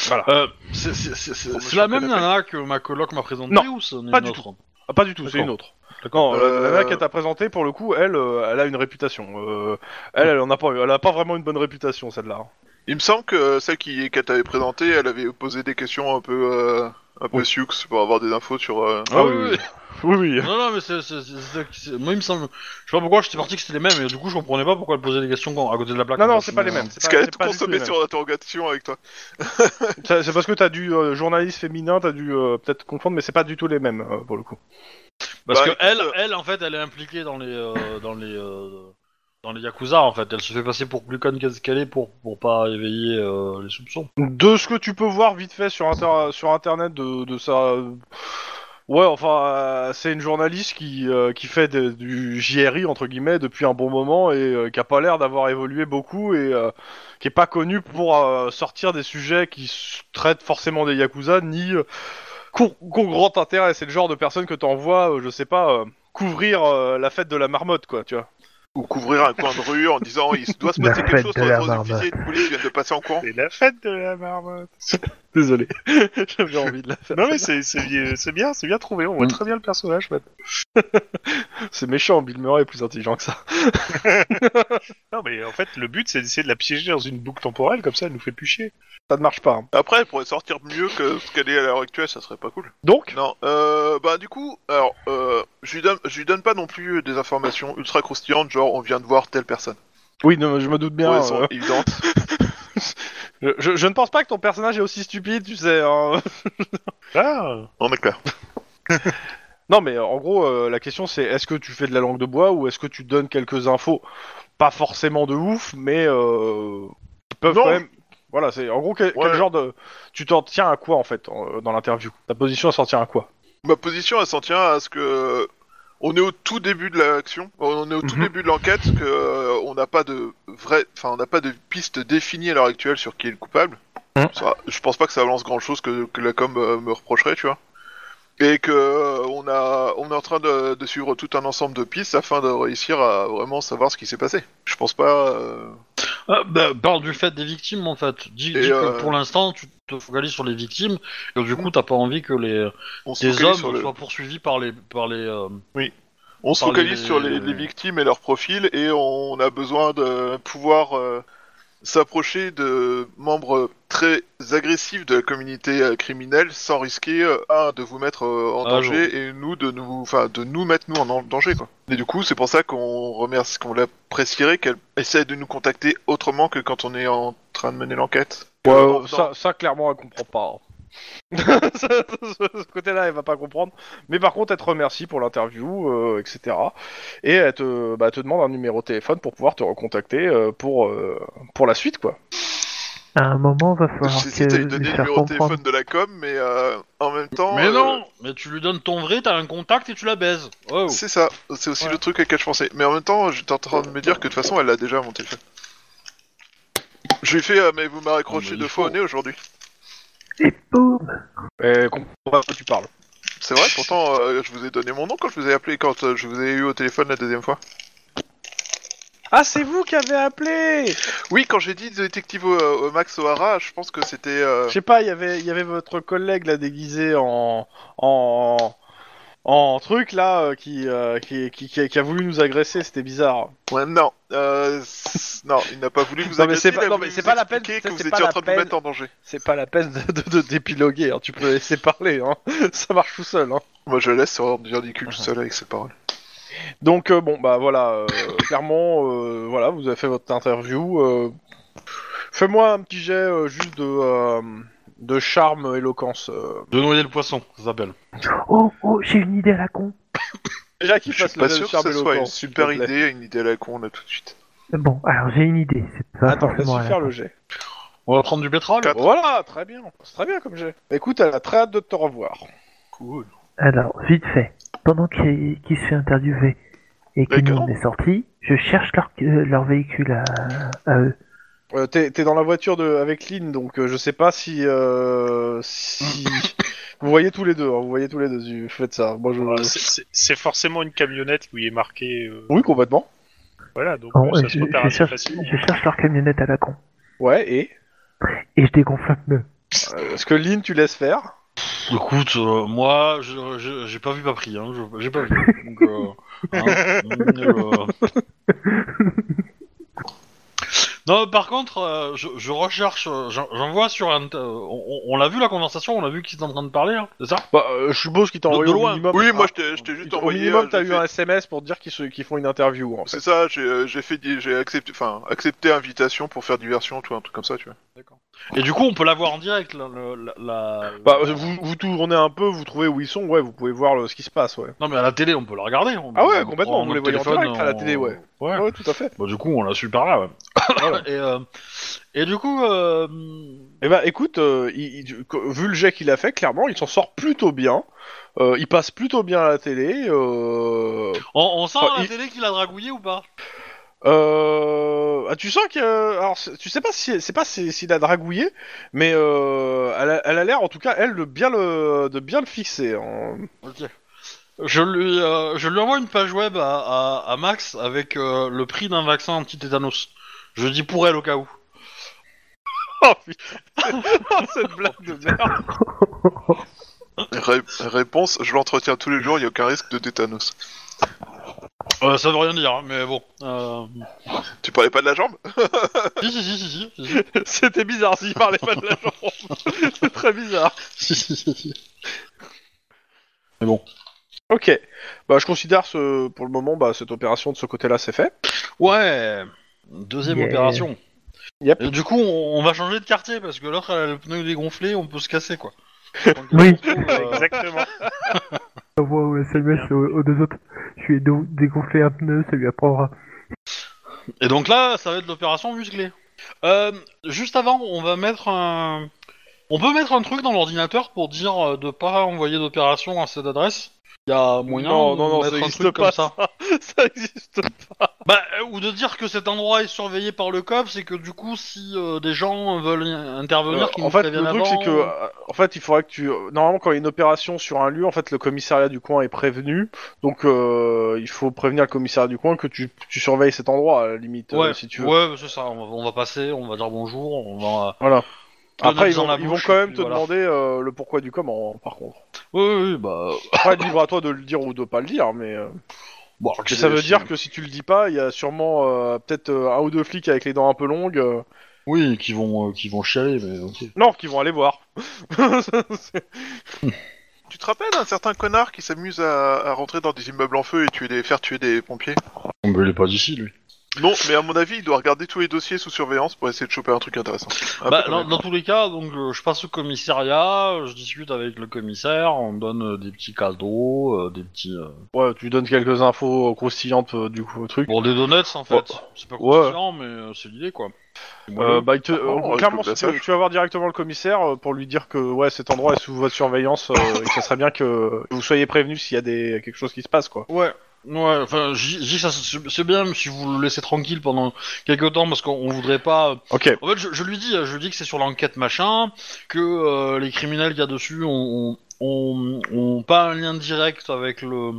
Speaker 1: Voilà,
Speaker 4: Euh, c'est- c'est- c'est- c'est- c'est la même nana que ma coloc m'a présentée
Speaker 1: Non,
Speaker 4: ou c'en est
Speaker 1: pas
Speaker 4: une
Speaker 1: du
Speaker 4: autre
Speaker 1: Ah, pas du tout, c'est
Speaker 4: D'accord.
Speaker 1: une autre. Non, la-
Speaker 3: Euh,
Speaker 1: la nana qu'elle t'a présentée, pour le coup, elle, euh, elle a une réputation. Euh, elle, elle en a pas, eu- elle a pas vraiment une bonne réputation celle-là. hein.
Speaker 3: il me semble que euh, celle qui qu'elle t'avait présentée, elle avait posé des questions un peu euh, un peu sioux pour avoir des infos sur. euh,
Speaker 1: Ah oui, oui. Oui, oui.
Speaker 4: Non, non, mais c'est. c'est- c'est- c'est- c'est- Moi, il me semble. Je sais pas pourquoi j'étais parti que c'était les mêmes, et du coup, je comprenais pas pourquoi elle posait des questions quand- à côté de la plaque.
Speaker 1: Non, non,
Speaker 4: Moi,
Speaker 1: c'est
Speaker 4: je-
Speaker 1: pas les mêmes. c'est
Speaker 3: Parce
Speaker 1: pas-
Speaker 3: qu'elle a
Speaker 1: c'est
Speaker 3: tout
Speaker 1: pas du tout les
Speaker 3: consommé
Speaker 1: mêmes.
Speaker 3: sur l'interrogation avec toi.
Speaker 1: Ça, C'est parce que t'as du euh, journaliste féminin, t'as dû euh, peut-être confondre, mais c'est pas du tout les mêmes euh, pour le coup.
Speaker 4: Parce
Speaker 3: Bah,
Speaker 4: que
Speaker 3: écoute,
Speaker 4: elle,
Speaker 3: euh,
Speaker 4: elle, en fait, elle est impliquée dans les. euh, dans les. euh, dans les Yakuza, en fait. Elle se fait passer pour plus conne qu'elle qu'elle est pour, pour pas éveiller euh, les soupçons.
Speaker 1: De ce que tu peux voir vite fait sur, inter- sur internet de, de ça. euh, Ouais, enfin, euh, c'est une journaliste qui, euh, qui fait des- du JRI entre guillemets depuis un bon moment et euh, qui a pas l'air d'avoir évolué beaucoup et euh, qui est pas connue pour euh, sortir des sujets qui s- traitent forcément des yakuza ni euh, qu'ont- qu'ont grand intérêt. C'est le genre de personne que t'envoies, euh, je sais pas, euh, couvrir euh, la fête de la marmotte, quoi, tu vois.
Speaker 3: Ou couvrir un coin de rue en disant il doit se
Speaker 5: La
Speaker 3: passer quelque
Speaker 5: fête
Speaker 3: chose
Speaker 5: de
Speaker 3: pour les
Speaker 5: la
Speaker 3: trois
Speaker 5: barbe.
Speaker 3: officiers de police qui viennent de passer en courant.
Speaker 2: C'est la fête de la marmotte.
Speaker 1: Désolé, j'avais envie de la faire.
Speaker 2: Non mais c'est c'est bien, c'est bien, c'est bien trouvé. On voit
Speaker 4: Mm.
Speaker 2: très bien le personnage. maintenant.
Speaker 1: C'est méchant, Bill Murray est plus intelligent que ça.
Speaker 2: Non mais en fait, le but c'est d'essayer de la piéger dans une boucle temporelle comme ça, elle nous fait plus chier.
Speaker 1: Ça ne marche pas. hein.
Speaker 3: Après, elle pourrait sortir mieux que ce qu'elle est à l'heure actuelle, ça serait pas cool.
Speaker 1: Donc,
Speaker 3: Non, euh, bah du coup, alors, euh, je lui donne, je lui donne pas non plus des informations ultra croustillantes, genre on vient de voir telle personne.
Speaker 1: oui, non, je me doute bien.
Speaker 3: Ouais, elles sont
Speaker 1: euh,
Speaker 3: évidentes.
Speaker 1: je, je- je ne pense pas que ton personnage est aussi stupide, tu sais. hein.
Speaker 2: Ah,
Speaker 3: On est clair.
Speaker 1: Non, mais euh, en gros, euh, la question c'est est-ce que tu fais de la langue de bois ou est-ce que tu donnes quelques infos Pas forcément de ouf, mais euh, qui peuvent
Speaker 3: Non.
Speaker 1: quand même. Voilà, c'est en gros quel, quel
Speaker 3: Ouais.
Speaker 1: genre de. Tu t'en tiens à quoi en fait en- dans l'interview Ta position elle s'en tient à quoi
Speaker 3: Ma position, elle s'en tient à ce que on est au tout début de l'action, on est au tout
Speaker 1: Mhm.
Speaker 3: début de l'enquête, que euh, on n'a pas de vrai, enfin on n'a pas de piste définie à l'heure actuelle sur qui est le coupable.
Speaker 1: Mhm.
Speaker 3: Ça- je pense pas que ça lance grand chose que, que la com euh, me reprocherait, tu vois. Et que euh, on a, on est en train de, de suivre tout un ensemble de pistes afin de réussir à vraiment savoir ce qui s'est passé. Je pense pas. euh,
Speaker 4: Ah, bah, parle du fait des victimes en fait. Dis,
Speaker 3: Et,
Speaker 4: dis que
Speaker 3: euh,
Speaker 4: pour l'instant tu te focalises sur les victimes et du coup t'as pas envie que les
Speaker 3: on se
Speaker 4: des
Speaker 3: focalise
Speaker 4: hommes
Speaker 3: sur le-
Speaker 4: soient poursuivis par les par les. euh,
Speaker 3: On se
Speaker 4: Par
Speaker 3: focalise
Speaker 4: les-
Speaker 3: sur les, les victimes et leur profil et on a besoin de pouvoir euh, s'approcher de membres très agressifs de la communauté euh, criminelle sans risquer euh, un de vous mettre euh, en
Speaker 4: Ah,
Speaker 3: danger et nous de nous enfin de nous mettre nous en en danger quoi. Et du coup c'est pour ça qu'on remercie qu'on l'apprécierait qu'elle essaie de nous contacter autrement que quand on est en train de mener l'enquête.
Speaker 1: Euh,
Speaker 3: Non.
Speaker 1: ça, ça, clairement, elle comprend pas. hein. Ça, ce ce côté-là, elle va pas comprendre. Mais par contre, elle te remercie pour l'interview, euh, etc. Et elle te, bah, elle te demande un numéro de téléphone pour pouvoir te recontacter euh, pour, euh, pour la suite, quoi.
Speaker 5: À un moment, va falloir
Speaker 3: J'hésite à lui
Speaker 5: que
Speaker 3: donner
Speaker 5: lui
Speaker 3: le
Speaker 5: faire
Speaker 3: numéro de
Speaker 5: comprendre.
Speaker 3: téléphone de la com mais euh, en même temps
Speaker 4: Mais
Speaker 3: euh,
Speaker 4: non, mais tu lui donnes ton vrai, t'as un contact et tu la baises. Oh.
Speaker 3: C'est ça, c'est aussi
Speaker 4: Ouais.
Speaker 3: le truc auquel je pensais. Mais en même temps, j'étais en train de me dire que de toute façon, elle l'a déjà mon téléphone. Je lui ai fait, euh, mais vous m'avez accroché
Speaker 4: mais il
Speaker 3: deux fois au
Speaker 4: faut.
Speaker 3: nez aujourd'hui.
Speaker 5: Et boum
Speaker 1: Et comprend pas de quoi tu parles.
Speaker 3: C'est vrai, pourtant, euh, je vous ai donné mon nom quand je vous ai appelé, quand euh, je vous ai eu au téléphone la deuxième fois.
Speaker 2: Ah, c'est vous qui avez appelé
Speaker 3: Oui, quand j'ai dit détective euh, euh, Max O'Hara, je pense que c'était. euh,
Speaker 1: Je sais pas, il y avait- il y avait votre collègue là déguisé en en en truc là euh, qui, euh, qui, qui qui qui a voulu nous agresser, c'était bizarre.
Speaker 3: ouais, non, euh, c- non, il n'a pas voulu vous
Speaker 1: Non, mais c'est
Speaker 3: agresser. il a
Speaker 1: pas- non,
Speaker 3: voulu
Speaker 1: mais c'est
Speaker 3: vous
Speaker 1: pas la peine,
Speaker 3: expliquer
Speaker 1: ça,
Speaker 3: que vous
Speaker 1: c'est
Speaker 3: étiez
Speaker 1: pas
Speaker 3: en
Speaker 1: la
Speaker 3: train de vous
Speaker 1: peine.
Speaker 3: mettre en danger.
Speaker 1: C'est pas la peine de, de, de d'épiloguer, hein, tu peux laisser parler, hein. ça marche tout seul. Hein.
Speaker 3: Moi, je laisse euh, sur du ridicule tout seul avec ses paroles.
Speaker 1: Donc euh, bon bah voilà, euh, clairement euh, voilà, vous avez fait votre interview. euh, Fais-moi un petit jet euh, juste de euh, de charme éloquence. euh.
Speaker 4: De noyer le poisson, ça s'appelle.
Speaker 5: Oh, oh, j'ai une idée à la con.
Speaker 1: Déjà qu'il
Speaker 3: Je
Speaker 1: fasse
Speaker 3: suis
Speaker 1: le
Speaker 3: pas
Speaker 1: jet de
Speaker 3: sûr que
Speaker 1: charme
Speaker 3: ce soit une
Speaker 1: éloquence, s'il te
Speaker 3: super
Speaker 1: plaît.
Speaker 3: idée, une idée à la con là tout de suite.
Speaker 5: Bon, alors j'ai une idée. C'est pas
Speaker 1: Attends,
Speaker 5: forcément à
Speaker 1: laisse-lui
Speaker 5: la
Speaker 1: faire
Speaker 5: con.
Speaker 1: le jet.
Speaker 4: On va prendre du pétrole
Speaker 3: Quatre.
Speaker 1: Voilà, très bien, c'est très bien comme jet. Écoute, elle a très hâte de te revoir.
Speaker 3: Cool.
Speaker 5: Alors, vite fait, pendant qu'il qu'il se fait interviewer et que nous
Speaker 3: D'accord.
Speaker 5: on est sortis, je cherche leur, euh, leur véhicule à, à eux.
Speaker 1: Euh, T'es t'es dans la voiture de avec Lynn, donc euh, je sais pas si euh, si vous voyez tous les deux, hein, vous voyez tous les deux, vous faites ça. Moi je
Speaker 2: Voilà, c'est- c'est- C'est forcément une camionnette qui lui est marquée. euh,
Speaker 1: oui complètement.
Speaker 2: Voilà, donc
Speaker 1: Ah,
Speaker 5: Bon,
Speaker 2: euh,
Speaker 5: euh,
Speaker 2: ça
Speaker 5: je,
Speaker 2: se
Speaker 5: je
Speaker 2: repère assez
Speaker 5: cherche,
Speaker 2: facilement.
Speaker 5: je cherche leur camionnette à la con.
Speaker 1: Ouais et
Speaker 5: Et je dégonfle un pneu.
Speaker 1: euh, est-ce que Lynn tu laisses faire?
Speaker 4: Écoute, euh, moi, je- je- j'ai pas vu pas pris, hein, je- j'ai pas vu. Donc, euh, hein, euh. Non, par contre, euh, je, je recherche, euh, j'en j'en vois sur un. t- euh, on on l'a vu la conversation, on a vu qu'ils étaient en train de parler, hein, c'est ça
Speaker 1: Bah, euh, je suppose qu'il t'a
Speaker 4: De-
Speaker 1: envoyé
Speaker 4: de
Speaker 1: au
Speaker 4: loin.
Speaker 1: minimum. Ah.
Speaker 3: Oui, moi, je t'ai- je t'ai juste
Speaker 1: au
Speaker 3: envoyé.
Speaker 1: minimum,
Speaker 3: euh,
Speaker 1: t'as
Speaker 3: j'ai
Speaker 1: eu
Speaker 3: fait-
Speaker 1: un SMS pour dire qu'ils se- qu'ils font une interview. En fait.
Speaker 3: C'est ça, j'ai euh, j'ai fait, des- j'ai accepté, enfin, accepté invitation pour faire diversion, tout un truc comme ça, tu vois.
Speaker 4: Et du coup, on peut la voir en direct, la. la- la-
Speaker 1: Bah, euh, vous, vous tournez un peu, vous trouvez où ils sont, ouais, vous pouvez voir le- ce qui se passe, ouais.
Speaker 4: Non, mais à la télé, on peut la regarder. on-
Speaker 1: Ah ouais,
Speaker 4: on
Speaker 1: complètement,
Speaker 4: prend
Speaker 1: vous les
Speaker 4: notre
Speaker 1: voyez en
Speaker 4: téléphone,
Speaker 1: direct à la
Speaker 4: on-
Speaker 1: télé, ouais. Ah
Speaker 4: Ouais.
Speaker 1: Ouais, tout à fait.
Speaker 4: Bah, du coup, on l'a su par là, ouais. et, euh, et du coup, euh,
Speaker 1: Et bah, écoute, euh, il- il- que- vu le jet qu'il a fait, clairement, il s'en sort plutôt bien. Euh, il passe plutôt bien à la télé. Euh...
Speaker 4: on, on sent
Speaker 1: Enfin,
Speaker 4: à la
Speaker 1: il-
Speaker 4: télé qu'il a dragouillé ou pas
Speaker 1: Euh... ah, tu sens que, euh, alors, c'est- tu sais pas si, c'est pas si- s'il a dragouillé, mais euh, elle a- elle a l'air, en tout cas, elle de bien le, de bien le fixer. hein.
Speaker 4: Ok. Je lui, euh, je lui envoie une page web à, à- à Max avec euh, le prix d'un vaccin anti-tétanos. Je dis pour elle au cas où.
Speaker 1: Oh putain Oh, Cette blague de merde
Speaker 3: Ré- réponse, je l'entretiens tous les jours, il n'y a aucun risque de tétanos.
Speaker 4: Euh, ça veut rien dire, hein, mais bon. Euh...
Speaker 3: Tu parlais pas de la jambe
Speaker 4: si, si, si, si, si, si,
Speaker 1: C'était bizarre s'il parlait pas de la jambe C'est très bizarre
Speaker 4: si, si, si, si.
Speaker 1: Ok, bah je considère ce, pour le moment bah, cette opération de ce côté-là c'est fait.
Speaker 4: Ouais. Deuxième
Speaker 5: Yeah.
Speaker 4: opération.
Speaker 1: Yep.
Speaker 4: Et du coup, on, on va changer de quartier parce que l'autre elle a le pneu dégonflé, on peut se casser quoi. Donc,
Speaker 5: Oui.
Speaker 4: on se retrouve, euh,
Speaker 2: Exactement.
Speaker 5: Envoie au SMS aux, aux deux autres. Je lui ai dé- dégonflé un pneu, ça lui apprendra.
Speaker 4: Et donc là, ça va être l'opération musclée. Euh, juste avant, on va mettre un. On peut mettre un truc dans l'ordinateur pour dire euh, de pas envoyer d'opération à cette adresse. Il y a moyen
Speaker 1: non,
Speaker 4: de
Speaker 1: non, non,
Speaker 4: mettre
Speaker 1: ça
Speaker 4: un
Speaker 1: existe
Speaker 4: truc comme
Speaker 1: pas
Speaker 4: ça.
Speaker 1: ça Ça existe
Speaker 4: Bah, euh, ou de dire que cet endroit est surveillé par le COPS et que du coup, si euh, des gens veulent y intervenir, qu'ils
Speaker 1: Euh, En
Speaker 4: nous
Speaker 1: fait le
Speaker 4: préviennent
Speaker 1: truc
Speaker 4: avant.
Speaker 1: c'est que, euh, en fait il faudrait que tu... Normalement quand il y a une opération sur un lieu, en fait le commissariat du coin est prévenu, donc euh, il faut prévenir le commissariat du coin que tu, tu surveilles cet endroit à la limite,
Speaker 4: Ouais,
Speaker 1: euh, si tu veux.
Speaker 4: ouais, c'est ça. On va, on va passer, on va dire bonjour, on va.
Speaker 1: Voilà.
Speaker 4: Donald
Speaker 1: Après ils
Speaker 4: dans
Speaker 1: vont,
Speaker 4: la
Speaker 1: ils vont
Speaker 4: bouche,
Speaker 1: quand
Speaker 4: et
Speaker 1: même
Speaker 4: puis
Speaker 1: te
Speaker 4: voilà.
Speaker 1: demander euh, le pourquoi du comment hein, par contre.
Speaker 4: Oui, oui, oui, bah.
Speaker 1: Après libre à toi de le dire ou de pas le dire, mais... euh,
Speaker 4: Bon,
Speaker 1: Et ça veut
Speaker 4: bah, c'est-
Speaker 1: dire que si tu le dis pas, il y a sûrement euh, peut-être euh, un ou deux flics avec les dents un peu longues. euh,
Speaker 4: Oui, qui vont, euh, qui vont chialer, mais ok.
Speaker 1: Non, qui vont aller voir.
Speaker 3: Tu te rappelles un certain connard qui s'amuse à, à rentrer dans des immeubles en feu et tuer des, faire tuer des pompiers
Speaker 4: Mais il est pas d'ici, lui.
Speaker 3: Non, mais à mon avis, il doit regarder tous les dossiers sous surveillance pour essayer de choper un truc intéressant. Un
Speaker 4: Bah,
Speaker 3: peu
Speaker 4: dans,
Speaker 3: comme
Speaker 4: dans tous les cas, donc euh, je passe au commissariat, euh, je discute avec le commissaire, on me donne euh, des petits cadeaux, euh, des petits euh,
Speaker 1: ouais, tu donnes quelques infos croustillantes euh, du coup au truc.
Speaker 4: bon des donuts en fait.
Speaker 1: Ouais.
Speaker 4: C'est pas
Speaker 1: Ouais.
Speaker 4: conscient, mais euh, c'est l'idée quoi. Et moi,
Speaker 1: Euh,
Speaker 4: le-
Speaker 1: bah, il te-
Speaker 3: Ah bon,
Speaker 1: euh, clairement,
Speaker 3: avec le
Speaker 1: si tu,
Speaker 3: passage.
Speaker 1: tu vas voir directement le commissaire euh, pour lui dire que ouais, cet endroit est sous votre surveillance euh, et que ça serait bien que vous soyez prévenu s'il y a des quelque chose qui se passe quoi.
Speaker 4: Ouais. Ouais, enfin, j- j- ça, c'est c'est bien si vous le laissez tranquille pendant quelques temps parce qu'on on voudrait pas.
Speaker 1: Ok.
Speaker 4: En hein, fait, je, je lui dis, euh, je lui dis que c'est sur l'enquête machin, que euh, les criminels qu'il y a dessus ont, ont- ont, ont pas un lien direct avec le,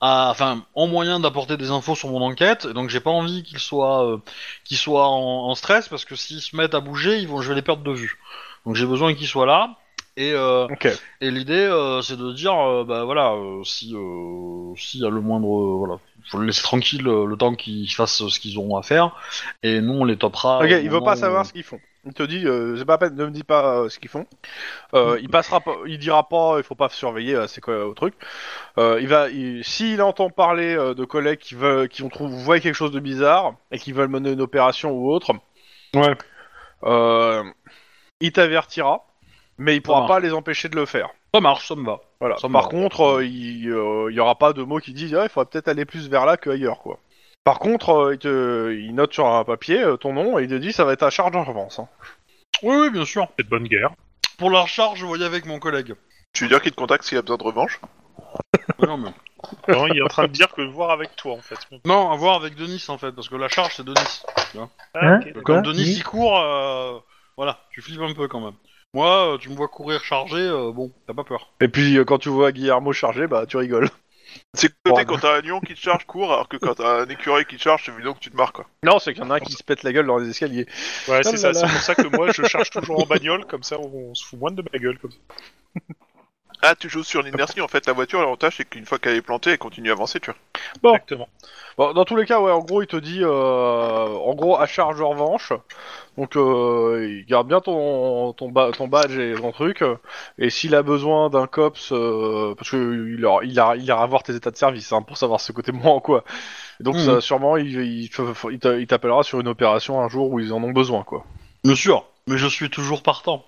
Speaker 4: à- enfin, en moyen d'apporter des infos sur mon enquête. Donc j'ai pas envie qu'ils soient, euh, qu'ils soient en, en stress parce que s'ils se mettent à bouger, ils vont, je vais les perdre de vue. Donc j'ai besoin qu'ils soient là. Et, euh,
Speaker 1: Ok.
Speaker 4: et l'idée, euh, c'est de dire, euh, bah voilà, euh, si euh, s'il y a le moindre, euh, voilà, faut le laisser tranquille euh, le temps qu'ils fassent euh, ce qu'ils auront à faire. Et nous, on les topera. au
Speaker 1: Ok, il veut
Speaker 4: moment
Speaker 1: pas
Speaker 4: où-
Speaker 1: savoir ce qu'ils font. Il te dit, euh, c'est pas la peine, ne me dis pas euh, ce qu'ils font. Euh, il passera pas, il dira pas, il faut pas surveiller, euh, c'est quoi au truc. Euh, il va, il- s'il entend parler euh, de collègues qui veulent, qui ont trouvé, voient quelque chose de bizarre et qui veulent mener une opération ou autre,
Speaker 2: Ouais.
Speaker 1: euh, il t'avertira, mais il pourra
Speaker 4: Ah.
Speaker 1: pas les empêcher de le faire.
Speaker 4: Ça marche, ça me va.
Speaker 1: Voilà.
Speaker 4: Ça me
Speaker 1: Par
Speaker 4: va.
Speaker 1: contre, euh, il euh, il y aura pas de mots qui disent, Ah, il faudrait peut-être aller plus vers là qu'ailleurs, quoi. Par contre, euh, il, te, il note sur un papier euh, ton nom et il te dit, ça va être à charge en revanche. hein.
Speaker 4: Oui, oui, bien sûr.
Speaker 2: C'est de bonne guerre.
Speaker 4: Pour la recharge, je voyais avec mon collègue.
Speaker 3: Tu veux dire qu'il te contacte s'il a besoin de revanche
Speaker 4: non, mais-
Speaker 2: Non, il est en train de dire que voir avec toi en fait.
Speaker 4: non, à voir avec Denis en fait, parce que la charge c'est Denis.
Speaker 5: Hein
Speaker 2: Ah, ok.
Speaker 5: Quoi
Speaker 4: Comme Denis il court, euh, voilà, tu flippes un peu quand même. Moi, euh, tu me vois courir chargé, euh, bon, t'as pas peur.
Speaker 1: Et puis euh, quand tu vois Guillermo charger, bah tu rigoles.
Speaker 3: C'est que côté
Speaker 1: Ouais.
Speaker 3: quand t'as un lion qui te charge, cours, alors que quand t'as un écureuil qui te charge, c'est évident que tu te marques. Quoi.
Speaker 1: Non, c'est qu'il y en a un qui se pète la gueule dans les escaliers.
Speaker 2: Ouais,
Speaker 1: Oh
Speaker 2: c'est
Speaker 1: là
Speaker 2: ça.
Speaker 1: là.
Speaker 2: C'est pour ça que moi, je charge toujours en bagnole, comme ça, on, on se fout moins de ma gueule. Comme ça.
Speaker 3: Ah, tu joues sur l'inertie, en fait, la voiture, l'avantage, c'est qu'une fois qu'elle est plantée, elle continue à avancer, tu vois.
Speaker 1: Bon.
Speaker 2: Exactement.
Speaker 1: Bon, dans tous les cas, ouais, en gros, il te dit, euh, en gros, à charge en revanche. Donc, euh, il garde bien ton ton, ba- ton badge et ton truc. euh, Et s'il a besoin d'un cops, euh, parce que il aura, il, aura, il ira voir tes états de service hein, pour savoir ce côté moins quoi. Donc,
Speaker 4: Mhm.
Speaker 1: ça, sûrement, il, il, te- il t'a- il t'appellera sur une opération un jour où ils en ont besoin, quoi.
Speaker 4: Bien sûr, mais je suis toujours partant.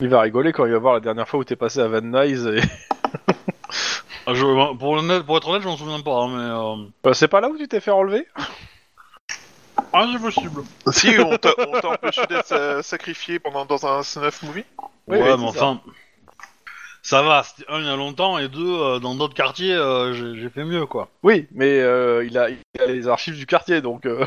Speaker 1: Il va rigoler quand il va voir la dernière fois où t'es passé à Van Nuys. Et...
Speaker 4: Ah, je- pour, honnête- pour être honnête, je m'en souviens pas, hein, mais.
Speaker 1: Euh, c'est pas là où tu t'es fait enlever
Speaker 4: euh, Ah, c'est possible.
Speaker 3: si, on t'a on t'a empêché d'être euh, sacrifié pendant dans un snuff movie
Speaker 1: Oui,
Speaker 4: ouais,
Speaker 1: oui,
Speaker 4: mais
Speaker 1: c'est ça.
Speaker 4: enfin. Ça va, c'était un il y a longtemps, et deux, euh, dans d'autres quartiers, euh, j'ai j'ai fait mieux, quoi.
Speaker 1: Oui, mais euh, il, a, il a les archives du quartier, donc... euh,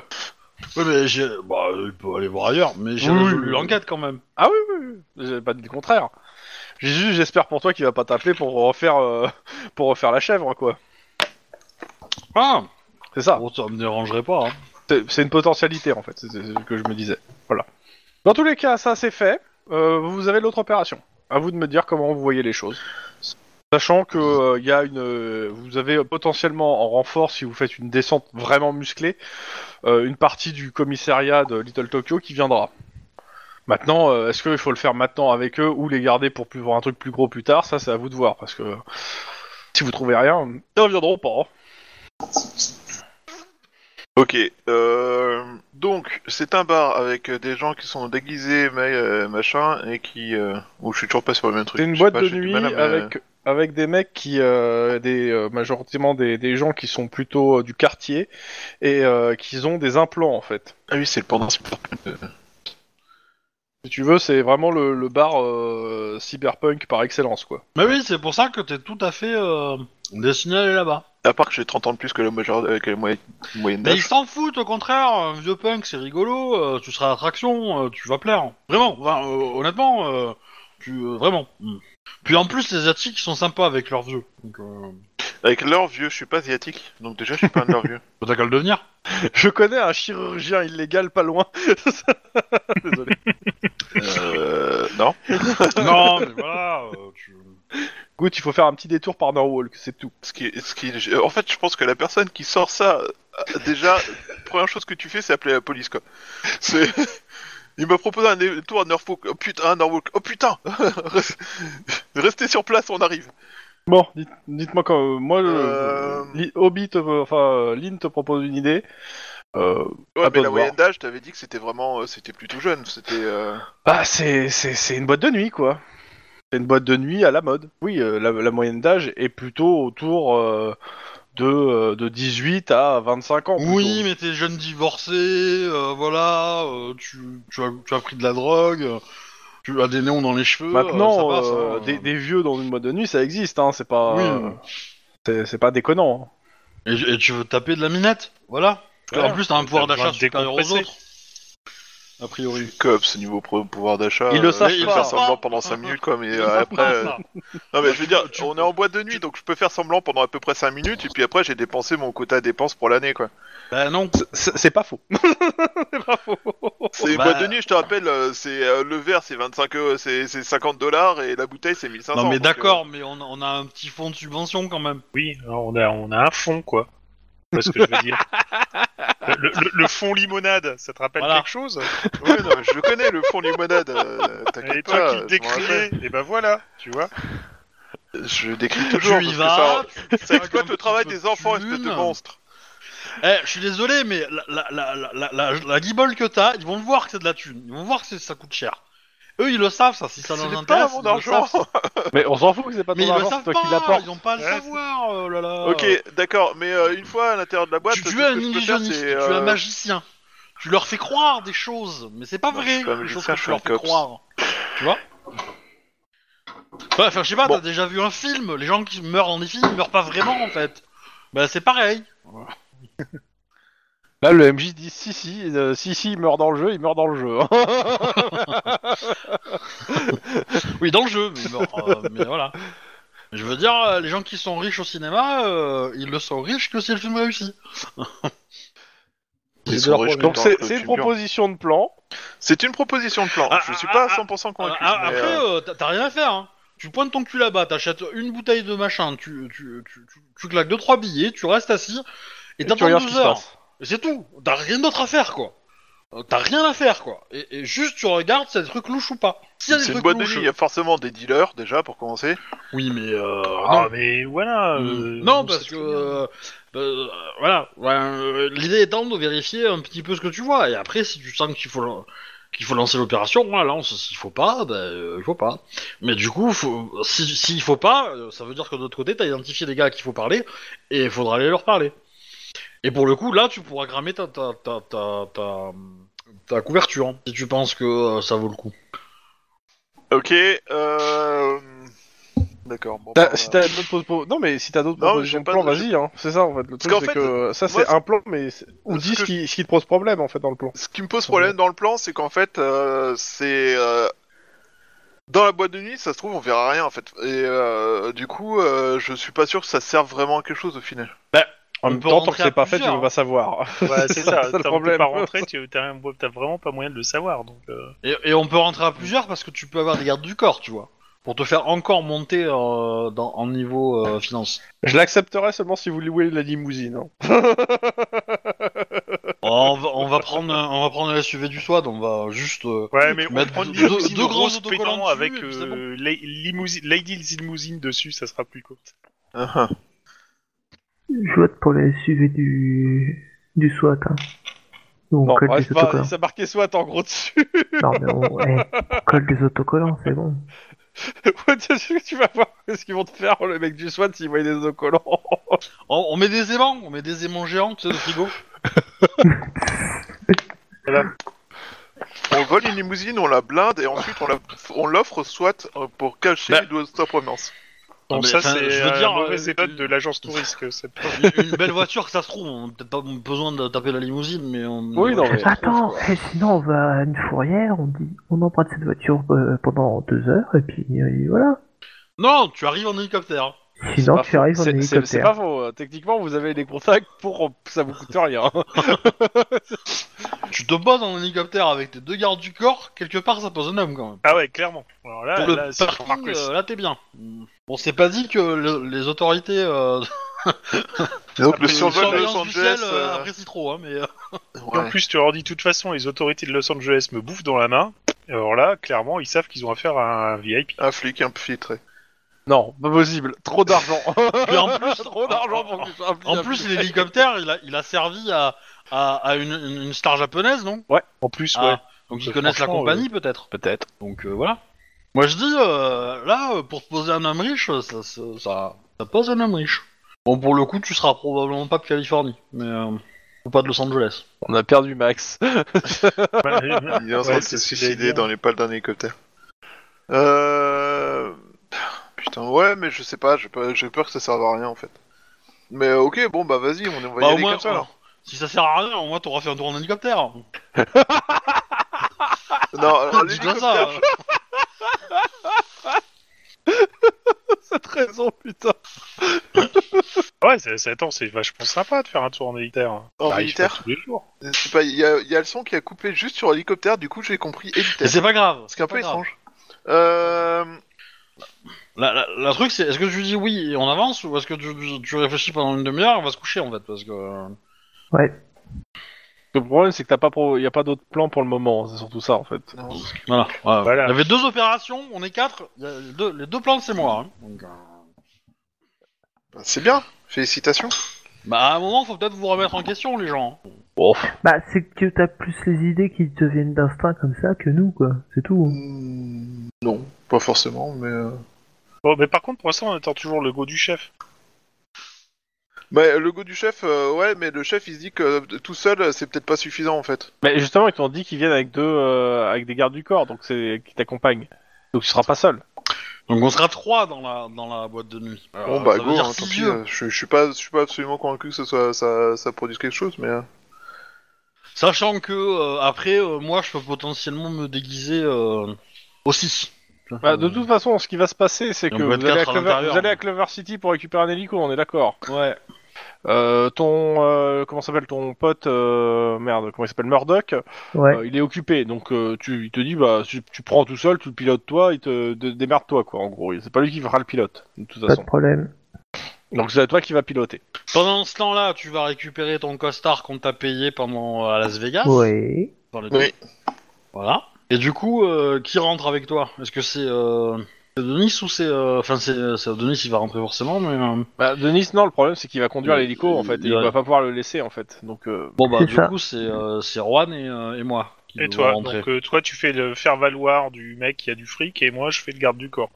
Speaker 4: Oui, mais j'ai. Bah, il peut aller voir ailleurs, mais j'ai
Speaker 1: Oui,
Speaker 4: résolu
Speaker 1: oui.
Speaker 4: l'enquête quand même.
Speaker 1: Ah oui, oui, oui, j'ai pas dit le contraire. J'ai juste, j'espère pour toi qu'il va pas t'appeler pour refaire, euh, pour refaire la chèvre, quoi.
Speaker 4: Ah,
Speaker 1: C'est ça,
Speaker 4: bon, ça me dérangerait pas. hein.
Speaker 1: c'est c'est une potentialité, en fait, c'est c'est ce que je me disais. Voilà. Dans tous les cas, ça c'est fait. Euh, vous avez l'autre opération. À vous de me dire comment vous voyez les choses. Sachant que euh, y a une, euh, vous avez euh, potentiellement en renfort, si vous faites une descente vraiment musclée, euh, une partie du commissariat de Little Tokyo qui viendra. Maintenant, euh, est-ce qu'il faut le faire maintenant avec eux ou les garder pour plus voir un truc plus gros plus tard Ça, c'est à vous de voir parce que si vous trouvez rien, ils reviendront pas. hein.
Speaker 3: Ok, euh, donc c'est un bar avec euh, des gens qui sont déguisés, mais euh, machin, et qui. Euh... oh, je suis toujours pas sur le même truc.
Speaker 1: C'est une
Speaker 3: Je sais
Speaker 1: boîte
Speaker 3: pas,
Speaker 1: de
Speaker 3: j'ai du
Speaker 1: nuit
Speaker 3: mal à me-
Speaker 1: avec avec des mecs qui euh, des euh, majoritairement des, des gens qui sont plutôt euh, du quartier et euh, qui ont des implants en fait.
Speaker 3: Ah oui, c'est le pendant Euh, sport.
Speaker 1: Si tu veux, c'est vraiment le, le bar euh, cyberpunk par excellence quoi.
Speaker 4: Mais oui, c'est pour ça que t'es tout à fait euh, destiné à aller là-bas.
Speaker 3: À part que j'ai 30 ans de plus que la, major... euh, que la moyenne, moyenne
Speaker 4: Mais ils
Speaker 3: d'âge.
Speaker 4: s'en foutent, au contraire, un vieux punk c'est rigolo, euh, tu seras attraction, euh, tu vas plaire. Vraiment, enfin, euh, honnêtement, euh, tu, euh, vraiment. Mm. Puis en plus, les Asiatiques ils sont sympas avec leurs vieux. Donc, euh,
Speaker 3: Avec leur vieux, je suis pas asiatique, donc déjà je suis pas un de leurs vieux.
Speaker 4: bah, t'as qu'à le devenir.
Speaker 1: Je connais un chirurgien illégal pas loin. Désolé.
Speaker 3: Euh. Non.
Speaker 4: non, mais voilà.
Speaker 2: Ah,
Speaker 4: euh, tu...
Speaker 1: Good, il faut faire un petit détour par Norwalk, c'est tout.
Speaker 3: Ce qui, ce qui, euh, en fait, je pense que la personne qui sort ça, euh, déjà, première chose que tu fais, c'est appeler la police, quoi. C'est. Il m'a proposé un détour à Norfolk. Oh putain, Norfolk. Oh putain Restez sur place, on arrive.
Speaker 1: Bon, dites- dites-moi quand moi le-
Speaker 3: Euh,
Speaker 1: Li- Obi te enfin euh, Lynn te propose une idée. Euh,
Speaker 3: Ouais,
Speaker 1: À toi
Speaker 3: mais
Speaker 1: de
Speaker 3: la
Speaker 1: voir.
Speaker 3: moyenne d'âge, t'avais dit que c'était vraiment. euh, C'était plutôt jeune. C'était. euh,
Speaker 1: Bah, c'est, c'est, c'est une boîte de nuit, quoi. C'est une boîte de nuit à la mode. Oui, euh, la, la moyenne d'âge est plutôt autour euh, de, euh, de 18 à 25 ans. plutôt.
Speaker 4: Oui, mais t'es jeune divorcé, euh, voilà, euh, tu, tu, as, tu as pris de la drogue, euh, tu as des néons dans les cheveux.
Speaker 1: Maintenant,
Speaker 4: euh, ça passe,
Speaker 1: euh,
Speaker 4: hein.
Speaker 1: des, des vieux dans une boîte de nuit, ça existe, hein. C'est pas,
Speaker 4: Oui.
Speaker 1: euh, c'est, c'est pas déconnant. hein.
Speaker 4: Et, et tu veux taper de la minette, voilà.
Speaker 2: Voilà.
Speaker 4: En plus, t'as un pouvoir
Speaker 2: besoin
Speaker 4: d'achat
Speaker 2: de
Speaker 4: supérieur aux
Speaker 2: décompresser.
Speaker 4: autres. a priori.
Speaker 3: Cops, niveau pro- pouvoir d'achat.
Speaker 1: Ils le
Speaker 3: euh,
Speaker 1: savent
Speaker 3: je peux
Speaker 1: pas.
Speaker 3: faire semblant pendant 5 minutes, quoi, mais euh, après. euh, Non, mais je veux dire, on est en boîte de nuit, donc je peux faire semblant pendant à peu près 5 minutes, et puis après, j'ai dépensé mon quota dépense pour l'année, quoi.
Speaker 4: Bah non.
Speaker 1: C'est c'est pas faux. c'est pas faux.
Speaker 3: C'est
Speaker 4: Bah-
Speaker 3: boîte de nuit, je te rappelle, euh, c'est euh, le verre, c'est 25, euh, c'est c'est 50 dollars, et la bouteille, c'est 1500.
Speaker 4: Non mais
Speaker 3: donc, euh,
Speaker 4: d'accord, mais on, on a un petit fonds de subvention quand même.
Speaker 2: Oui, on a, on a un fond, quoi. C'est ce que je veux dire. le, le- le fond limonade, ça te rappelle
Speaker 4: Voilà.
Speaker 2: quelque chose
Speaker 3: euh, ouais, non, je connais le fond limonade, euh,
Speaker 2: Et
Speaker 3: t'inquiète
Speaker 2: toi
Speaker 3: pas.
Speaker 2: qui
Speaker 3: je
Speaker 2: le
Speaker 3: m'en
Speaker 2: décriais,
Speaker 3: rappelle.
Speaker 2: et ben voilà, tu vois.
Speaker 3: Je décris toujours.
Speaker 4: tu y
Speaker 3: parce que
Speaker 4: vas. tu-
Speaker 3: Ça, ça exploite
Speaker 4: comme
Speaker 3: le travail
Speaker 4: tu te
Speaker 3: des enfants, espèce de
Speaker 4: thunes.
Speaker 3: monstre.
Speaker 4: Eh, je suis désolé, mais la, la, la, la, la, la, la guibole que t'as, ils vont le voir que c'est de la thune. Ils vont voir que c'est- ça coûte cher. Eux, ils le savent, ça, si ça
Speaker 3: Ce
Speaker 4: leur
Speaker 3: n'est pas
Speaker 4: intéresse.
Speaker 3: mon
Speaker 4: ils le
Speaker 3: argent.
Speaker 4: savent.
Speaker 1: Mais on s'en fout que c'est pas
Speaker 4: Mais ils
Speaker 1: ton
Speaker 4: le
Speaker 1: argent,
Speaker 4: savent
Speaker 1: c'est toi
Speaker 4: pas,
Speaker 1: qui l'apporte.
Speaker 4: ils vont pas le
Speaker 2: Ouais,
Speaker 4: savoir, oh là là.
Speaker 3: Ok, d'accord, mais euh, une fois à l'intérieur de la boîte,
Speaker 4: Tu,
Speaker 3: tout
Speaker 4: tu
Speaker 3: ce
Speaker 4: es un
Speaker 3: que je peux faire,
Speaker 4: illusionniste,
Speaker 3: c'est,
Speaker 4: tu es
Speaker 3: euh,
Speaker 4: un magicien. Tu leur fais croire des choses, mais c'est pas
Speaker 3: Non, je
Speaker 4: vrai
Speaker 3: suis pas un
Speaker 4: les choses
Speaker 3: magicien,
Speaker 4: que
Speaker 3: je
Speaker 4: tu
Speaker 3: suis
Speaker 4: leur
Speaker 3: un
Speaker 4: fais
Speaker 3: cops.
Speaker 4: croire. Tu vois Ouais, Enfin, je sais pas,
Speaker 3: Bon.
Speaker 4: t'as déjà vu un film, les gens qui meurent dans des films, ils meurent pas vraiment en fait. Bah, c'est pareil.
Speaker 1: Là, le MJ dit si, si, euh, si, si, il meurt dans le jeu, il meurt dans le jeu. hein.
Speaker 4: Oui, dans le jeu, mais, bon, euh, mais voilà. Je veux dire, euh, les gens qui sont riches au cinéma, euh, ils le sont riches que si le film réussit.
Speaker 3: Ils
Speaker 4: C'est
Speaker 3: sont
Speaker 4: leur
Speaker 3: riches
Speaker 4: problème.
Speaker 1: Donc,
Speaker 3: dans
Speaker 1: c'est
Speaker 3: le
Speaker 1: c'est une
Speaker 3: champion.
Speaker 1: proposition de plan.
Speaker 3: C'est une proposition de plan.
Speaker 4: Ah,
Speaker 3: je suis
Speaker 4: ah,
Speaker 3: pas à
Speaker 4: ah,
Speaker 3: 100%
Speaker 4: Ah,
Speaker 3: convaincu.
Speaker 4: ah,
Speaker 3: mais,
Speaker 4: après,
Speaker 3: euh,
Speaker 4: euh, t'as- t'as rien à faire. Hein. Tu pointes ton cul là-bas, t'achètes une bouteille de machin, tu, tu, tu, tu, tu claques deux trois billets, tu restes assis et
Speaker 1: tu
Speaker 4: t'attends
Speaker 1: regardes ce
Speaker 4: deux
Speaker 1: qui se
Speaker 4: heures.
Speaker 1: passe.
Speaker 4: Et C'est tout. T'as rien d'autre à faire quoi. Euh, T'as rien à faire quoi. Et, et juste tu regardes si y a des trucs louches ou pas. S'il y a des
Speaker 3: c'est une
Speaker 4: trucs
Speaker 3: boîte de
Speaker 4: louches-
Speaker 3: nuit, hein. il y a forcément des dealers déjà pour commencer.
Speaker 4: Oui mais euh,
Speaker 2: Ah,
Speaker 4: non.
Speaker 2: mais voilà.
Speaker 4: Mm.
Speaker 2: euh,
Speaker 4: non
Speaker 2: on
Speaker 4: parce
Speaker 2: sait
Speaker 4: que
Speaker 2: très bien.
Speaker 4: euh, euh, voilà Ouais, euh, l'idée étant de vérifier un petit peu ce que tu vois et après si tu sens qu'il faut qu'il faut lancer l'opération on la lance s'il faut pas ben euh, il faut pas mais du coup faut, si s'il faut pas euh, ça veut dire que de l'autre côté t'as identifié les gars à qui il faut parler et il faudra aller leur parler et pour le coup là tu pourras grammer ta ta ta ta, ta, ta couverture hein. si tu penses que euh, ça vaut le coup
Speaker 3: Ok, euh... D'accord. bon,
Speaker 1: T'as-
Speaker 3: bah,
Speaker 1: Si t'as d'autres propos- Euh, non mais si t'as d'autres
Speaker 3: Non, mais
Speaker 1: propositions
Speaker 3: j'ai
Speaker 1: de
Speaker 3: pas
Speaker 1: plan,
Speaker 3: de-
Speaker 1: vas-y. Hein. C'est ça en fait. Le truc
Speaker 3: qu'en
Speaker 1: c'est
Speaker 3: fait,
Speaker 1: que ça
Speaker 3: moi,
Speaker 1: c'est un plan, mais c'est- ou
Speaker 3: ce
Speaker 1: dis
Speaker 3: que
Speaker 1: ce qui, ce qui te pose problème en fait dans le plan.
Speaker 3: Ce qui me pose problème dans le plan, c'est qu'en fait, euh, c'est euh, dans la boîte de nuit, ça se trouve, on verra rien en fait. Et euh, du coup, euh, je suis pas sûr que ça serve vraiment à quelque chose au final.
Speaker 1: En
Speaker 4: On
Speaker 1: même
Speaker 4: peut
Speaker 1: temps, tant
Speaker 4: rentrer
Speaker 1: que
Speaker 4: à
Speaker 1: c'est pas fait, tu
Speaker 4: plusieurs,
Speaker 1: veux pas savoir.
Speaker 2: Ouais, c'est
Speaker 1: ça,
Speaker 2: ça.
Speaker 1: c'est le
Speaker 2: T'as
Speaker 1: problème.
Speaker 2: problème. pas rentré, tu- t'as rien- t'as vraiment pas moyen de le savoir. Donc, euh,
Speaker 4: Et, et on peut rentrer à plusieurs parce que tu peux avoir des gardes du corps, tu vois. Pour te faire encore monter euh, dans, en niveau euh, finance.
Speaker 1: Je l'accepterais seulement si vous louez la limousine. hein.
Speaker 4: Oh, on, va, on va prendre un- on va prendre le SUV du SWAT, on va juste... euh,
Speaker 2: Ouais, mais on
Speaker 4: mettre
Speaker 2: prend
Speaker 4: deux-
Speaker 2: une
Speaker 4: deux-
Speaker 2: limousine
Speaker 4: deux grands
Speaker 2: grosse
Speaker 4: autocollants
Speaker 2: pédant
Speaker 4: dessus,
Speaker 2: avec
Speaker 4: et puis c'est bon.
Speaker 2: euh, la- limousine- Lady Limousine dessus, ça sera plus court.
Speaker 5: Je vote pour la SUV du, du SWAT. Hein. Où on
Speaker 1: Non,
Speaker 5: colle
Speaker 1: bref,
Speaker 5: des
Speaker 1: pas,
Speaker 5: autocollants.
Speaker 1: ça marquait soit en gros dessus.
Speaker 5: Non, mais on eh, on colle des autocollants, c'est bon.
Speaker 1: Ouais, tu sais, tu vas voir ce qu'ils vont te faire le mec du SWAT s'ils voient des autocollants.
Speaker 4: On, on met des aimants, on met des aimants géants, tu sais, de frigo.
Speaker 3: On vole une limousine, on la blinde et ensuite on la- on l'offre soit euh, pour cacher
Speaker 4: Bah.
Speaker 3: d'où sa provenance.
Speaker 2: Donc,
Speaker 4: mais,
Speaker 2: ça,
Speaker 4: enfin,
Speaker 2: c'est
Speaker 4: je veux
Speaker 2: euh,
Speaker 4: dire,
Speaker 2: la mauvaise
Speaker 4: euh,
Speaker 2: époque de l'agence touriste. c'est pas-
Speaker 4: Une, une belle voiture, que ça se trouve, on n'a peut-être pas besoin de taper la limousine, mais... On, euh,
Speaker 1: Oui, non, mais-
Speaker 5: Attends, eh, sinon on va à une fourrière, on dit, on emprunte cette voiture euh, pendant deux heures, et puis euh, voilà.
Speaker 4: Non, tu arrives en hélicoptère. hein.
Speaker 5: Sinon
Speaker 1: pas
Speaker 5: tu
Speaker 1: faux.
Speaker 5: arrives en
Speaker 1: C'est- c'est- C'est pas
Speaker 5: hélicoptère.
Speaker 1: faux. euh, Techniquement, vous avez des contacts pour ça vous coûte rien. hein.
Speaker 4: Tu te poses en hélicoptère avec tes deux gardes du corps, quelque part, ça pose un homme, quand même.
Speaker 2: Ah ouais, clairement. Alors là,
Speaker 4: Pour le
Speaker 2: là, c'est
Speaker 4: parking,
Speaker 2: Marcus.
Speaker 4: euh, là, t'es bien. On s'est pas dit que le- les autorités... euh,
Speaker 3: Donc
Speaker 4: de
Speaker 3: le survol de
Speaker 4: surveillance
Speaker 3: Los
Speaker 4: du
Speaker 3: Angeles.
Speaker 4: ciel, euh,
Speaker 3: euh,
Speaker 4: Après, c'est trop, hein, mais... euh,
Speaker 3: ouais.
Speaker 2: En plus, tu leur dis, de toute façon, les autorités de Los Angeles me bouffent dans la main. Alors là, clairement, ils savent qu'ils ont affaire à un VIP.
Speaker 3: Un flic infiltré.
Speaker 1: Non, pas possible. Trop d'argent.
Speaker 4: puis en plus,
Speaker 1: Trop d'argent pour que tu sois un
Speaker 4: En
Speaker 1: flic.
Speaker 4: plus, l'hélicoptère, il a, il a servi à, à, à une, une- une star japonaise, non
Speaker 2: En plus, ouais.
Speaker 4: Ah, Donc ils
Speaker 2: Parce que
Speaker 4: connaissent la
Speaker 2: franchement,
Speaker 4: compagnie, euh, peut-être.
Speaker 1: Peut-être.
Speaker 4: Donc euh, voilà. Moi je dis, euh, là, euh, pour te poser un homme riche, euh, ça, ça, ça- ça pose un homme riche. Bon, pour le coup, tu seras probablement pas de Californie, mais euh, ou pas de Los Angeles.
Speaker 1: On a perdu Max.
Speaker 2: Bah,
Speaker 3: Il est en
Speaker 2: ouais,
Speaker 3: train de se
Speaker 2: c'est ce que j'allais
Speaker 3: suicider
Speaker 2: dire.
Speaker 3: dans les pales d'un hélicoptère. Euh... Putain, ouais, mais je sais pas, j'ai peur, j'ai peur que ça serve à rien en fait. Mais euh, ok, bon bah vas-y, on, on va y
Speaker 4: Bah, au
Speaker 3: aller
Speaker 4: moins,
Speaker 3: comme ça
Speaker 4: euh,
Speaker 3: alors.
Speaker 4: si ça sert à rien, au moins t'auras fait un tour en hélicoptère.
Speaker 3: Non, alors,
Speaker 4: Tu dois ça. euh.
Speaker 1: Cette raison, putain.
Speaker 2: Ouais, c'est, c'est- attends, c'est vachement sympa de faire un tour en hélicoptère.
Speaker 3: En
Speaker 2: T'arrives pas
Speaker 3: hélicoptère
Speaker 2: tous les jours.
Speaker 3: Je sais pas, il y, a il y a le son qui a coupé juste sur l'hélicoptère, du coup j'ai compris
Speaker 4: Mais
Speaker 3: hélicoptère.
Speaker 4: c'est pas grave.
Speaker 3: Ce qui est un peu
Speaker 4: pas grave.
Speaker 3: étrange. Euh,
Speaker 4: La, la- la truc, c'est est-ce que tu dis oui et on avance ou est-ce que tu, tu- tu réfléchis pendant une demi-heure et on va se coucher en fait parce que. euh,
Speaker 5: Ouais.
Speaker 1: Le problème, c'est que t'as pas, pro... y a pas d'autre plan pour le moment. C'est surtout ça, en fait.
Speaker 4: Voilà. voilà.
Speaker 3: Bah,
Speaker 2: Voilà.
Speaker 4: Il y avait deux opérations, on est quatre. il y a les deux, les deux plans, c'est moi. hein. Donc, euh,
Speaker 3: C'est bien, félicitations.
Speaker 4: Bah à un moment, faut peut-être vous remettre en question, les gens.
Speaker 5: Bah, c'est que t'as plus les idées qui te viennent d'instinct comme ça que nous, quoi. C'est tout.
Speaker 3: Hmm, Non, pas forcément, mais. euh,
Speaker 2: Bon, Oh, mais par contre, pour l'instant, on attend toujours le go du chef.
Speaker 3: Bah, le goût du chef, euh, ouais, mais le chef il se dit que euh, tout seul c'est peut-être pas suffisant en fait.
Speaker 1: Mais justement, ils t'ont dit qu'ils viennent avec deux, euh, avec des gardes du corps, donc c'est qui t'accompagnent. Donc tu seras pas seul.
Speaker 4: Donc on sera trois dans la dans la boîte de nuit. Euh,
Speaker 3: bon bah
Speaker 4: ça veut
Speaker 3: go,
Speaker 4: dire
Speaker 3: hein,
Speaker 4: six
Speaker 3: tant pis.
Speaker 4: yeux.
Speaker 3: euh, Je, je suis pas, je suis pas absolument convaincu que ça, soit, ça, ça produise quelque chose, mais. euh,
Speaker 4: Sachant que euh, après, euh, moi, je peux potentiellement me déguiser euh, aussi.
Speaker 1: Bah, de toute façon, ce qui va se passer, c'est
Speaker 4: Et on
Speaker 1: que
Speaker 4: peut être
Speaker 1: vous allez, à
Speaker 4: quatre à
Speaker 1: Clover,
Speaker 4: l'intérieur.
Speaker 1: vous allez à Clover City pour récupérer un hélico, on est d'accord.
Speaker 4: Ouais.
Speaker 1: Euh, ton euh, comment s'appelle ton pote euh, merde comment il s'appelle Murdoch
Speaker 5: Ouais.
Speaker 1: euh, il est occupé donc euh, tu il te dit bah tu, tu prends tout seul tu le pilotes toi il te de- démerde toi quoi en gros c'est pas lui qui fera le pilote de toute
Speaker 5: Pas de
Speaker 1: façon
Speaker 5: problème.
Speaker 1: donc c'est à toi qui va piloter
Speaker 4: Pendant ce temps-là, tu vas récupérer ton costard qu'on t'a payé pendant euh, à Las Vegas.
Speaker 5: Ouais.
Speaker 4: Dans les-
Speaker 3: Oui.
Speaker 4: Voilà. Et du coup, euh, qui rentre avec toi Est-ce que c'est euh, c'est Denis ou c'est euh, enfin c'est c'est Denis il va rentrer forcément, mais euh,
Speaker 1: bah, Denis non le problème c'est qu'il va conduire
Speaker 4: Il-
Speaker 1: l'hélico en fait et
Speaker 4: il-
Speaker 1: il
Speaker 4: Euh, ouais.
Speaker 1: va pas pouvoir le laisser en fait donc euh,
Speaker 4: bon bah
Speaker 5: C'est
Speaker 4: du
Speaker 5: ça.
Speaker 4: coup c'est euh, c'est Juan et, euh, et moi. Qui
Speaker 2: Et
Speaker 4: devons
Speaker 2: toi,
Speaker 4: rentrer.
Speaker 2: donc euh, toi, tu fais le faire valoir du mec qui a du fric, et moi, je fais le garde du corps.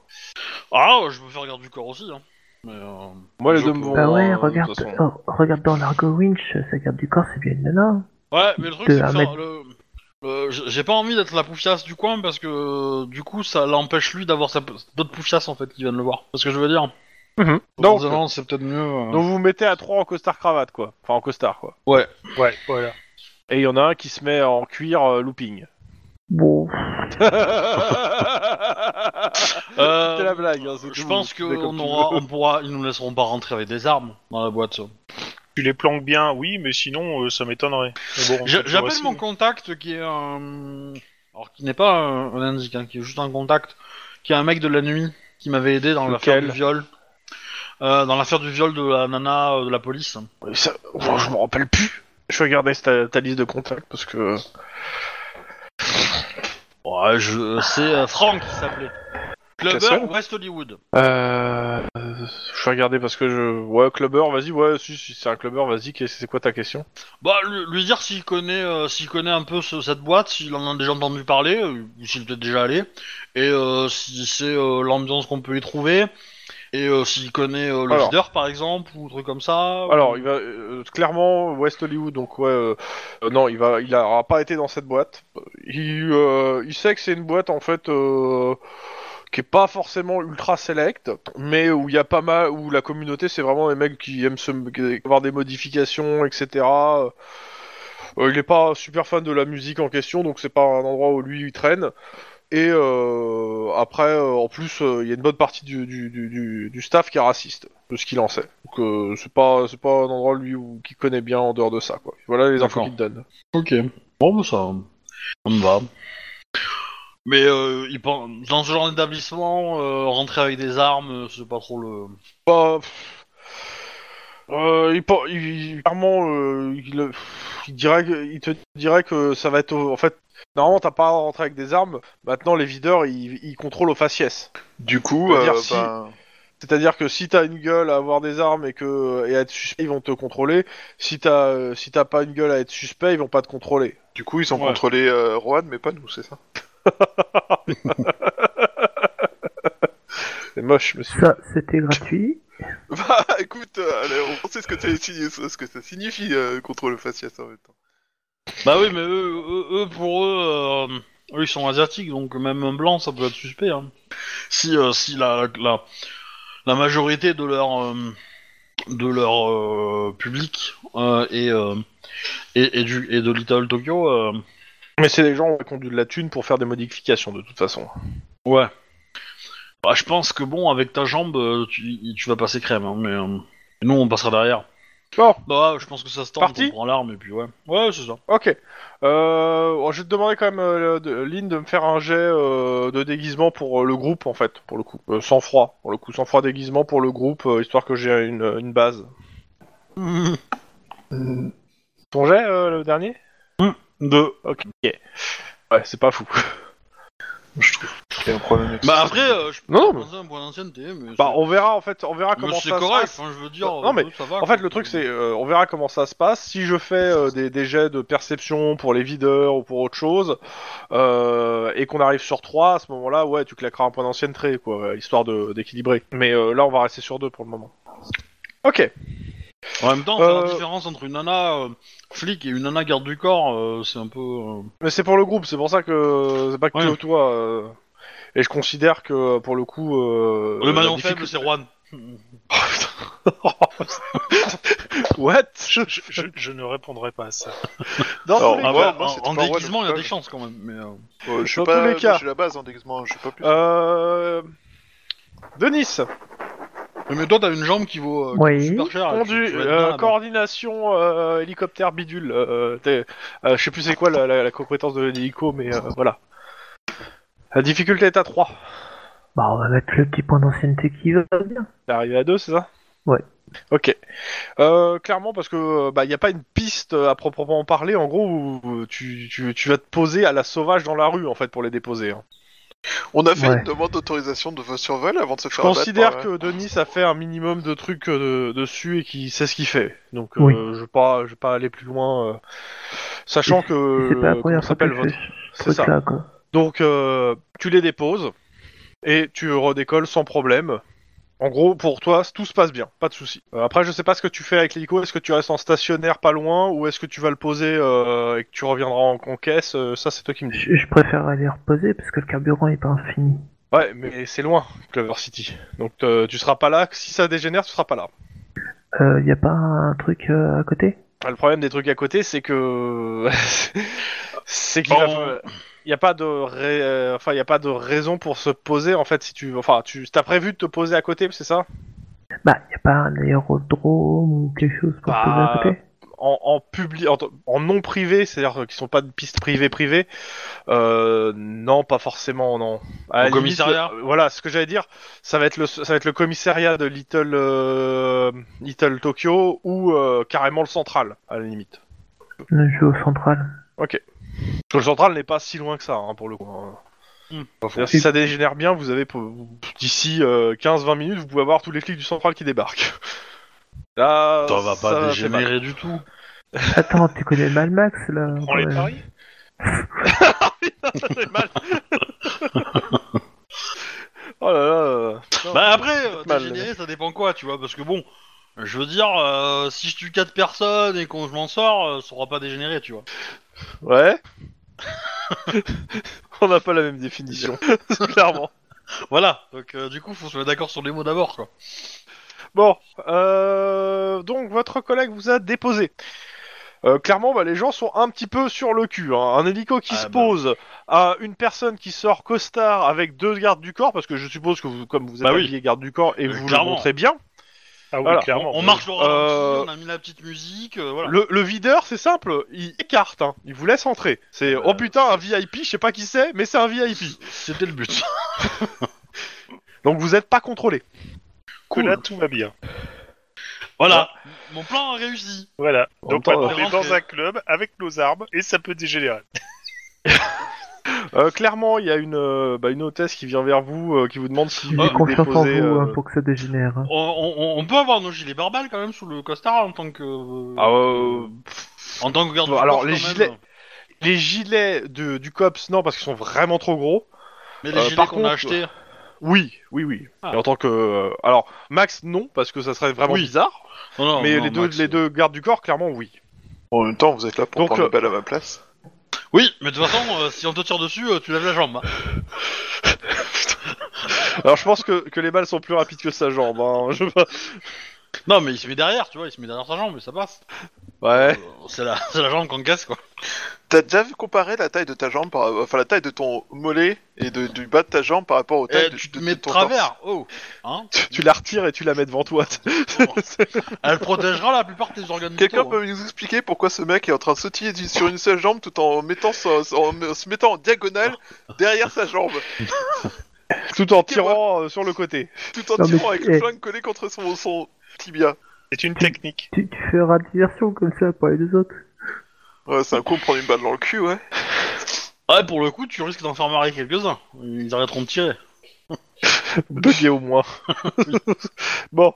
Speaker 4: Ah, je peux faire garde du corps aussi. Hein. Mais, euh,
Speaker 1: moi les
Speaker 4: je
Speaker 1: deux
Speaker 4: peux-
Speaker 1: me vont
Speaker 5: Bah ouais,
Speaker 1: euh, de toute
Speaker 5: regarde,
Speaker 1: façon.
Speaker 5: oh, regarde dans l'argot winch, sa garde du corps, c'est bien une nana.
Speaker 4: Ouais, mais le truc
Speaker 5: De
Speaker 4: c'est que
Speaker 5: un
Speaker 4: ça-
Speaker 5: mètre.
Speaker 4: le- le- j- j'ai pas envie d'être la poufiasse du coin parce que euh, du coup ça l'empêche lui d'avoir sa... d'autres poufiasses en fait qui viennent le voir. C'est ce que je veux dire.
Speaker 1: Mhm.
Speaker 4: Donc,
Speaker 1: donc,
Speaker 4: c'est peut-être mieux. euh,
Speaker 1: donc vous vous mettez à trois en costard cravate quoi enfin en costard quoi
Speaker 2: Ouais, voilà.
Speaker 1: et il y en a un qui se met en cuir euh, looping
Speaker 5: Bon,
Speaker 4: euh,
Speaker 1: C'était la blague, hein, c'est
Speaker 4: Je
Speaker 1: tout.
Speaker 4: pense
Speaker 1: Fais comme
Speaker 4: qu'on
Speaker 1: tu
Speaker 4: aura,
Speaker 1: veux.
Speaker 4: on pourra, ils nous laisseront pas rentrer avec des armes dans la boîte.
Speaker 2: Tu les planques bien, oui, mais sinon, euh, ça m'étonnerait. Mais bon, on
Speaker 4: J'a-
Speaker 2: peut toujours
Speaker 4: J'appelle
Speaker 2: essayer.
Speaker 4: mon contact qui est un, alors qui n'est pas un, un indique, hein, qui est juste un contact, qui est un mec de la nuit qui m'avait aidé dans l'affaire
Speaker 1: Lequel
Speaker 4: du viol, Euh, dans l'affaire du viol de la nana euh, de la police.
Speaker 1: Ça- enfin, je me rappelle plus. Je regardais ta, ta liste de contacts parce que.
Speaker 4: Ouais, je, c'est euh, Franck qui s'appelait. Clubber
Speaker 1: Cassel
Speaker 4: West Hollywood.
Speaker 1: Euh... Je regardais parce que je. Ouais, clubber, vas-y, ouais, si, si c'est un clubber, vas-y, qu'est- c'est quoi ta question
Speaker 4: Bah lui, lui dire s'il connaît, euh, s'il connaît un peu ce- cette boîte, s'il en a déjà entendu parler, euh, ou s'il est peut-être déjà allé, et euh, si c'est euh, l'ambiance qu'on peut y trouver, et euh, s'il connaît euh, le
Speaker 1: Alors.
Speaker 4: leader par exemple, ou un truc comme ça. ou-
Speaker 1: Alors, il va. euh, clairement, West Hollywood, donc ouais. euh, euh, non, il va. Il aura pas été dans cette boîte. Il, euh, il sait que c'est une boîte, en fait. euh, qui est pas forcément ultra select, mais où il y a pas mal, où la communauté c'est vraiment les mecs qui aiment se, qui- avoir des modifications, etc. Euh, il est pas super fan de la musique en question, donc c'est pas un endroit où lui il traîne. Et euh, après, euh, en plus, euh, il y a une bonne partie du, du, du- du- du staff qui est raciste, de ce qu'il en sait. Donc euh, c'est pas c'est pas un endroit lui où- qui connaît bien en dehors de ça. Quoi. Voilà les infos
Speaker 4: D'accord.
Speaker 1: qu'il te donne.
Speaker 4: Ok. Bon, bah, ça, ça me va. Mais euh, il pen- dans ce genre d'établissement, euh, rentrer avec des armes, euh, c'est pas trop le.
Speaker 1: Bah, pff, euh, il, pen- il- clairement, euh, il, pff, il dirait, que- il te dirait que ça va être. au- En fait, normalement, t'as pas à rentrer avec des armes. Maintenant, les videurs, ils, ils contrôlent au faciès.
Speaker 3: Du coup,
Speaker 1: C'est-à-dire
Speaker 3: euh,
Speaker 1: si-
Speaker 3: bah,
Speaker 1: C'est-à-dire que si t'as une gueule à avoir des armes et que et à être suspect, ils vont te contrôler. Si t'as euh, si t'as pas une gueule à être suspect, ils vont pas te contrôler.
Speaker 3: du coup ils ont
Speaker 1: Ouais.
Speaker 3: contrôlé euh, Rohan, mais pas nous, c'est ça.
Speaker 1: C'est moche, monsieur.
Speaker 5: ça, c'était gratuit.
Speaker 3: Bah écoute, euh, allez, on sait ce que, t'as- ce que ça signifie euh, contre le faciès en même temps.
Speaker 4: Bah oui, mais eux, eux, eux, pour eux, euh, eux, ils sont asiatiques, donc même un blanc, ça peut être suspect. hein. Si, euh, si la, la, la majorité de leur, euh, de leur euh, public euh, est, euh, est- est du, est de Little Tokyo, euh,
Speaker 1: Mais c'est les gens qui ont dû de la thune pour faire des modifications de toute façon.
Speaker 4: Ouais. Bah, je pense que bon, avec ta jambe, euh, tu, tu vas passer crème, hein, mais euh, nous on passera derrière.
Speaker 1: Bon,
Speaker 4: Bah, je pense que ça se tente,
Speaker 1: Parti
Speaker 4: on prend l'arme et puis ouais. Ouais, c'est ça.
Speaker 1: ok. Euh, bon, je vais te demander quand même, euh, de- Lynn, de me faire un jet euh, de déguisement pour euh, le groupe, en fait, pour le coup. Euh, sans froid, pour le coup. Sans froid déguisement pour le groupe, euh, histoire que j'ai une, une base. Ton jet, euh, le dernier
Speaker 4: Deux.
Speaker 1: Ok. Ouais, c'est pas fou.
Speaker 2: Je trouve qu'il y a un problème avec
Speaker 4: Bah
Speaker 2: ça.
Speaker 4: après, euh, je peux
Speaker 1: Non, mais-
Speaker 4: prendre un point d'ancienneté, mais
Speaker 1: Bah,
Speaker 4: c'est-
Speaker 1: on verra, en fait, on verra
Speaker 4: mais
Speaker 1: comment
Speaker 4: c'est
Speaker 1: ça se
Speaker 4: correct,
Speaker 1: passe.
Speaker 4: hein, je veux dire.
Speaker 1: Non, mais-
Speaker 4: ça va,
Speaker 1: En fait,
Speaker 4: quoi.
Speaker 1: le truc, c'est, euh, on verra comment ça se passe. Si je fais euh, des, des jets de perception pour les videurs ou pour autre chose, euh, et qu'on arrive sur 3, à ce moment-là, ouais, tu claqueras un point d'ancienneté, quoi, euh, histoire de- d'équilibrer. Mais euh, là, on va rester sur 2 pour le moment. Ok.
Speaker 4: En même temps, faire
Speaker 1: Euh,
Speaker 4: la différence entre une nana euh, flic et une nana garde du corps, euh, c'est un peu. euh,
Speaker 1: Mais c'est pour le groupe, c'est pour ça que c'est pas que
Speaker 4: Ouais.
Speaker 1: Théo, toi. euh, Et je considère que, pour le coup... euh,
Speaker 4: Le maillon
Speaker 1: la
Speaker 4: faible, c'est Juan.
Speaker 1: difficulté- What
Speaker 2: Je, je- je- je ne répondrai pas à ça.
Speaker 1: Dans
Speaker 3: Alors,
Speaker 1: tous les
Speaker 4: Ah
Speaker 3: Ah
Speaker 4: ouais,
Speaker 3: ouais,
Speaker 1: cas-
Speaker 3: moi,
Speaker 4: en-
Speaker 3: c'était
Speaker 4: en
Speaker 3: pas Juan,
Speaker 4: déguisement, il y a
Speaker 3: donc,
Speaker 4: des
Speaker 3: ouais.
Speaker 4: chances quand même. Mais, euh,
Speaker 3: Euh, je suis
Speaker 1: Dans
Speaker 3: pas,
Speaker 1: tous les cas.
Speaker 3: je suis la base en déguisement, je suis pas plus.
Speaker 1: Euh... Denis
Speaker 4: mais toi, t'as une jambe qui vaut euh,
Speaker 5: Oui.
Speaker 4: super cher. et tu-
Speaker 1: Conduit,
Speaker 4: tu vas être hein. bien
Speaker 1: euh,
Speaker 4: là-bas.
Speaker 1: coordination, euh, hélicoptère, bidule. euh, t'es- euh, je sais plus c'est quoi la, la- la compétence de l'hélico, mais euh, voilà. La difficulté est à 3.
Speaker 5: Bah, on va mettre le petit point d'ancienneté qui va bien.
Speaker 1: T'es arrivé à 2, c'est ça
Speaker 5: Ouais.
Speaker 1: Ok. Euh, clairement, parce que il n'y a pas une piste euh, à proprement parler, en gros, où tu, tu- tu vas te poser à la sauvage dans la rue, en fait, pour les déposer. hein.
Speaker 3: On a fait
Speaker 5: Ouais.
Speaker 3: une demande d'autorisation de survol avant de se
Speaker 1: Je
Speaker 4: Ah,
Speaker 3: faire.
Speaker 1: considère
Speaker 3: abattre euh,
Speaker 1: que Denis a fait un minimum de trucs euh, de- dessus et qu'il sait ce qu'il fait. Donc, euh,
Speaker 5: Oui.
Speaker 1: je vais pas, je vais pas aller plus loin. euh, sachant que.
Speaker 5: c'est pas la
Speaker 1: euh, comment
Speaker 5: première fois que
Speaker 1: s'appelle
Speaker 5: je fais
Speaker 1: votre.
Speaker 5: ce
Speaker 1: C'est ça.
Speaker 5: truc-là, quoi.
Speaker 1: Donc euh, tu les déposes et tu redécolles sans problème. En gros, pour toi, tout se passe bien, pas de souci. Euh, après, je sais pas ce que tu fais avec l'hélico. Est-ce que tu restes en stationnaire pas loin ou est-ce que tu vas le poser euh, et que tu reviendras en, en caisse Euh, Ça, c'est toi qui me dis.
Speaker 5: Je, je préfère aller reposer parce que le carburant est pas infini.
Speaker 1: Ouais, mais c'est loin, Clover City. Donc euh, tu seras pas là. Si ça dégénère, tu seras pas là.
Speaker 5: Euh, y a pas un truc euh, à côté
Speaker 1: Ah, Le problème des trucs à côté, c'est que c'est qu'il
Speaker 4: Bon.
Speaker 1: n'y a pas de ra- enfin il y a pas de raison pour se poser en fait si tu enfin tu t'as prévu de te poser à côté, c'est ça
Speaker 5: Bah, y a pas un aérodrome ou quelque chose pour se poser
Speaker 1: Bah,
Speaker 5: à côté
Speaker 1: en, en public, en, en non privé, c'est-à-dire qu'ils sont pas de pistes privées privées. Euh, non, pas forcément, non. À
Speaker 4: Au
Speaker 1: la limite,
Speaker 4: commissariat
Speaker 1: le- voilà, ce que j'allais dire, ça va être le, ça va être le commissariat de Little, euh, Little Tokyo ou euh, carrément le central, à la limite.
Speaker 5: Je vais au central.
Speaker 1: Parce que le central n'est pas si loin que ça, hein, pour le coup. hein.
Speaker 4: Hmm,
Speaker 1: C'est-à-dire, Si ça dégénère bien, vous avez pour- d'ici euh, 15-20 minutes, vous pouvez avoir tous les flics du central qui débarquent. Là,
Speaker 4: Ça va
Speaker 1: ça
Speaker 4: pas
Speaker 1: fait mal.
Speaker 4: dégénérer du tout.
Speaker 5: Attends, tu connais le Malmax là
Speaker 2: Prends les
Speaker 5: quand même.
Speaker 2: paris
Speaker 1: Oh là là. euh,
Speaker 4: Bah après, euh,
Speaker 1: mal.
Speaker 4: dégénérer, ça dépend quoi, tu vois, parce que bon, je veux dire, euh, si je tue quatre personnes et qu'on je m'en sors, euh, ça aura pas dégénéré, tu vois.
Speaker 1: Ouais. On n'a pas la même définition, clairement.
Speaker 4: Voilà, donc euh, du coup, faut se mettre d'accord sur les mots d'abord, quoi.
Speaker 1: Bon, euh, donc votre collègue vous a déposé. Euh, clairement, bah, les gens sont un petit peu sur le cul. hein. Un hélico qui
Speaker 4: Ah,
Speaker 1: se
Speaker 4: bah.
Speaker 1: pose à une personne qui sort costard avec deux gardes du corps, parce que je suppose que vous, comme vous êtes
Speaker 4: Bah oui.
Speaker 1: habillé garde du corps et
Speaker 4: Euh,
Speaker 1: vous le
Speaker 4: clairement.
Speaker 1: montrez bien,
Speaker 2: Ah oui,
Speaker 1: Voilà,
Speaker 2: clairement.
Speaker 4: On marche au ralenti,
Speaker 1: Euh,
Speaker 4: on a mis la petite musique, euh, voilà.
Speaker 1: le, le videur c'est simple, il écarte, hein. il vous laisse entrer. C'est oh putain un VIP, je sais pas qui c'est, mais c'est un VIP.
Speaker 4: Euh. C'était le but.
Speaker 1: Donc vous êtes pas contrôlé.
Speaker 2: Que là, tout va bien.
Speaker 4: Voilà, mon plan a réussi.
Speaker 2: Voilà.
Speaker 1: En
Speaker 2: Donc
Speaker 1: même temps,
Speaker 2: maintenant,
Speaker 4: euh,
Speaker 2: on est dans un club avec nos armes et ça peut dégénérer.
Speaker 1: Euh, clairement, il y a une, euh, bah, une hôtesse qui vient vers vous, euh, qui vous demande si
Speaker 5: J'ai
Speaker 1: vous voulez
Speaker 5: confiance en vous
Speaker 1: déposer.
Speaker 5: hein,
Speaker 1: euh,
Speaker 5: pour que ça dégénère. hein.
Speaker 4: On, on- on peut avoir nos gilets barbales quand même sous le costard en tant que. euh,
Speaker 1: Ah, euh,
Speaker 4: En tant que garde
Speaker 1: Bon,
Speaker 4: du
Speaker 1: alors,
Speaker 4: corps,
Speaker 1: les
Speaker 4: quand même.
Speaker 1: gilets- les gilets de, du COPS, non, parce qu'ils sont vraiment trop gros.
Speaker 4: Mais les
Speaker 1: Euh,
Speaker 4: gilets
Speaker 1: par
Speaker 4: qu'on a
Speaker 1: contre,
Speaker 4: achetés.
Speaker 1: Oui, oui, oui.
Speaker 4: Ah.
Speaker 1: Et en tant que. euh, alors, Max, non, parce que ça serait vraiment
Speaker 4: Oui.
Speaker 1: bizarre.
Speaker 4: Non, non,
Speaker 1: mais
Speaker 4: non,
Speaker 1: les, deux,
Speaker 4: Max,
Speaker 1: les
Speaker 4: euh,
Speaker 1: deux gardes du corps, clairement, oui.
Speaker 3: En même temps, vous êtes là pour
Speaker 1: Donc,
Speaker 3: prendre
Speaker 1: euh,
Speaker 3: le bal à ma place.
Speaker 4: Oui, mais de toute façon, euh, si on te tire dessus, euh, tu lèves la jambe. hein.
Speaker 1: Alors, je pense que, que les balles sont plus rapides que sa jambe. hein, je-
Speaker 4: Non, mais il se met derrière, tu vois, il se met derrière sa jambe, mais ça passe.
Speaker 1: Ouais.
Speaker 4: Euh, C'est la, c'est la jambe qu'on casse, quoi.
Speaker 3: T'as déjà vu comparer la taille de ta jambe, par... enfin la taille de ton mollet et de- du bas de ta jambe par rapport au taille
Speaker 4: Eh,
Speaker 3: de,
Speaker 4: tu te
Speaker 3: de-
Speaker 4: mets de
Speaker 3: ton torse.
Speaker 4: travers, oh hein
Speaker 1: Tu la retires et tu la mets devant toi.
Speaker 4: Elle protégera la plupart de tes organes
Speaker 3: Quelqu'un
Speaker 4: vitaux, hein.
Speaker 3: peut nous expliquer pourquoi ce mec est en train de sautiller du- sur une seule jambe tout en, mettant sa- sa- en se mettant en diagonale derrière sa jambe,
Speaker 1: Tout en tirant euh, sur le côté.
Speaker 3: tout en
Speaker 5: Non, mais-
Speaker 3: tirant avec le
Speaker 5: eh.
Speaker 3: flingue collé contre son, son tibia.
Speaker 2: C'est une technique.
Speaker 5: Tu, tu feras diversion comme ça pour les deux autres.
Speaker 3: Ouais, c'est un coup de prendre une balle dans le cul, ouais.
Speaker 4: Ouais, Ah, pour le coup, tu risques d'en faire marrer quelques-uns. Ils arrêteront de tirer.
Speaker 1: Bugué au moins. bon,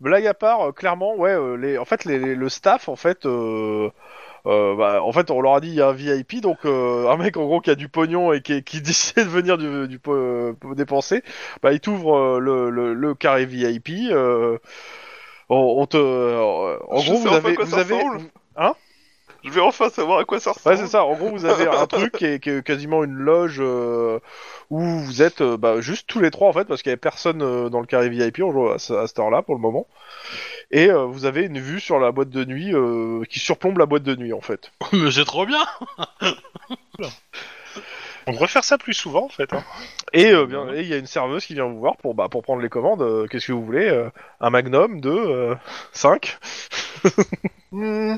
Speaker 1: blague à part, euh, clairement, ouais, euh, les, en fait, les- les- le staff, en fait, euh, euh, bah, en fait, on leur a dit il y a un VIP, donc euh, un mec en gros qui a du pognon et qui, qui décide de venir du, du po- euh, dépenser, bah, il t'ouvre euh, le, le- le carré VIP. euh, on, on te, euh, en
Speaker 3: Je
Speaker 1: gros, vous
Speaker 3: sais enfin
Speaker 1: avez,
Speaker 3: quoi
Speaker 1: vous
Speaker 3: ça
Speaker 1: avez,
Speaker 3: ressemble.
Speaker 1: Hein
Speaker 3: Je vais enfin savoir à quoi ça ressemble.
Speaker 1: Ouais, c'est ça. En gros, vous avez un truc qui est, qui est quasiment une loge euh, où vous êtes euh, bah, juste tous les trois, en fait, parce qu'il n'y avait personne euh, dans le carré VIP on joue à, ce- à cette heure-là pour le moment. Et euh, vous avez une vue sur la boîte de nuit euh, qui surplombe la boîte de nuit, en fait.
Speaker 4: Mais c'est trop bien
Speaker 2: On devrait faire ça plus souvent en fait. hein.
Speaker 1: Et euh, bien- et il y a une serveuse qui vient vous voir pour, bah, pour prendre les commandes. euh, Qu'est-ce que vous voulez euh, Un magnum euh, de 5
Speaker 3: Hmm.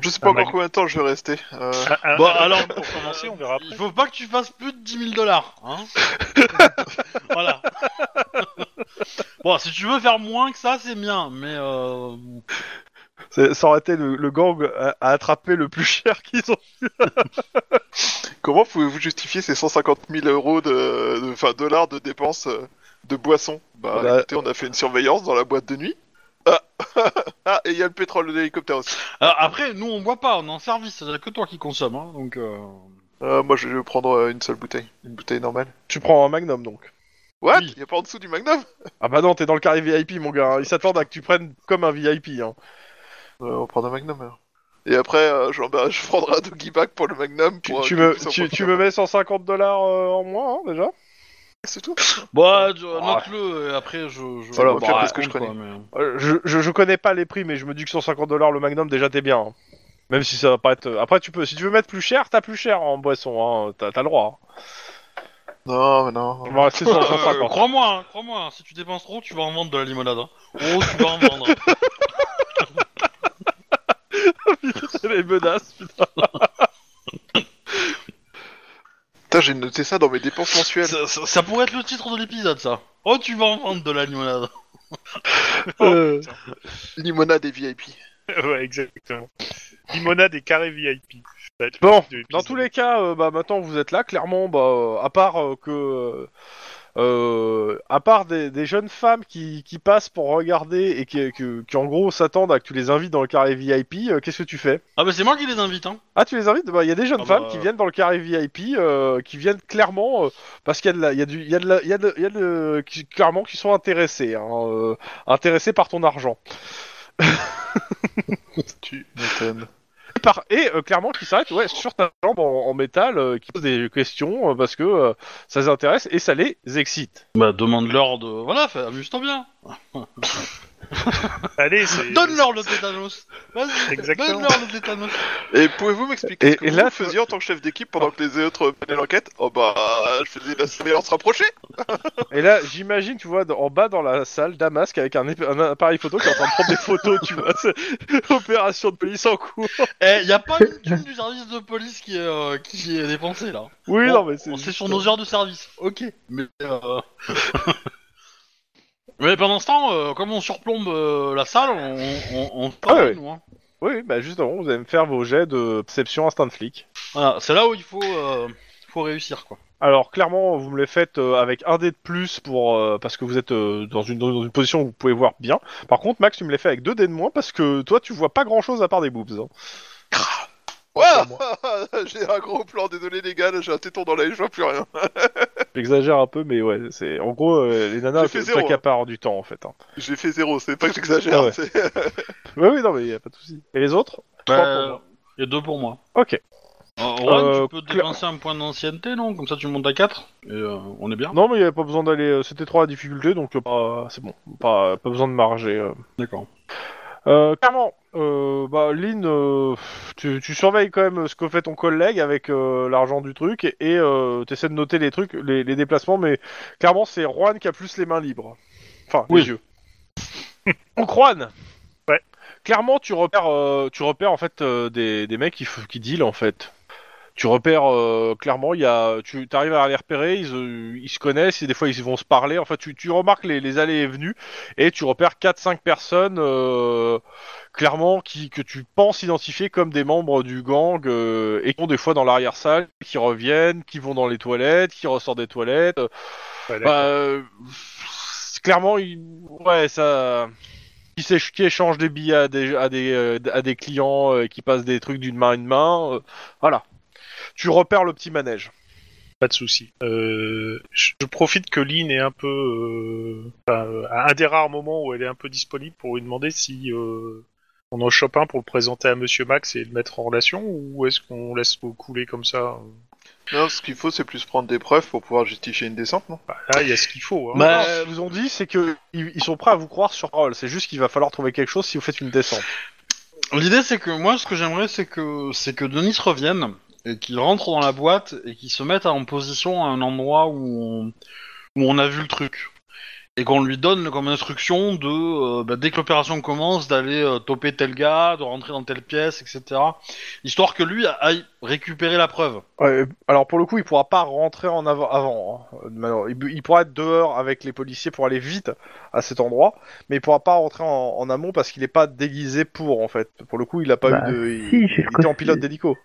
Speaker 3: Je sais pas
Speaker 2: Ah,
Speaker 3: encore
Speaker 2: ouais.
Speaker 3: combien de temps je vais rester. Euh,
Speaker 2: Un- un-
Speaker 4: Bon,
Speaker 2: un-
Speaker 4: alors-
Speaker 2: pour commencer, on verra après.
Speaker 4: Il faut pas que tu fasses plus de 10 000 dollars, hein Voilà. bon, si tu veux faire moins que ça, c'est bien, mais euh...
Speaker 1: Ça aurait été le, le gang à, à attraper le plus cher qu'ils ont.
Speaker 3: Comment pouvez-vous justifier ces 150 000 euros de, de- enfin, dollars de dépenses euh, de boissons Bah,
Speaker 1: Bah,
Speaker 3: écoutez, on a fait une surveillance dans la boîte de nuit. Ah, Ah, et il y a le pétrole de l'hélicoptère aussi.
Speaker 4: alors, euh, après, nous on boit pas, on est en service, c'est que toi qui consommes, hein, donc. euh,
Speaker 3: Euh, moi, je vais prendre euh, une seule bouteille, une bouteille normale.
Speaker 1: Tu prends un magnum, donc.
Speaker 3: What
Speaker 4: Oui.
Speaker 3: Il y a pas en dessous du Magnum
Speaker 1: Ah bah non, t'es dans le carré VIP, mon gars. hein. Ils s'attendent à que tu prennes comme un VIP, hein.
Speaker 3: Euh, On prend un Magnum alors. Et après, euh, j'en- bah, je prendrai un doggy bag pour le Magnum.
Speaker 1: Tu,
Speaker 3: Pour,
Speaker 1: tu
Speaker 3: euh,
Speaker 1: me,
Speaker 3: que ça
Speaker 1: tu,
Speaker 3: profite.
Speaker 1: tu me mets 150 dollars en moins, hein, déjà
Speaker 3: C'est tout.
Speaker 4: Bah, je- note-le, et après je. je...
Speaker 3: Voilà,
Speaker 4: je
Speaker 3: faire
Speaker 4: raconte,
Speaker 3: ce que je
Speaker 4: quoi,
Speaker 3: connais.
Speaker 4: mais-
Speaker 1: Euh, je, je, je connais pas les prix, mais je me dis que 150 dollars le magnum, déjà t'es bien. hein. Même si ça va pas être. euh, Après, tu peux. Si tu veux mettre plus cher, t'as plus cher en boisson, hein. T'as t'as le droit. hein.
Speaker 3: Non, mais non.
Speaker 1: On va rester sur
Speaker 4: Euh,
Speaker 1: 150.
Speaker 4: crois-moi, hein, crois-moi, hein, si tu dépenses trop, tu vas en vendre de la limonade. hein. Oh, tu vas en vendre.
Speaker 1: C'est les menaces, putain.
Speaker 3: Putain, j'ai noté ça dans mes dépenses mensuelles.
Speaker 4: ça, ça- ça pourrait être le titre de l'épisode, ça. Oh, tu vas en vendre de la limonade.
Speaker 3: Limonade et VIP.
Speaker 2: ouais, exactement. Limonade et carré VIP. Ça va être le
Speaker 1: Bon,
Speaker 2: titre de l'épisode.
Speaker 1: Dans tous les cas, euh, bah, maintenant vous êtes là, clairement, bah, euh, à part euh, que. euh, euh, à part des, des jeunes femmes qui, qui passent pour regarder et qui, qui, qui, en gros s'attendent à que tu les invites dans le carré VIP, euh, qu'est-ce que tu fais
Speaker 4: Ah, bah c'est moi qui les invite, hein.
Speaker 1: Ah, tu les invites Bah, Il y a des jeunes
Speaker 4: Ah
Speaker 1: femmes
Speaker 4: bah,
Speaker 1: qui
Speaker 4: euh.
Speaker 1: viennent dans le carré VIP, euh, qui viennent clairement, euh, parce qu'il y a de la, il y a du, il y a de la, il y a de, il y a de- qui- clairement qui sont intéressés, hein, euh, intéressés par ton argent.
Speaker 3: Tu m'étonnes.
Speaker 1: Et Par, et euh, clairement qui s'arrêtent ouais, sur ta jambe en, en métal, euh, qui posent des questions euh, parce que euh, ça les intéresse et ça les excite.
Speaker 4: Bah, demande-leur de. Voilà, fais- amuse-toi bien.
Speaker 2: Allez, c'est-
Speaker 4: Donne-leur le tétanos. Vas-y,
Speaker 2: Exactement.
Speaker 4: donne-leur le tétanos.
Speaker 3: Et pouvez-vous m'expliquer
Speaker 1: Et-
Speaker 3: ce que
Speaker 1: et
Speaker 3: vous
Speaker 1: là,
Speaker 3: faisiez en tant que chef d'équipe pendant que les autres menaient l'enquête Oh bah, je faisais de la surveillance rapprochée
Speaker 1: Et là, j'imagine, tu vois, dans- en bas dans la salle, Damasque avec un, ép- un appareil photo qui est en train de prendre des photos, tu vois. c'est- Opération de police en cours.
Speaker 4: Eh, y a pas une thune du service de police qui est, euh, qui est dépensée là.
Speaker 1: Oui,
Speaker 4: Bon,
Speaker 1: non, mais c'est.
Speaker 4: on- C'est
Speaker 1: juste- euh,
Speaker 4: sur nos heures de service, ok. Mais, euh... mais pendant ce temps, euh, comme on surplombe euh, la salle, on, on, on parle,
Speaker 1: Ah ouais.
Speaker 4: nous. hein.
Speaker 1: Oui, oui, bah justement, vous allez me faire vos jets de perception instinct de flic.
Speaker 4: Voilà, c'est là où il faut, euh, faut réussir quoi.
Speaker 1: Alors clairement, vous me les faites euh, avec un dé de plus pour euh, parce que vous êtes euh, dans, une, dans une position où vous pouvez voir bien. Par contre, Max, tu me les fais avec deux dés de moins parce que toi, tu vois pas grand chose à part des boobs. hein.
Speaker 3: Ouais J'ai un gros plan, désolé les gars, là, j'ai un téton dans l'œil, je vois plus rien.
Speaker 1: J'exagère un peu, mais ouais, c'est en gros euh, les nanas
Speaker 3: J'ai fait zéro,
Speaker 1: s'accaparent du temps en fait. Hein.
Speaker 3: J'ai fait zéro, c'est pas que j'exagère.
Speaker 1: Ah ouais.
Speaker 3: c'est-
Speaker 1: Oui, oui, non, mais y a pas de souci. Et les autres Trois pour moi.
Speaker 4: Et deux pour moi.
Speaker 1: Bah, Ok.
Speaker 4: Euh, Juan,
Speaker 1: Euh,
Speaker 4: tu peux
Speaker 1: Cla-
Speaker 4: dépenser un point d'ancienneté, non Comme ça tu montes à 4 et euh, on est bien.
Speaker 1: Non, mais il y avait pas besoin d'aller. euh, C'était trois à difficulté, donc euh, pas- c'est bon. Pas, pas besoin de marger. euh.
Speaker 4: D'accord.
Speaker 1: Euh, clairement, euh, bah, Lynn, euh, tu, tu surveilles quand même euh, ce que fait ton collègue avec euh, l'argent du truc et euh, t'essaies de noter les trucs, les, les déplacements, mais clairement, c'est Juan qui a plus les mains libres. Enfin,
Speaker 4: Oui.
Speaker 1: les yeux. Donc, Juan
Speaker 2: Ouais.
Speaker 1: Clairement, tu repères, euh, tu repères en fait euh, des, des mecs qui, f- qui dealent en fait. Tu repères euh, clairement, il y a, tu arrives à les repérer, ils, euh, ils se connaissent et des fois ils vont se parler. En fait, tu, tu remarques les, les allées et venues et tu repères 4-5 personnes euh, clairement qui que tu penses identifier comme des membres du gang euh, et qui sont des fois dans l'arrière-salle, qui reviennent, qui vont dans les toilettes, qui ressortent des toilettes. Euh,
Speaker 2: Ouais, d'accord.
Speaker 1: bah, euh, clairement, il- ouais, ça. Qui, s'éch- qui échange des billets à des, à des, euh, à des clients, euh, qui passent des trucs d'une main à une main. euh, voilà. Tu repères le petit manège.
Speaker 2: Pas de souci. Euh, je je profite que Lynn est un peu euh, enfin, euh, à un des rares moments où elle est un peu disponible pour lui demander si euh, on en chope un pour le présenter à Monsieur Max et le mettre en relation ou est-ce qu'on laisse couler comme ça
Speaker 3: Non, ce qu'il faut, c'est plus prendre des preuves pour pouvoir justifier une descente, non
Speaker 2: Bah, Là, il y a ce qu'il faut. hein.
Speaker 4: Bah,
Speaker 1: Non, ce qu'ils vous ont dit, c'est que ils ils sont prêts à vous croire sur parole. C'est juste qu'il va falloir trouver quelque chose si vous faites une descente.
Speaker 4: L'idée, c'est que moi, ce que j'aimerais, c'est que c'est que Denis revienne et qu'il rentre dans la boîte et qu'il se mette en position à un endroit où on, où on a vu le truc et qu'on lui donne comme instruction de euh, bah, dès que l'opération commence d'aller euh, toper tel gars, de rentrer dans telle pièce, etc. Histoire que lui aille récupérer la preuve.
Speaker 1: Ouais, alors pour le coup, il pourra pas rentrer en avant. avant hein. Euh, malheureux- Il, il pourra être dehors avec les policiers pour aller vite à cet endroit, mais il pourra pas rentrer en, en amont parce qu'il est pas déguisé pour en fait. Pour le coup, il a pas
Speaker 5: Bah,
Speaker 1: eu de. Il,
Speaker 5: si, j'ai
Speaker 1: il
Speaker 5: le
Speaker 1: était en
Speaker 5: costume.
Speaker 1: pilote d'hélico.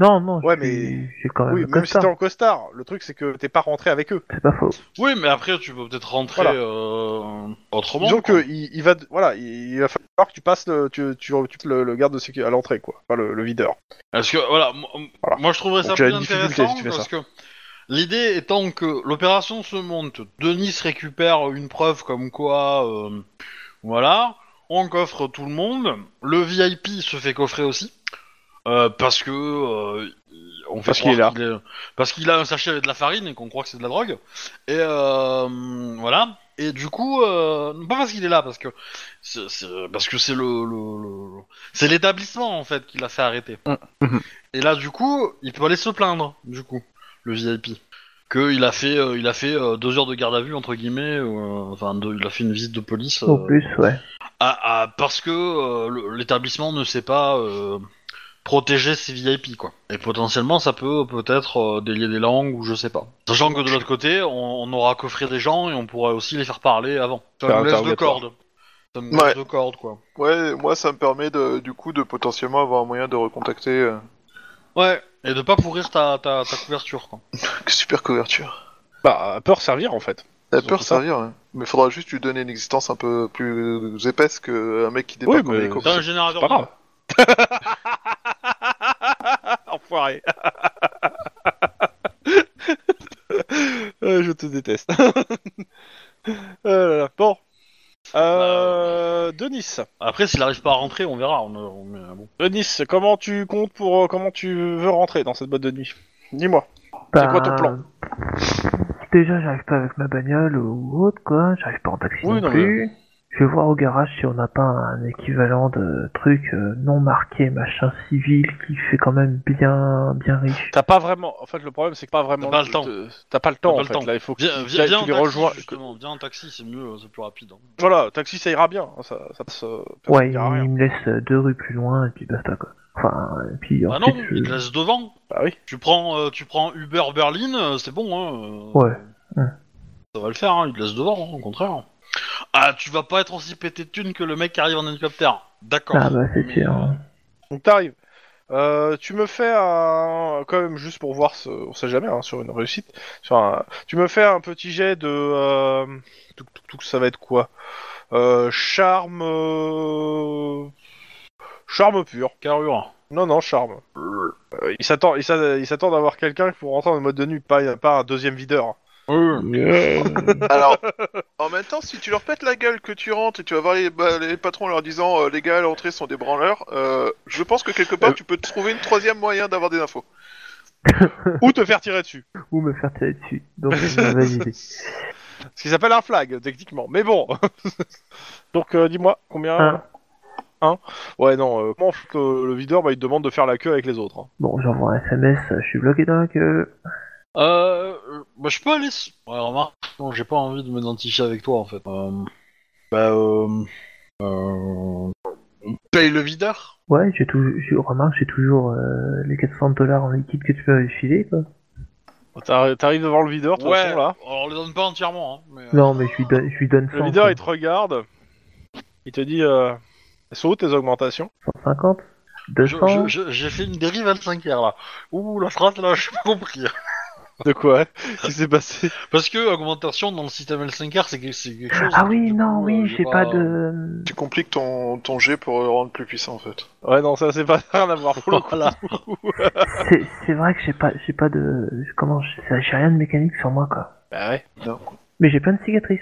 Speaker 5: Non, non,
Speaker 1: Ouais,
Speaker 5: je suis-
Speaker 1: mais-
Speaker 5: je suis quand même
Speaker 1: Oui,
Speaker 5: le
Speaker 1: même si
Speaker 5: costard.
Speaker 1: t'es en costard, le truc c'est que t'es pas rentré avec eux.
Speaker 5: C'est pas faux.
Speaker 4: Oui, mais après, tu peux peut-être rentrer
Speaker 1: Voilà.
Speaker 4: euh, autrement.
Speaker 1: Disons
Speaker 4: quoi.
Speaker 1: que il, il va, voilà, il, il va falloir que tu passes le, tu, tu, tu- le, le garde de sécu- à l'entrée quoi, enfin le, le videur.
Speaker 4: Parce que voilà, mo-
Speaker 1: Voilà.
Speaker 4: moi je trouverais
Speaker 1: Donc,
Speaker 4: ça
Speaker 1: tu as
Speaker 4: plus
Speaker 1: une difficulté
Speaker 4: intéressant
Speaker 1: si tu fais
Speaker 4: parce
Speaker 1: ça.
Speaker 4: que l'idée étant que l'opération se monte, Denis récupère une preuve comme quoi, euh, voilà, on coffre tout le monde, le VIP se fait coffrer aussi euh, parce que euh, il- on fait
Speaker 1: Parce qu'il est
Speaker 4: croire
Speaker 1: là.
Speaker 4: est- parce qu'il a un sachet avec de la farine et qu'on croit que c'est de la drogue et euh, voilà. Et du coup, euh, pas parce qu'il est là, parce que c'est c'est- parce que c'est le, le- le- le- c'est l'établissement en fait qui l'a fait arrêter.
Speaker 5: Mm. Mm-hmm.
Speaker 4: Et là, du coup, il peut aller se plaindre, du coup, le VIP. Que il a fait, euh, il a fait euh, deux heures de garde à vue entre guillemets, ou, euh, enfin, deux- il a fait une visite de police euh,
Speaker 5: Au plus, ouais.
Speaker 4: à- à- Ah, parce que euh, le- l'établissement ne sait pas euh, protéger ses VIP quoi. Et potentiellement, ça peut peut-être euh, délier des langues ou je sais pas. Sachant que de l'autre côté, on, on aura coffré des gens et on pourra aussi les faire parler avant.
Speaker 1: Faire
Speaker 4: Ça me laisse deux
Speaker 1: interrogatoire.
Speaker 4: cordes. Ça me laisse
Speaker 3: Ouais.
Speaker 4: deux cordes quoi.
Speaker 3: Ouais, moi, ça me permet de, du coup de potentiellement avoir un moyen de recontacter. euh,
Speaker 4: Ouais. Et de pas pourrir ta, ta, ta couverture quoi.
Speaker 3: Super couverture.
Speaker 1: Bah, peur servir en fait.
Speaker 3: La
Speaker 1: Surtout
Speaker 3: peur
Speaker 1: ça.
Speaker 3: servir, hein. mais faudra juste lui donner une existence un peu plus épaisse qu'un mec qui
Speaker 1: Oui,
Speaker 3: débarque
Speaker 1: mais-
Speaker 3: comme des cons.
Speaker 4: T'as un générateur.
Speaker 1: Pas grave.
Speaker 4: Enfoiré.
Speaker 1: Euh, je te déteste. Euh, là, là. Bon. Euh, Denis.
Speaker 4: Après, s'il arrive pas à rentrer, on verra. On, on- mais, euh, bon.
Speaker 1: Denis, comment tu comptes pour euh, comment tu veux rentrer dans cette boîte de nuit Dis-moi. C'est quoi ton
Speaker 5: Ben,
Speaker 1: plan
Speaker 5: Déjà, j'arrive pas avec ma bagnole ou autre, quoi. J'arrive pas en taxi
Speaker 1: Oui,
Speaker 5: non
Speaker 1: non,
Speaker 5: plus. Je vais voir au garage si on n'a pas un équivalent de truc euh, non marqué, machin civil, qui fait quand même bien, bien riche.
Speaker 1: T'as pas vraiment. En fait, le problème c'est que pas vraiment.
Speaker 4: T'as pas le temps.
Speaker 1: T'as pas le temps.
Speaker 4: T'as pas
Speaker 1: en
Speaker 4: le
Speaker 1: fait.
Speaker 4: temps.
Speaker 1: Là, il faut que
Speaker 4: Viens,
Speaker 1: tu-
Speaker 4: viens,
Speaker 1: tu
Speaker 4: viens en
Speaker 1: les
Speaker 4: taxi,
Speaker 1: rejoins.
Speaker 4: justement. Viens en taxi, c'est mieux, c'est plus rapide. hein.
Speaker 1: Voilà, taxi, ça ira bien. Ça, ça passe. euh,
Speaker 5: Ouais,
Speaker 1: ça
Speaker 5: il,
Speaker 1: ira rien.
Speaker 5: il me laisse euh, deux rues plus loin et puis basta, quoi. Enfin, et puis
Speaker 4: Ah
Speaker 5: ensuite,
Speaker 4: non,
Speaker 5: je-
Speaker 4: il te laisse devant.
Speaker 1: Bah oui.
Speaker 4: Tu prends, euh, tu prends Uber Berlin, euh, c'est bon. Hein, euh,
Speaker 5: Ouais, ouais.
Speaker 4: Ça va le faire, hein, il te laisse devant, hein, au contraire. Ah, tu vas pas être aussi pété de thunes que le mec qui arrive en hélicoptère. D'accord.
Speaker 5: Ah bah, c'est
Speaker 4: Mais,
Speaker 5: sûr.
Speaker 4: euh,
Speaker 1: Donc t'arrives. Euh, tu me fais un... quand même juste pour voir, ce... on sait jamais, hein, sur une réussite. Sur un- Tu me fais un petit jet de, euh... tout, ça va être quoi Euh, Charme, euh, charme pur.
Speaker 4: Carrure.
Speaker 1: Non non charme. Euh, il s'attend, il s'a- il s'attend d'avoir quelqu'un pour rentrer en mode de nuit, pas, pas un deuxième videur.
Speaker 3: Alors, en même temps, si tu leur pètes la gueule que tu rentres et tu vas voir les, bah, les patrons en leur disant euh, les gars à l'entrée sont des branleurs, euh, je pense que quelque part
Speaker 1: Euh.
Speaker 3: tu peux te trouver une troisième moyen d'avoir des infos.
Speaker 1: Ou te faire tirer dessus.
Speaker 5: Ou me faire tirer dessus. Donc, c'est une mauvaise idée.
Speaker 1: Ce qui s'appelle un flag techniquement. Mais bon. Donc euh, dis-moi combien.
Speaker 5: Un.
Speaker 1: 1. Ouais, non, euh, comment, euh, le videur, bah, il te demande de faire la queue avec les autres. hein.
Speaker 5: Bon, j'envoie un SMS, je suis bloqué dans la queue.
Speaker 4: Euh, euh, bah, je peux aller. s- Ouais, remarque, non, j'ai pas envie de m'identifier avec toi en fait. Euh, bah, euh, euh, on paye le videur.
Speaker 5: Ouais, j'ai tout, j'ai- remarque, j'ai toujours euh, les 400 dollars en liquide que tu m'avais filé, quoi.
Speaker 1: T'arri- T'arrives devant le videur, de toute façon, là.
Speaker 4: on le donne pas entièrement. Hein, mais, euh,
Speaker 5: Non, mais je lui donne, je lui donne 100.
Speaker 1: Le leader,
Speaker 5: quoi.
Speaker 1: il te regarde. Il te dit euh, Elles sont où tes augmentations
Speaker 5: 150
Speaker 4: je-
Speaker 5: 200
Speaker 4: je- je- J'ai fait une dérive à 5 r là. Ouh, la phrase là, j'ai pas compris.
Speaker 1: De quoi Qu'est-ce qui s'est passé
Speaker 4: Parce que augmentation dans le système L5R, c'est que- c'est quelque chose.
Speaker 5: Ah
Speaker 4: que,
Speaker 5: oui,
Speaker 4: du coup,
Speaker 5: non,
Speaker 4: euh,
Speaker 5: oui, j'ai pas de...
Speaker 3: Tu compliques ton, ton jet pour le rendre plus puissant en fait.
Speaker 1: Ouais, non, ça, c'est pas rien à voir pour le coup.
Speaker 4: Voilà.
Speaker 5: C'est- C'est vrai que j'ai pas, j'ai pas de... Comment J'ai j'ai rien de mécanique sur moi, quoi.
Speaker 1: Bah ouais.
Speaker 5: Mais j'ai plein de cicatrices.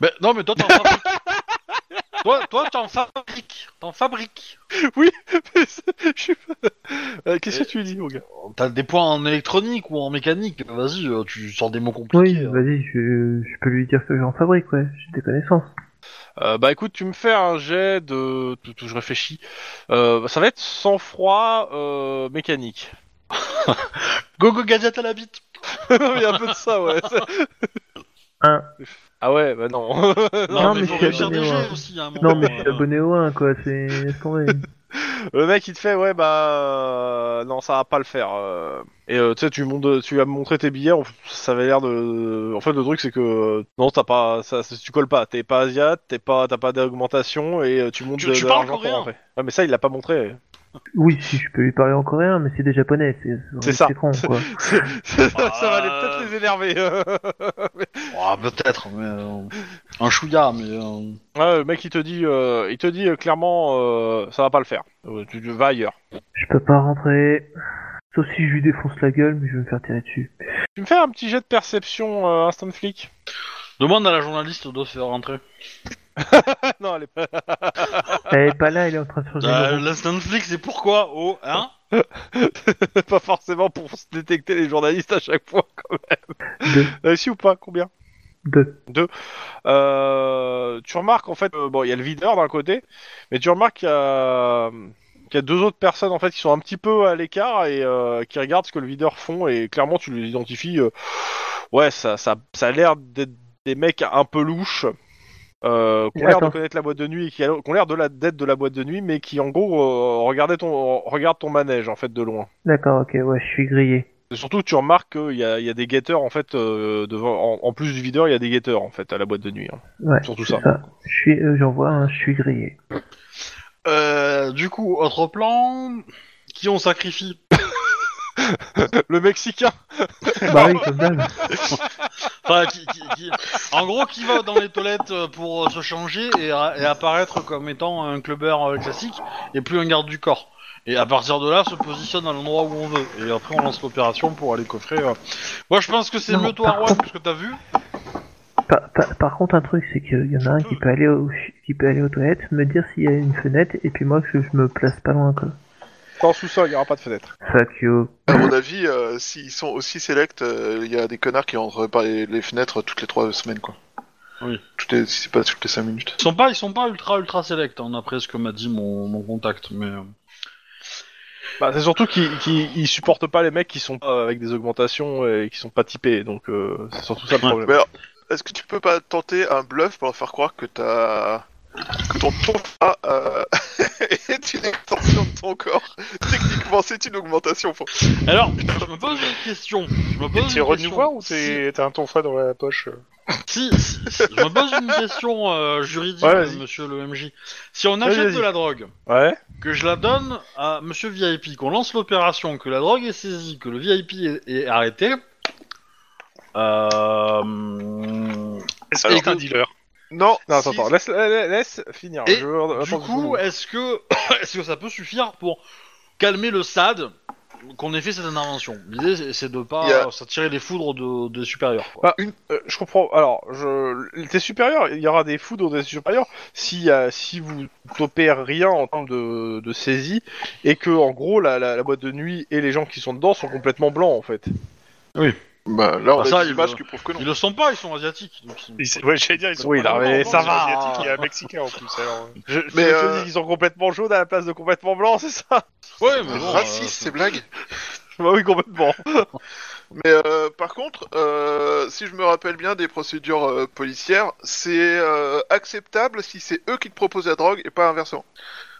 Speaker 4: Mais, non, mais toi, t'en fabriques. toi, toi, t'en fabriques. T'en fabriques.
Speaker 1: Je sais pas. Euh, Qu'est-ce que tu dis, mon gars
Speaker 4: T'as des points en électronique ou en mécanique. Vas-y, euh, tu sors des mots
Speaker 5: Oui,
Speaker 4: compliqués. hein.
Speaker 5: vas-y, je, je peux lui dire que j'en fabrique, ouais. J'ai des connaissances.
Speaker 1: Euh, Bah écoute, tu me fais un jet de. tout- tout, Je réfléchis. Euh, ça va être sang-froid euh, mécanique.
Speaker 4: Go go gadget à la bite.
Speaker 1: Il y a un peu de ça, ouais.
Speaker 5: Un.
Speaker 1: Ah ouais, bah non.
Speaker 4: Euh,
Speaker 5: Non, mais
Speaker 4: faut
Speaker 5: je suis
Speaker 4: réussir
Speaker 5: abonné
Speaker 4: des
Speaker 5: au
Speaker 4: jeux
Speaker 5: un.
Speaker 4: aussi. à un
Speaker 5: Non,
Speaker 4: moment,
Speaker 1: bah,
Speaker 5: mais je suis
Speaker 4: euh,
Speaker 5: abonné au 1, quoi. C'est... laisse tomber.
Speaker 1: Le mec il te fait ouais bah euh, non ça va pas le faire euh. et euh, tu sais tu montes tu as montré tes billets on- ça avait l'air de en fait le truc c'est que euh, non t'as pas ça ça- tu colles pas t'es pas asiat t'es pas t'as pas d'augmentation et euh, tu montes
Speaker 4: Tu-
Speaker 1: de,
Speaker 4: tu
Speaker 1: de
Speaker 4: parles
Speaker 1: l'argent pour
Speaker 4: coréen.
Speaker 1: rentrer. Ouais, mais ça il l'a pas montré
Speaker 5: Oui, si je peux lui parler en coréen, mais c'est des japonais. C'est,
Speaker 1: C'est ça.
Speaker 5: C'est con, quoi.
Speaker 1: ça,
Speaker 4: ça va aller peut-être
Speaker 1: les énerver
Speaker 4: ah, peut-être, mais euh, un chouïa, mais euh,
Speaker 1: ouais, Ah, le mec il te dit euh, il te dit euh, clairement euh, ça va pas le faire Euh, tu, tu vas ailleurs
Speaker 5: Je peux pas rentrer. Sauf si je lui défonce la gueule, mais je vais me faire tirer dessus.
Speaker 1: tu me fais un petit jet de perception euh, instant flic
Speaker 4: demande à la journaliste de faire rentrer.
Speaker 1: non elle est pas
Speaker 5: Elle est pas là, elle est en train de changer. de
Speaker 4: Euh,
Speaker 5: rôle.
Speaker 4: L'instant flic, c'est pourquoi Oh, hein
Speaker 1: pas forcément pour détecter les journalistes à chaque fois quand
Speaker 5: Deux.
Speaker 1: même réussi Euh, ou pas combien
Speaker 5: Deux.
Speaker 1: Euh, tu remarques en fait, euh, bon, il y a le videur d'un côté, mais tu remarques qu'il y, a- qu'il y a deux autres personnes en fait qui sont un petit peu à l'écart et euh, qui regardent ce que le videur font et clairement tu les identifies. euh, ouais, ça, ça, ça a l'air d'être des mecs un peu louches. Euh, qui ont l'air de
Speaker 5: Attends. qui
Speaker 1: connaître la boîte de nuit et qui, a- qui ont l'air de la dette de la boîte de nuit, mais qui en gros euh, regardaient ton, regardent ton manège en fait de loin.
Speaker 5: D'accord, ok, ouais, je suis grillé.
Speaker 1: Et surtout, tu remarques qu'il y a, il y a des guetteurs en fait euh, devant, en, en plus du videur, il y a des guetteurs en fait à la boîte de nuit. hein.
Speaker 5: Ouais,
Speaker 1: Surtout
Speaker 5: c'est
Speaker 1: ça.
Speaker 5: Je suis, euh, j'en vois un, je suis grillé.
Speaker 4: Euh, du coup, autre plan. Qui on sacrifie
Speaker 1: Le Mexicain.
Speaker 5: bah oui, comme d'hab.
Speaker 4: Enfin, qui- qui- qui- En gros, qui va dans les toilettes euh, pour euh, se changer et, ra- et apparaître comme étant un clubbeur euh, classique et plus un garde du corps. Et à partir de là, se positionne à l'endroit où on veut. Et après, on lance l'opération pour aller coffrer. euh. Moi, je pense que c'est
Speaker 5: Non,
Speaker 4: mieux toi,
Speaker 5: par
Speaker 4: Arwan,
Speaker 5: contre-
Speaker 4: parce que t'as vu.
Speaker 5: Par, par- par contre, un truc, c'est qu'il y en a un qui peut aller au, qui peut aller aux toilettes, me dire s'il y a une fenêtre, et puis moi que je me place pas loin, quoi.
Speaker 1: Dans sous-sol, il n'y aura pas de fenêtre.
Speaker 5: Fuck you.
Speaker 3: À mon avis, euh, s'ils sont aussi sélects, euh, il y a des connards qui entrent par les, les fenêtres toutes les trois semaines quoi.
Speaker 4: Oui.
Speaker 3: Toutes les, si c'est pas toutes les cinq minutes.
Speaker 4: Ils sont pas, ils sont pas ultra ultra select, hein, d'après ce que m'a dit mon, mon contact. Mais euh,
Speaker 1: Bah, c'est surtout qu'ils qu'ils- ils supportent pas les mecs qui sont pas avec des augmentations et qui sont pas typés, donc euh, c'est surtout ça le
Speaker 4: Ouais.
Speaker 1: problème.
Speaker 3: Mais alors, est-ce que tu peux pas tenter un bluff pour leur faire croire que t'as que ton ton ah, euh, est une extension de ton corps Techniquement, c'est une augmentation. Pour...
Speaker 4: alors, je me pose une question. Je me pose
Speaker 2: T'es
Speaker 4: une
Speaker 2: renouvelé
Speaker 4: question.
Speaker 2: ou t'es- t'as un ton froid dans la poche euh
Speaker 4: Si, si, si- je me pose une question euh, juridique,
Speaker 1: Ouais, vas-y.
Speaker 4: Monsieur le MJ. Si on
Speaker 1: Vas-y,
Speaker 4: achète
Speaker 1: vas-y.
Speaker 4: de la drogue,
Speaker 1: Ouais.
Speaker 4: que je la donne à Monsieur VIP, qu'on lance l'opération, que la drogue est saisie, que le VIP est, est arrêté. Euh...
Speaker 2: Est-ce
Speaker 4: Alors,
Speaker 2: que t'es un
Speaker 4: que-
Speaker 2: dealer
Speaker 3: Non,
Speaker 1: Non, attends,
Speaker 3: si-
Speaker 1: attends, laisse, la- laisse finir.
Speaker 4: Et
Speaker 1: Je- attends,
Speaker 4: Du coup, est-ce que, est-ce que ça peut suffire pour calmer le SAD qu'on ait fait cette intervention L'idée, c'est- c'est de pas
Speaker 3: Il y a-
Speaker 4: euh, s'attirer les foudres de- des supérieurs. quoi.
Speaker 1: Bah, une- euh, je comprends. Alors, je... tes supérieurs, il y aura des foudres des supérieurs si, euh, si vous n'opérez rien en termes de, de saisie et que, en gros, la, la- la boîte de nuit et les gens qui sont dedans sont complètement blancs en fait.
Speaker 4: Oui.
Speaker 3: Bah, là, on
Speaker 4: Bah,
Speaker 3: a
Speaker 4: ça,
Speaker 3: des
Speaker 4: il
Speaker 3: images
Speaker 4: veut-
Speaker 3: qui prouvent que non.
Speaker 4: Ils le sont pas, ils sont asiatiques. donc c'est-
Speaker 2: Ils- Ouais, j'allais dire, ils sont
Speaker 1: Oui,
Speaker 2: pas
Speaker 1: non,
Speaker 2: normaux,
Speaker 1: mais
Speaker 2: ils
Speaker 1: ça
Speaker 2: sont
Speaker 1: va.
Speaker 2: asiatiques, Il y a un Mexicain en plus, alors. euh.
Speaker 1: Je,
Speaker 3: Mais,
Speaker 1: mais
Speaker 3: euh,
Speaker 1: ils sont complètement jaunes à la place de complètement blancs, c'est ça
Speaker 4: Ouais, mais
Speaker 3: C'est
Speaker 4: bon,
Speaker 3: Raciste,
Speaker 4: euh,
Speaker 3: ces blagues.
Speaker 1: Bah oui, complètement.
Speaker 3: Mais euh, par contre, euh, si je me rappelle bien des procédures euh, policières, c'est euh, acceptable si c'est eux qui te proposent la drogue et pas inversement.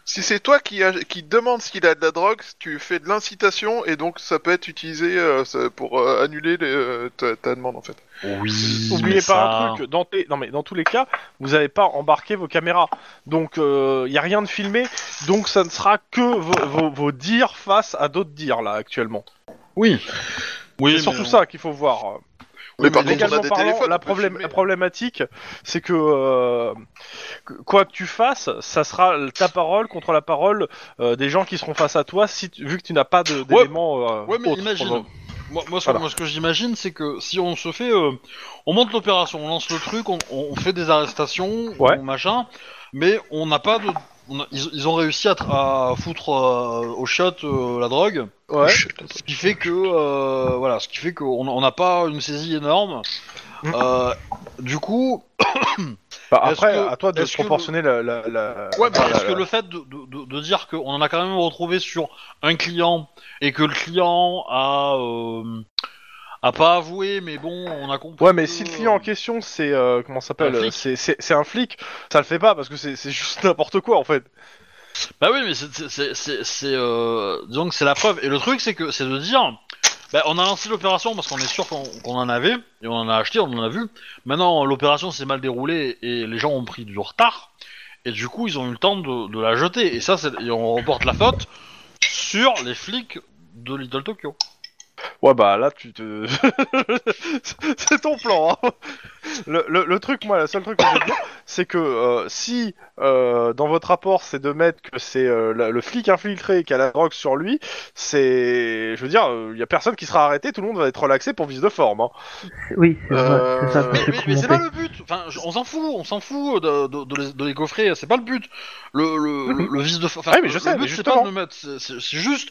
Speaker 3: Si c'est toi qui, a- qui demande s'il a de la drogue, tu fais de l'incitation et donc ça peut être utilisé euh, ça- pour euh, annuler les, euh, ta, ta demande en fait.
Speaker 4: Oui,
Speaker 1: Oubliez
Speaker 4: mais
Speaker 1: pas
Speaker 4: ça-
Speaker 1: un truc, dans, tes- non, mais dans tous les cas, vous n'avez pas embarqué vos caméras. Donc, il n'y a rien de filmé, donc ça ne sera que vos, vos- vos dires face à d'autres dires, là, actuellement.
Speaker 4: Oui. Oui,
Speaker 1: c'est surtout ça qu'il faut voir.
Speaker 3: Mais par contre, on
Speaker 1: Légalement
Speaker 3: a des
Speaker 1: parlant,
Speaker 3: téléphones.
Speaker 1: la,
Speaker 3: on peut
Speaker 1: problém-
Speaker 3: filmer.
Speaker 1: la problématique, c'est que, euh, que- quoi que tu fasses, ça sera ta parole contre la parole euh, des gens qui seront face à toi, si tu- vu que tu n'as pas de- d'éléments. euh,
Speaker 4: Ouais, mais
Speaker 1: autres,
Speaker 4: imagine.
Speaker 1: pour le-
Speaker 4: Moi, moi, ce,
Speaker 1: Voilà.
Speaker 4: moi, ce que j'imagine, c'est que si on se fait. euh, on monte l'opération, on lance le truc, on, on fait des arrestations,
Speaker 1: Ouais.
Speaker 4: on machin, mais on n'a pas de. on a- ils, ils ont réussi à, tra- à foutre euh, au shot euh, la drogue,
Speaker 1: Ouais.
Speaker 4: ce qui fait que. euh, voilà, ce qui fait qu'on on n'a pas une saisie énorme. Euh, du coup,
Speaker 1: Bah,
Speaker 4: Est-ce
Speaker 1: après,
Speaker 4: que-
Speaker 1: à toi de
Speaker 4: est-ce que
Speaker 1: proportionner la, la, la-
Speaker 4: ouais, mais
Speaker 1: la-
Speaker 4: est-ce
Speaker 1: la-
Speaker 4: que le fait de, de- de- de dire qu'on en a quand même retrouvé sur un client et que le client a euh, a pas avoué, mais bon, on a compris.
Speaker 1: Ouais, mais
Speaker 4: que-
Speaker 1: si le client en question, c'est euh, comment ça s'appelle
Speaker 4: Oh. Un
Speaker 1: euh,
Speaker 4: flic.
Speaker 1: C'est c'est- c'est un flic. Ça le fait pas parce que c'est c'est juste n'importe quoi en fait.
Speaker 4: Bah oui, mais c'est- c'est- c'est. c'est- c'est, euh, Disons que c'est la preuve. Et le truc, c'est que c'est de dire. Bah, on a lancé l'opération parce qu'on est sûr qu'on qu'on en avait, et on en a acheté, on en a vu. Maintenant, l'opération s'est mal déroulée et les gens ont pris du retard, et du coup, ils ont eu le temps de, de la jeter. Et ça, c'est- et on reporte la faute sur les flics de Little Tokyo.
Speaker 1: Ouais, bah là, tu te. c'est ton plan. hein. Le, le- le truc, moi, le seul truc que je veux dire, c'est que euh, si euh, dans votre rapport c'est de mettre que c'est euh, la- le flic infiltré qui a la drogue sur lui, c'est. Je veux dire, il y a personne qui sera arrêté, tout le monde va être relaxé pour vice de forme. hein.
Speaker 5: C'est- Oui, c'est
Speaker 3: Euh,
Speaker 5: ça, c'est ça,
Speaker 4: Mais,
Speaker 5: c'est
Speaker 4: mais-
Speaker 5: pour
Speaker 4: mais c'est pas
Speaker 5: monter.
Speaker 4: le but. Enfin, je- on s'en fout, on s'en fout de, de- de les, de les gaufrer. C'est pas le but. Le, le, le- le vice de. Enfin,
Speaker 1: Ouais, Mhm. Ah mais je
Speaker 4: le-
Speaker 1: sais,
Speaker 4: le but,
Speaker 1: mais
Speaker 4: c'est pas de
Speaker 1: justement.
Speaker 4: me mettre. C'est c'est- c'est juste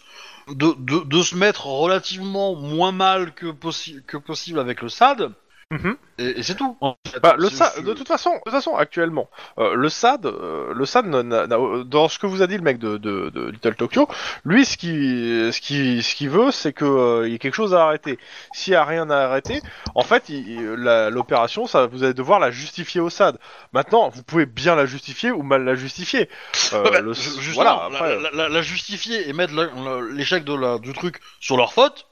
Speaker 4: de, de, de se mettre relativement moins mal que, possi- que possible avec le SAD.
Speaker 1: Mhm.
Speaker 4: Et, et c'est tout. en fait.
Speaker 1: Bah, le
Speaker 4: C'est-
Speaker 1: SAD,
Speaker 4: c'est-
Speaker 1: de toute façon, de toute façon, actuellement, euh, le SAD, euh, le SAD, n'a- n'a- n'a- dans ce que vous a dit le mec de, de, de Little Tokyo, lui, ce qui, ce qui, ce qu'il veut, c'est que euh, il y ait quelque chose à arrêter. S'il y a rien à arrêter, en fait, il- il- la- l'opération, ça, vous allez devoir la justifier au SAD. Maintenant, vous pouvez bien la justifier ou mal la justifier. Euh,
Speaker 4: Ouais, bah,
Speaker 1: le-
Speaker 4: ju- justement,
Speaker 1: voilà.
Speaker 4: la-
Speaker 1: après-
Speaker 4: la, la- la justifier et mettre la- la- l'échec de la- du truc sur leur faute,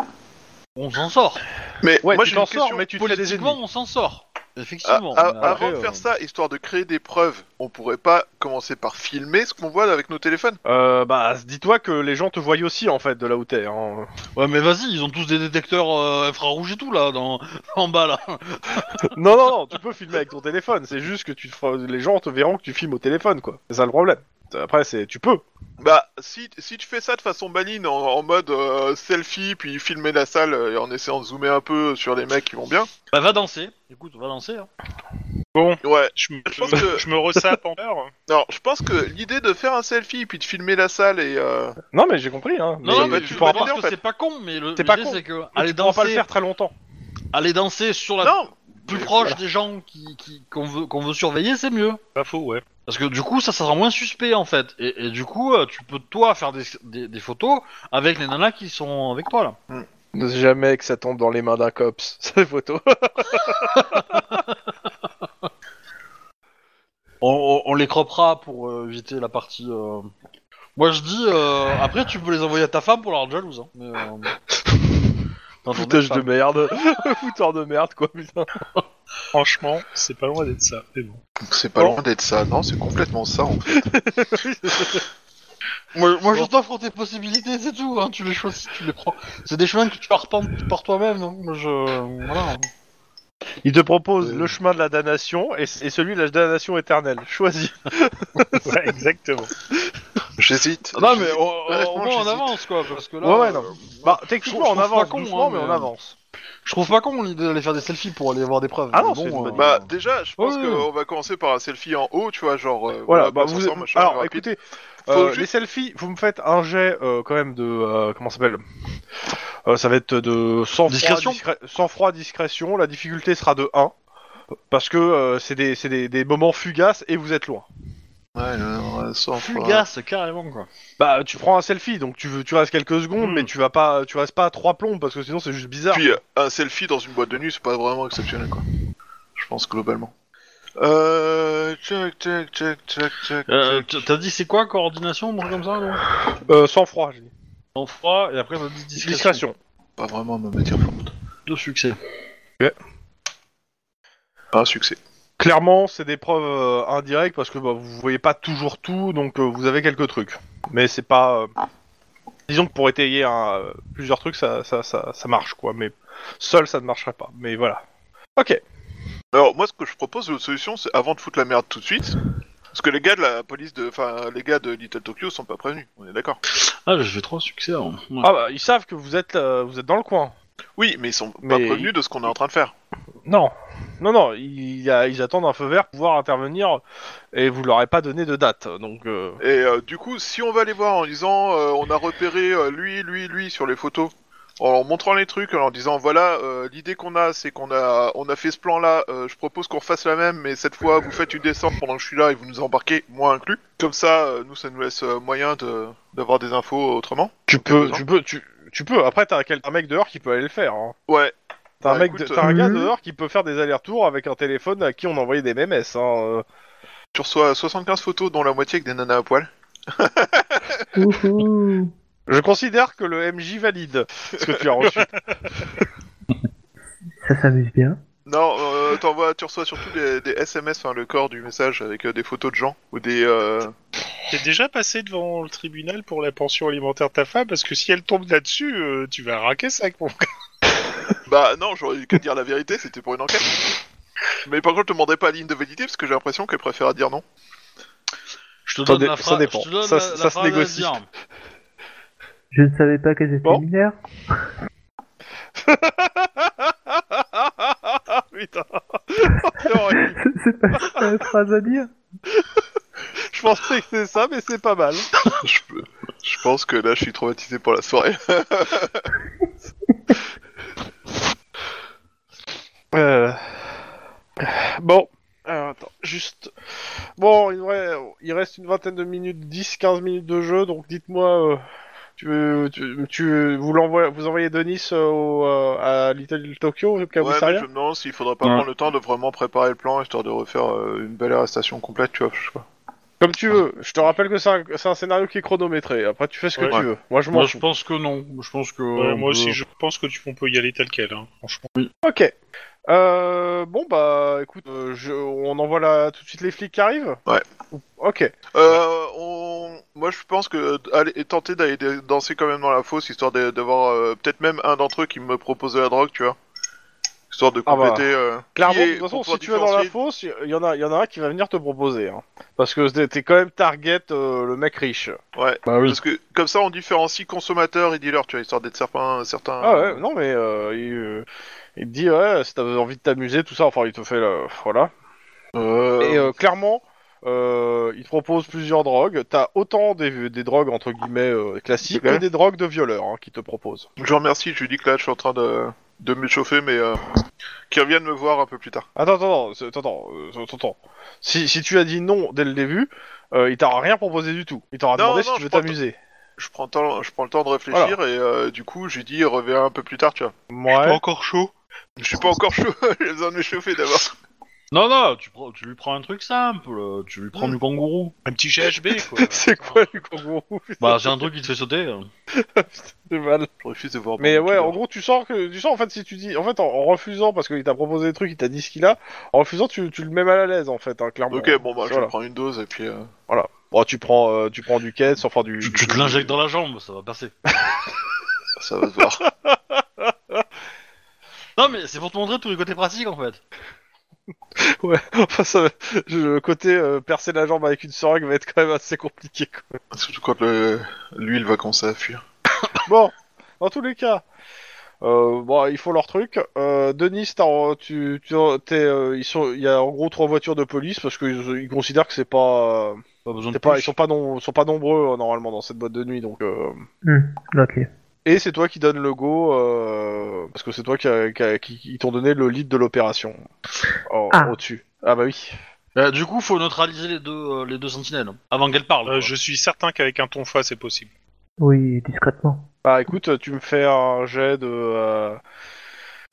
Speaker 4: on s'en sort.
Speaker 3: Mais
Speaker 1: Ouais,
Speaker 3: moi,
Speaker 1: tu
Speaker 3: j'ai une
Speaker 1: t'en sors,
Speaker 3: question.
Speaker 1: mais tu te fais des ennemis.
Speaker 4: Politiquement, on s'en sort.
Speaker 3: Ah,
Speaker 4: Effectivement.
Speaker 3: ah,
Speaker 4: Mais après,
Speaker 3: avant de faire
Speaker 4: euh,
Speaker 3: ça, histoire de créer des preuves, on pourrait pas commencer par filmer ce qu'on voit avec nos téléphones
Speaker 1: Euh, bah, dis-toi que les gens te voient aussi en fait de là où t'es. hein.
Speaker 4: Ouais, mais vas-y, ils ont tous des détecteurs euh, infrarouges et tout là, dans... en bas là.
Speaker 1: non, non, non, tu peux filmer avec ton téléphone. C'est juste que tu te feras- les gens te verront que tu filmes au téléphone, quoi. C'est ça le problème. Après, c'est tu peux.
Speaker 3: Bah, si, si tu fais ça de façon baline, en, en mode euh, selfie, puis filmer la salle euh, et en essayant de zoomer un peu sur les mecs qui vont bien.
Speaker 4: Bah, va danser. Écoute, va danser. Hein.
Speaker 2: Bon,
Speaker 3: Ouais.
Speaker 2: je, me- je,
Speaker 3: pense
Speaker 2: me-
Speaker 3: que-
Speaker 2: je me ressape en peur.
Speaker 3: Alors, je pense que l'idée de faire un selfie, puis de filmer la salle et. euh,
Speaker 1: Non, mais j'ai compris. Hein.
Speaker 4: Non, non,
Speaker 1: mais
Speaker 4: mais
Speaker 3: tu
Speaker 4: tu
Speaker 1: pourras
Speaker 3: vas
Speaker 4: vois
Speaker 1: pas,
Speaker 3: demander,
Speaker 4: que
Speaker 3: en fait.
Speaker 4: c'est pas con, mais le
Speaker 1: C'est pas
Speaker 4: l'idée,
Speaker 1: con.
Speaker 4: c'est que
Speaker 1: aller
Speaker 4: aller danser,
Speaker 1: pas le faire très longtemps.
Speaker 4: aller danser sur la
Speaker 3: Non
Speaker 4: plus
Speaker 3: mais
Speaker 4: proche des gens qui qui- qu'on veut qu'on veut surveiller, c'est mieux.
Speaker 2: Pas faux, ouais.
Speaker 4: Parce que du coup, ça, ça sera moins suspect en fait. Et, et du coup, euh, tu peux toi faire des, des, des photos avec les nanas qui sont avec toi là.
Speaker 1: Ne jamais que ça tombe dans les mains d'un cops. Ces photos.
Speaker 4: On, on- on les croppera pour euh, éviter la partie. euh. Moi, je dis. euh, après, tu peux les envoyer à ta femme pour la rendre jalouse. Hein. Mais, euh, dans ton
Speaker 1: Foutage
Speaker 4: ex-femme.
Speaker 1: de merde. Fouteur de merde, quoi, putain.
Speaker 2: Franchement, c'est pas loin d'être ça. Mais bon.
Speaker 3: C'est pas loin d'être ça, non C'est complètement ça. en fait.
Speaker 4: Moi, moi, je t'offre tes possibilités, c'est tout. Hein. Tu les choisis, tu les prends. C'est des chemins que tu arpentes par toi-même. Donc, moi, je. Voilà.
Speaker 1: Il te propose
Speaker 4: Euh.
Speaker 1: le chemin de la damnation et, et celui de la damnation éternelle. Choisis.
Speaker 2: Ouais, exactement.
Speaker 3: J'hésite.
Speaker 4: Non, mais
Speaker 3: J'hésite.
Speaker 4: au- au- au
Speaker 3: Honnêtement,
Speaker 4: moins, on
Speaker 3: j'hésite.
Speaker 4: avance, quoi. Parce que là.
Speaker 1: Ouais, ouais,
Speaker 4: euh,
Speaker 1: non. Bah, techniquement,
Speaker 4: je
Speaker 1: on
Speaker 4: trouve
Speaker 1: avance
Speaker 4: pas con,
Speaker 1: doucement,
Speaker 4: hein,
Speaker 1: mais,
Speaker 4: mais,
Speaker 1: on
Speaker 4: euh,
Speaker 1: avance.
Speaker 4: Je trouve pas con l'idée d'aller faire des selfies pour aller voir des preuves.
Speaker 1: Ah non,
Speaker 4: Mais
Speaker 1: c'est une bonne
Speaker 3: Bah, déjà, je pense
Speaker 4: Ouais.
Speaker 3: qu'on va commencer par un selfie en haut, tu vois, genre. euh,
Speaker 1: Voilà, bah
Speaker 3: pas
Speaker 1: vous.
Speaker 3: 500, machin,
Speaker 1: Alors,
Speaker 3: rapide.
Speaker 1: écoutez,
Speaker 3: Faut
Speaker 1: euh,
Speaker 3: juste-
Speaker 1: les selfies, vous me faites un jet euh, quand même de. euh, comment ça s'appelle Euh, ça va être de sans
Speaker 4: Discrétion
Speaker 1: froid, sans froid, discrétion. La difficulté sera de 1 parce que euh, c'est des, c'est des, des moments fugaces et vous êtes loin.
Speaker 3: Ouais, alors, euh, sans froid.
Speaker 4: Fugace, carrément, quoi.
Speaker 1: Bah, tu prends un selfie, donc tu, veux- tu restes quelques secondes,
Speaker 4: Mm.
Speaker 1: mais tu vas pas, tu restes pas à trois plombs parce que sinon c'est juste bizarre.
Speaker 3: Puis euh, un selfie dans une boîte de nuit, c'est pas vraiment exceptionnel, quoi. Je pense globalement. Euh. Check, check, check, check, check.
Speaker 4: Euh,
Speaker 3: check.
Speaker 4: tu- T'as dit c'est quoi, coordination, un truc comme ça, non
Speaker 1: Euh, sans froid, j'ai dit.
Speaker 4: En froid, et après t'as dit discrétion.
Speaker 1: Discrétion.
Speaker 3: Pas vraiment ma matière forte.
Speaker 4: Deux succès.
Speaker 3: Pas un succès.
Speaker 1: Clairement, c'est des preuves euh, indirectes parce que bah, vous voyez pas toujours tout, donc euh, vous avez quelques trucs. Mais c'est pas. euh, Disons que pour étayer un, euh, plusieurs trucs, ça, ça, ça, ça marche quoi, mais seul ça ne marcherait pas. Mais voilà. Ok.
Speaker 3: Alors, moi, ce que je propose, l'autre solution, c'est avant de foutre la merde tout de suite. Parce que les gars de la police de. Enfin, les gars de Little Tokyo sont pas prévenus, on est d'accord.
Speaker 4: Ah, j'ai fait trois succès. hein. Ouais.
Speaker 1: Ah bah, ils savent que vous êtes, euh, vous êtes dans le coin.
Speaker 3: Oui, mais ils sont pas
Speaker 1: Mais-
Speaker 3: prévenus de ce qu'on est en train de faire.
Speaker 1: Non. Non, non, il y a- ils attendent un feu vert pour pouvoir intervenir et vous leur avez pas donné de date. Donc, euh,
Speaker 3: Et euh, du coup, si on va les voir en disant euh, on a repéré euh, lui, lui, lui sur les photos, en leur montrant les trucs, en leur disant voilà, euh, l'idée qu'on a, c'est qu'on a, on a fait ce plan-là. euh, je propose qu'on refasse la même, mais cette fois, vous faites une descente pendant que je suis là et vous nous embarquez, moi inclus. Comme ça, euh, nous, ça nous laisse euh, moyen de d'avoir des infos autrement.
Speaker 1: tu,
Speaker 3: Ok,
Speaker 1: peux,
Speaker 3: besoin.
Speaker 1: tu peux, tu, tu peux. Après, t'as quel- un mec dehors qui peut aller le faire. hein.
Speaker 3: Ouais.
Speaker 1: T'as un,
Speaker 3: Bah,
Speaker 1: mec
Speaker 3: écoute,
Speaker 1: de- t'as un gars
Speaker 5: euh,
Speaker 1: dehors qui peut faire des allers-retours avec un téléphone à qui on envoyait des MMS. Hein. euh.
Speaker 3: Tu reçois 75 photos, dont la moitié avec des nanas à poil.
Speaker 5: Wouhou.
Speaker 1: Je considère que le MJ valide Ah, ce que tu as reçu.
Speaker 5: Ça s'amuse bien.
Speaker 3: Non, euh, t'envoies- tu reçois surtout des, des SMS, enfin hein, le corps du message avec euh, des photos de gens ou des. euh,
Speaker 2: T'es déjà passé devant le tribunal pour la pension alimentaire de ta femme parce que si elle tombe là-dessus, euh, tu vas raquer ça. Mon... gars.
Speaker 3: Bah non, j'aurais eu qu'à dire la vérité, c'était pour une enquête. Mais par contre, je demandais pas la ligne de validité parce que j'ai l'impression qu'elle préfère à dire non.
Speaker 4: Je te
Speaker 1: Ça
Speaker 4: donne
Speaker 1: dé-
Speaker 4: la
Speaker 1: ça
Speaker 4: phrase.
Speaker 1: dépend.
Speaker 4: Je te donne
Speaker 1: Ça-
Speaker 4: la,
Speaker 1: ça
Speaker 4: la
Speaker 1: se
Speaker 4: phrase à
Speaker 1: négocie.
Speaker 4: dire.
Speaker 5: Je ne savais pas qu'elles étaient
Speaker 1: Bon.
Speaker 5: mineures.
Speaker 1: Putain,
Speaker 3: C'est horrible.
Speaker 5: c'est pas la phrase à dire.
Speaker 1: je pensais que c'est ça, mais c'est pas mal.
Speaker 3: je, peux- je pense que là, je suis traumatisé pour la soirée.
Speaker 1: Euh, Bon. Alors, attends, juste. Bon, il, devrait- il reste une vingtaine de minutes, 10-15 minutes de jeu, donc dites-moi. euh, Tu, veux- tu, tu- vous, l'envoie- vous envoyez Denis euh, au, euh, à Little Tokyo, au
Speaker 3: Ouais, mais
Speaker 1: commissariat
Speaker 3: je me demande s'il faudrait pas
Speaker 4: Ouais.
Speaker 3: prendre le temps de vraiment préparer le plan histoire de refaire euh, une belle arrestation complète, tu vois. je sais pas.
Speaker 1: Comme tu veux. Je te rappelle que c'est un, c'est un scénario qui est chronométré. Après, tu fais ce que
Speaker 2: Ouais.
Speaker 1: tu veux. Moi, je m'en
Speaker 4: Moi, je
Speaker 1: fous.
Speaker 4: pense que non. Je pense que.
Speaker 2: Ouais,
Speaker 1: Oh,
Speaker 4: on
Speaker 2: moi
Speaker 4: peut-
Speaker 2: aussi, je pense que tu on peut y aller tel quel, hein, franchement.
Speaker 1: Ok. Euh, bon, bah, écoute, euh, je, on envoie là tout de suite les flics qui arrivent
Speaker 3: Ouais.
Speaker 1: Ok.
Speaker 3: Euh, on... Moi, je pense que d- aller, et tenter d'aller dé- danser quand même dans la fosse histoire de- d'avoir euh, peut-être même un d'entre eux qui me propose de la drogue, tu vois. Histoire de
Speaker 1: Ah bah.
Speaker 3: compléter. euh,
Speaker 1: Clairement,
Speaker 3: qui est-
Speaker 1: de toute façon,
Speaker 3: pour pouvoir
Speaker 1: si tu vas dans la
Speaker 3: différencier-
Speaker 1: fosse, il y, en a- y en a un qui va venir te proposer. hein. Parce que t'es- t'es quand même target euh, le mec riche.
Speaker 3: Ouais.
Speaker 4: Bah oui.
Speaker 3: Parce que comme ça, on différencie consommateur et dealer, tu vois, histoire d'être certain. certain
Speaker 1: Ah ouais, non mais euh, il, euh, il te dit ouais, si t'as envie de t'amuser, tout ça, enfin il te fait la- voilà.
Speaker 3: Euh,
Speaker 1: Et euh, clairement, euh, il te propose plusieurs drogues. T'as autant des, des drogues entre guillemets euh, classiques
Speaker 3: Ok.
Speaker 1: que des drogues de violeurs hein, qui te proposent.
Speaker 3: Je vous remercie, je lui dis que là, je suis en train de, de m'échauffer, mais euh, qu'ils reviennent me voir un peu plus tard.
Speaker 1: Attends, attends, attends, attends, euh, attends, attends. Si, si tu as dit non dès le début, euh, il t'aura rien proposé du tout. Il t'aura
Speaker 3: Non,
Speaker 1: demandé
Speaker 3: non,
Speaker 1: si tu
Speaker 3: je
Speaker 1: veux
Speaker 3: prends-
Speaker 1: t'amuser.
Speaker 3: Je prends, le temps, je prends le temps de réfléchir et euh, du coup, je lui dis, reviens un peu plus tard, tu vois.
Speaker 1: Ouais.
Speaker 2: encore chaud.
Speaker 3: Je suis pas encore chaud, j'ai besoin de m'échauffer d'abord.
Speaker 4: Non, non, tu, prends- tu lui prends un truc simple. euh, Tu lui prends du kangourou.
Speaker 2: Un petit GHB, quoi.
Speaker 1: C'est quoi le kangourou
Speaker 4: Bah, c'est un truc qui te fait sauter. euh.
Speaker 1: C'est mal.
Speaker 3: Je refuse de voir.
Speaker 1: Mais
Speaker 3: mon hein.
Speaker 1: ouais, en
Speaker 3: dealer.
Speaker 1: gros, tu sens que, tu sens en fait si tu dis, en fait, en, en refusant parce qu'il t'a proposé des trucs, il t'a dit ce qu'il a, en refusant, tu, tu le mets mal à l'aise en fait, hein, clairement.
Speaker 3: Ok, bon, bah, je
Speaker 1: Voilà.
Speaker 3: prends une dose et puis. euh,
Speaker 1: Bon, tu prends, euh, tu prends du quête, sans faire du.
Speaker 4: Tu, tu te l'injectes dans la jambe, ça va passer.
Speaker 3: Ça va se voir.
Speaker 4: Non, mais c'est pour te montrer tous les côtés pratiques en fait.
Speaker 1: Enfin, ça, va- je- le côté euh, percer la jambe avec une seringue va être quand même assez compliqué. Quoi.
Speaker 3: Surtout quand le- l'huile va commencer à fuir.
Speaker 1: Bon, dans tous les cas, euh, bon, ils font leur truc. Euh, Denis, t'as- tu, tu, t'es, euh, ils sont, il y a en gros trois voitures de police parce qu'ils ils considèrent que c'est pas, euh,
Speaker 4: Pas besoin de
Speaker 1: c'est pas,
Speaker 4: plus.
Speaker 1: ils sont pas, non, ils sont pas nombreux euh, normalement dans cette boîte de nuit, donc. euh,
Speaker 5: Hmm, ok.
Speaker 1: Et c'est toi qui donnes le go, euh, parce que c'est toi qui, a- qui a- qui- qui t'ont donné le lead de l'opération. Oh,
Speaker 5: Ah.
Speaker 1: Au-dessus. Ah bah oui.
Speaker 4: Bah, du coup, faut neutraliser les deux, euh, les deux sentinelles avant qu'elles parlent.
Speaker 2: Euh,
Speaker 4: quoi.
Speaker 2: je suis certain qu'avec un tonfa, c'est possible.
Speaker 5: Oui, discrètement.
Speaker 1: Bah écoute, tu me fais un jet de, euh,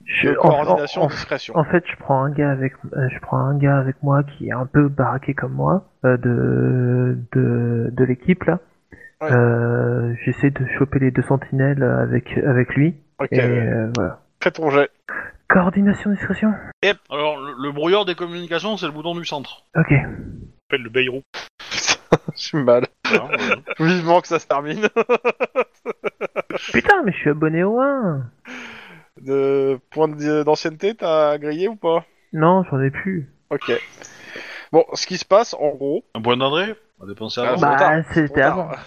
Speaker 1: de
Speaker 5: Je- en-
Speaker 1: coordination
Speaker 5: en-
Speaker 1: et discrétion.
Speaker 5: En fait, je prends un gars avec, euh, je prends un gars avec moi qui est un peu baraqué comme moi euh, de de, de l'équipe là.
Speaker 1: Ouais.
Speaker 5: Euh, J'essaie de choper les deux sentinelles avec avec lui
Speaker 1: ok,
Speaker 5: et euh, voilà.
Speaker 1: fais ton jet.
Speaker 5: Coordination discrétion.
Speaker 4: Et- alors, le, le brouilleur des communications, c'est le bouton du centre.
Speaker 5: Ok.
Speaker 2: Ça s'appelle le Bayrou.
Speaker 1: Je suis mal.
Speaker 4: Voilà, voilà.
Speaker 1: Vivement que ça se termine.
Speaker 5: Putain, mais je suis abonné au 1
Speaker 1: De point de- d'ancienneté, t'as grillé ou pas
Speaker 5: Non, j'en ai plus.
Speaker 1: Ok. Bon, ce qui se passe en gros,
Speaker 4: Un point d'entrée On va dépenser
Speaker 1: Ah,
Speaker 4: avant.
Speaker 1: c'est
Speaker 5: bah,
Speaker 1: trop tard, c'est
Speaker 5: c'était
Speaker 1: trop
Speaker 5: avant.
Speaker 1: tard.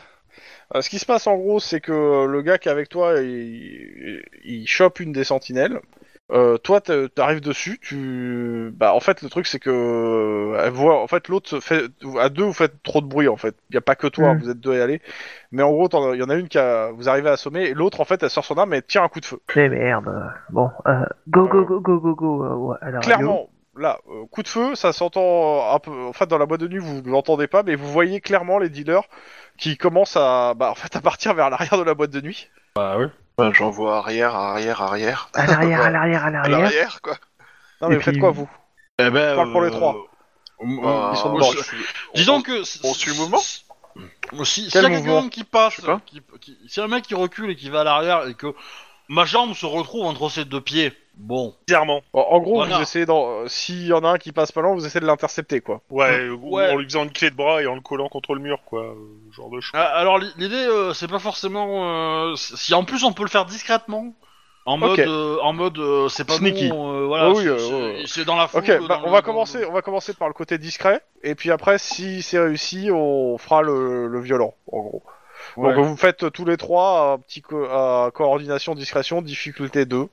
Speaker 1: Euh, ce qui se passe en gros, c'est que le gars qui est avec toi, il, il chope une des sentinelles. Euh, toi, t'e- t'arrives dessus. Tu, bah, en fait, le truc c'est que euh, elle voit. En fait, l'autre se fait à deux, vous faites trop de bruit. En fait, il y a pas que toi,
Speaker 5: Mm.
Speaker 1: vous êtes deux à y aller. Mais en gros, t'en- il y en a une qui a, vous arrivez à assommer, et l'autre, en fait, elle sort son arme et elle tire un coup de feu.
Speaker 5: Mais Eh, merde. Bon, euh, go go go go go go. euh, ouais, à la radio.
Speaker 1: clairement, là, euh, coup de feu, ça s'entend euh, un peu. En fait, dans la boîte de nuit, vous ne l'entendez pas, mais vous voyez clairement les dealers qui commencent à, bah, en fait, à partir vers l'arrière de la boîte de nuit.
Speaker 4: Bah, oui.
Speaker 3: Bah, J'en vois arrière, arrière, arrière.
Speaker 5: À l'arrière, à l'arrière, à
Speaker 3: À
Speaker 5: l'arrière.
Speaker 3: l'arrière, quoi.
Speaker 1: Non, mais
Speaker 5: Et
Speaker 1: vous faites
Speaker 5: puis-
Speaker 1: quoi, vous
Speaker 4: Eh ben,
Speaker 1: parle pour les trois.
Speaker 4: m-
Speaker 3: Bah,
Speaker 1: Ils sont
Speaker 3: on
Speaker 1: dedans.
Speaker 3: suit-
Speaker 4: Disons que. si-
Speaker 3: on suit le mouvement
Speaker 4: si- Si, s'il y
Speaker 1: Quel
Speaker 4: a quelqu'un
Speaker 1: mouvement
Speaker 4: qui passe,
Speaker 3: Je sais pas.
Speaker 4: qui, qui- si un mec qui recule et qui va à l'arrière et que ma jambe se retrouve entre ses deux pieds, bon.
Speaker 2: Bizarrement.
Speaker 1: Bon, En gros,
Speaker 4: Voilà.
Speaker 1: vous essayez d'en- euh, S'il y en a un qui passe pas loin, vous essayez de l'intercepter, quoi.
Speaker 2: Ouais, ou
Speaker 4: Ouais.
Speaker 2: en lui faisant une clé de bras et en le collant contre le mur, quoi. euh, genre de choses.
Speaker 4: Ah, Alors l'i- l'idée, euh, c'est pas forcément. euh, si en plus on peut le faire discrètement, en mode,
Speaker 1: Ok.
Speaker 4: euh, en mode, euh, c'est pas
Speaker 1: Sneaky.
Speaker 4: bon, euh, voilà,
Speaker 1: Oui,
Speaker 4: c'est-
Speaker 1: euh,
Speaker 4: c'est
Speaker 1: ouais.
Speaker 4: c'est dans la foule.
Speaker 1: Ok,
Speaker 4: euh,
Speaker 1: bah,
Speaker 4: dans
Speaker 1: on
Speaker 4: le-
Speaker 1: va
Speaker 4: dans-
Speaker 1: commencer. On va commencer par le côté discret, et puis après, si c'est réussi, on fera le, le violent, en gros.
Speaker 4: Ouais.
Speaker 1: Donc vous faites tous les trois un petit co- à coordination discrétion difficulté 2.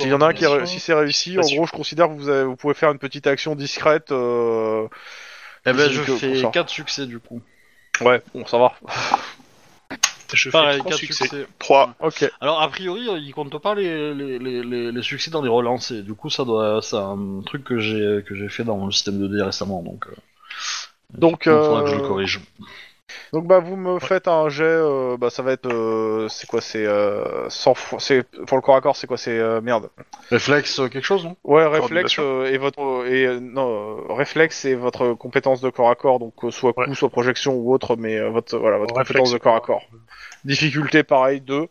Speaker 1: S'il y en a un qui
Speaker 4: Coordination.
Speaker 1: ré- si c'est réussi, en
Speaker 2: Discrétion.
Speaker 1: gros je considère que vous, avez- vous pouvez faire une petite action discrète. euh,
Speaker 4: Eh ben je
Speaker 1: Disons que- qu'on
Speaker 4: fais
Speaker 1: sort.
Speaker 4: 4 succès du coup.
Speaker 1: Ouais, bon ça va.
Speaker 2: Je fais
Speaker 4: Pareil,
Speaker 2: trois
Speaker 4: 4
Speaker 2: succès.
Speaker 4: succès.
Speaker 3: Trois.
Speaker 1: Ok.
Speaker 4: Alors a priori, euh, il compte pas les, les, les, les, les succès dans les relances. Et du coup, ça doit, c'est un truc que j'ai que j'ai fait dans le système de dés récemment, donc. euh,
Speaker 1: Donc,
Speaker 4: il faudra que je le
Speaker 1: euh,
Speaker 4: corrige.
Speaker 1: donc bah vous me faites un jet, euh, bah ça va être euh, c'est quoi c'est euh, sans foi- c'est pour le corps à corps c'est quoi c'est euh, merde.
Speaker 4: Réflexe euh, quelque chose, non
Speaker 1: Ouais réflexe
Speaker 3: Coordination.
Speaker 1: euh, et votre euh, et euh, non euh, réflexe et votre compétence de corps à corps donc euh, soit coup
Speaker 2: Ouais.
Speaker 1: soit projection ou autre mais euh, votre voilà votre
Speaker 2: Réflexe.
Speaker 1: compétence de corps à corps. Difficulté pareil 2.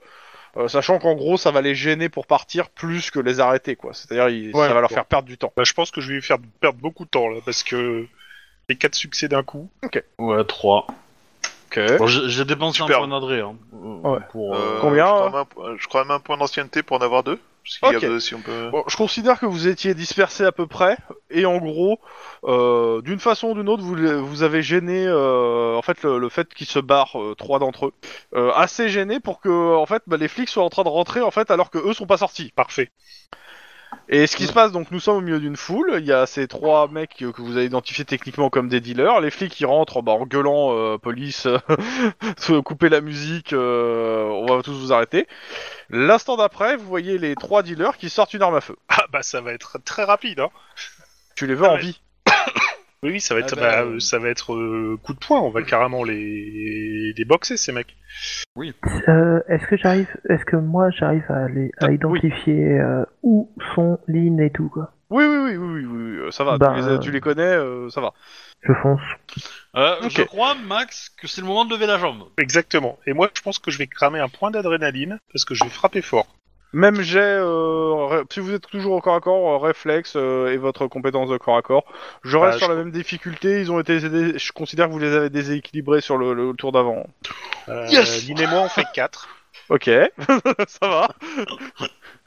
Speaker 1: euh, sachant qu'en gros ça va les gêner pour partir plus que les arrêter quoi. C'est-à-dire ils- ça va
Speaker 2: Ouais,
Speaker 1: leur
Speaker 2: d'accord.
Speaker 1: faire perdre du temps.
Speaker 2: Bah, je pense que je vais lui faire perdre beaucoup de temps, là, parce que les quatre succès d'un coup.
Speaker 4: Ouais, 3.
Speaker 1: Ok.
Speaker 4: Bon, j'ai j'ai dépensé
Speaker 3: Super.
Speaker 4: un point d'adré. Hein, euh,
Speaker 1: Ouais.
Speaker 4: Pour,
Speaker 3: Euh,
Speaker 1: Combien,
Speaker 3: je
Speaker 1: euh
Speaker 3: crois, même un po- je crois même un point d'ancienneté pour en avoir deux. Parce qu'il y a
Speaker 1: Ok.
Speaker 3: deux, si on peut.
Speaker 1: Bon, je considère que vous étiez dispersés à peu près, et en gros, euh, d'une façon ou d'une autre, vous, vous avez gêné euh, en fait le, le fait qu'ils se barrent euh, trois d'entre eux, Euh, assez gêné pour que en fait bah, les flics soient en train de rentrer en fait alors que eux sont pas sortis.
Speaker 2: Parfait.
Speaker 1: Et ce qui se passe donc, nous sommes au milieu d'une foule, il y a ces trois mecs euh, que vous avez identifiés techniquement comme des dealers, les flics qui rentrent bah, en gueulant euh, police, couper la musique, euh, on va tous vous arrêter. L'instant d'après, vous voyez les trois dealers qui sortent une arme à feu.
Speaker 2: Ah, bah, ça va être très rapide, hein.
Speaker 1: Tu les veux
Speaker 2: Ah
Speaker 1: en
Speaker 2: ouais.
Speaker 1: vie.
Speaker 2: Oui, oui, ça va être,
Speaker 4: Ah bah,
Speaker 2: bah,
Speaker 4: euh,
Speaker 2: euh, ça va être euh, coup de poing. On va carrément les, les boxer, ces mecs.
Speaker 5: Euh, est-ce que j'arrive, est-ce que moi j'arrive à, les, à
Speaker 1: oui.
Speaker 5: identifier euh, où sont Lynn et tout quoi
Speaker 1: Oui, oui, oui, oui, oui, oui, euh, ça va.
Speaker 5: Bah,
Speaker 1: tu, les,
Speaker 5: euh,
Speaker 1: tu les connais, euh, ça va.
Speaker 5: Je fonce.
Speaker 4: Euh,
Speaker 1: Ok.
Speaker 4: Je crois, Max, que c'est le moment de lever la jambe.
Speaker 2: Exactement. Et moi, je pense que je vais cramer un point d'adrénaline, parce que je vais frapper fort.
Speaker 1: Même j'ai, euh, ré- si vous êtes toujours au corps à corps, euh, réflexe euh, et votre compétence de corps à corps, je
Speaker 2: Bah,
Speaker 1: reste sur
Speaker 2: je-
Speaker 1: la même difficulté. Ils ont été, aidés- je considère que vous les avez déséquilibrés sur le, le tour d'avant.
Speaker 2: Euh,
Speaker 4: Yes
Speaker 2: Lynn et moi, on fait 4.
Speaker 1: Ok, ça va.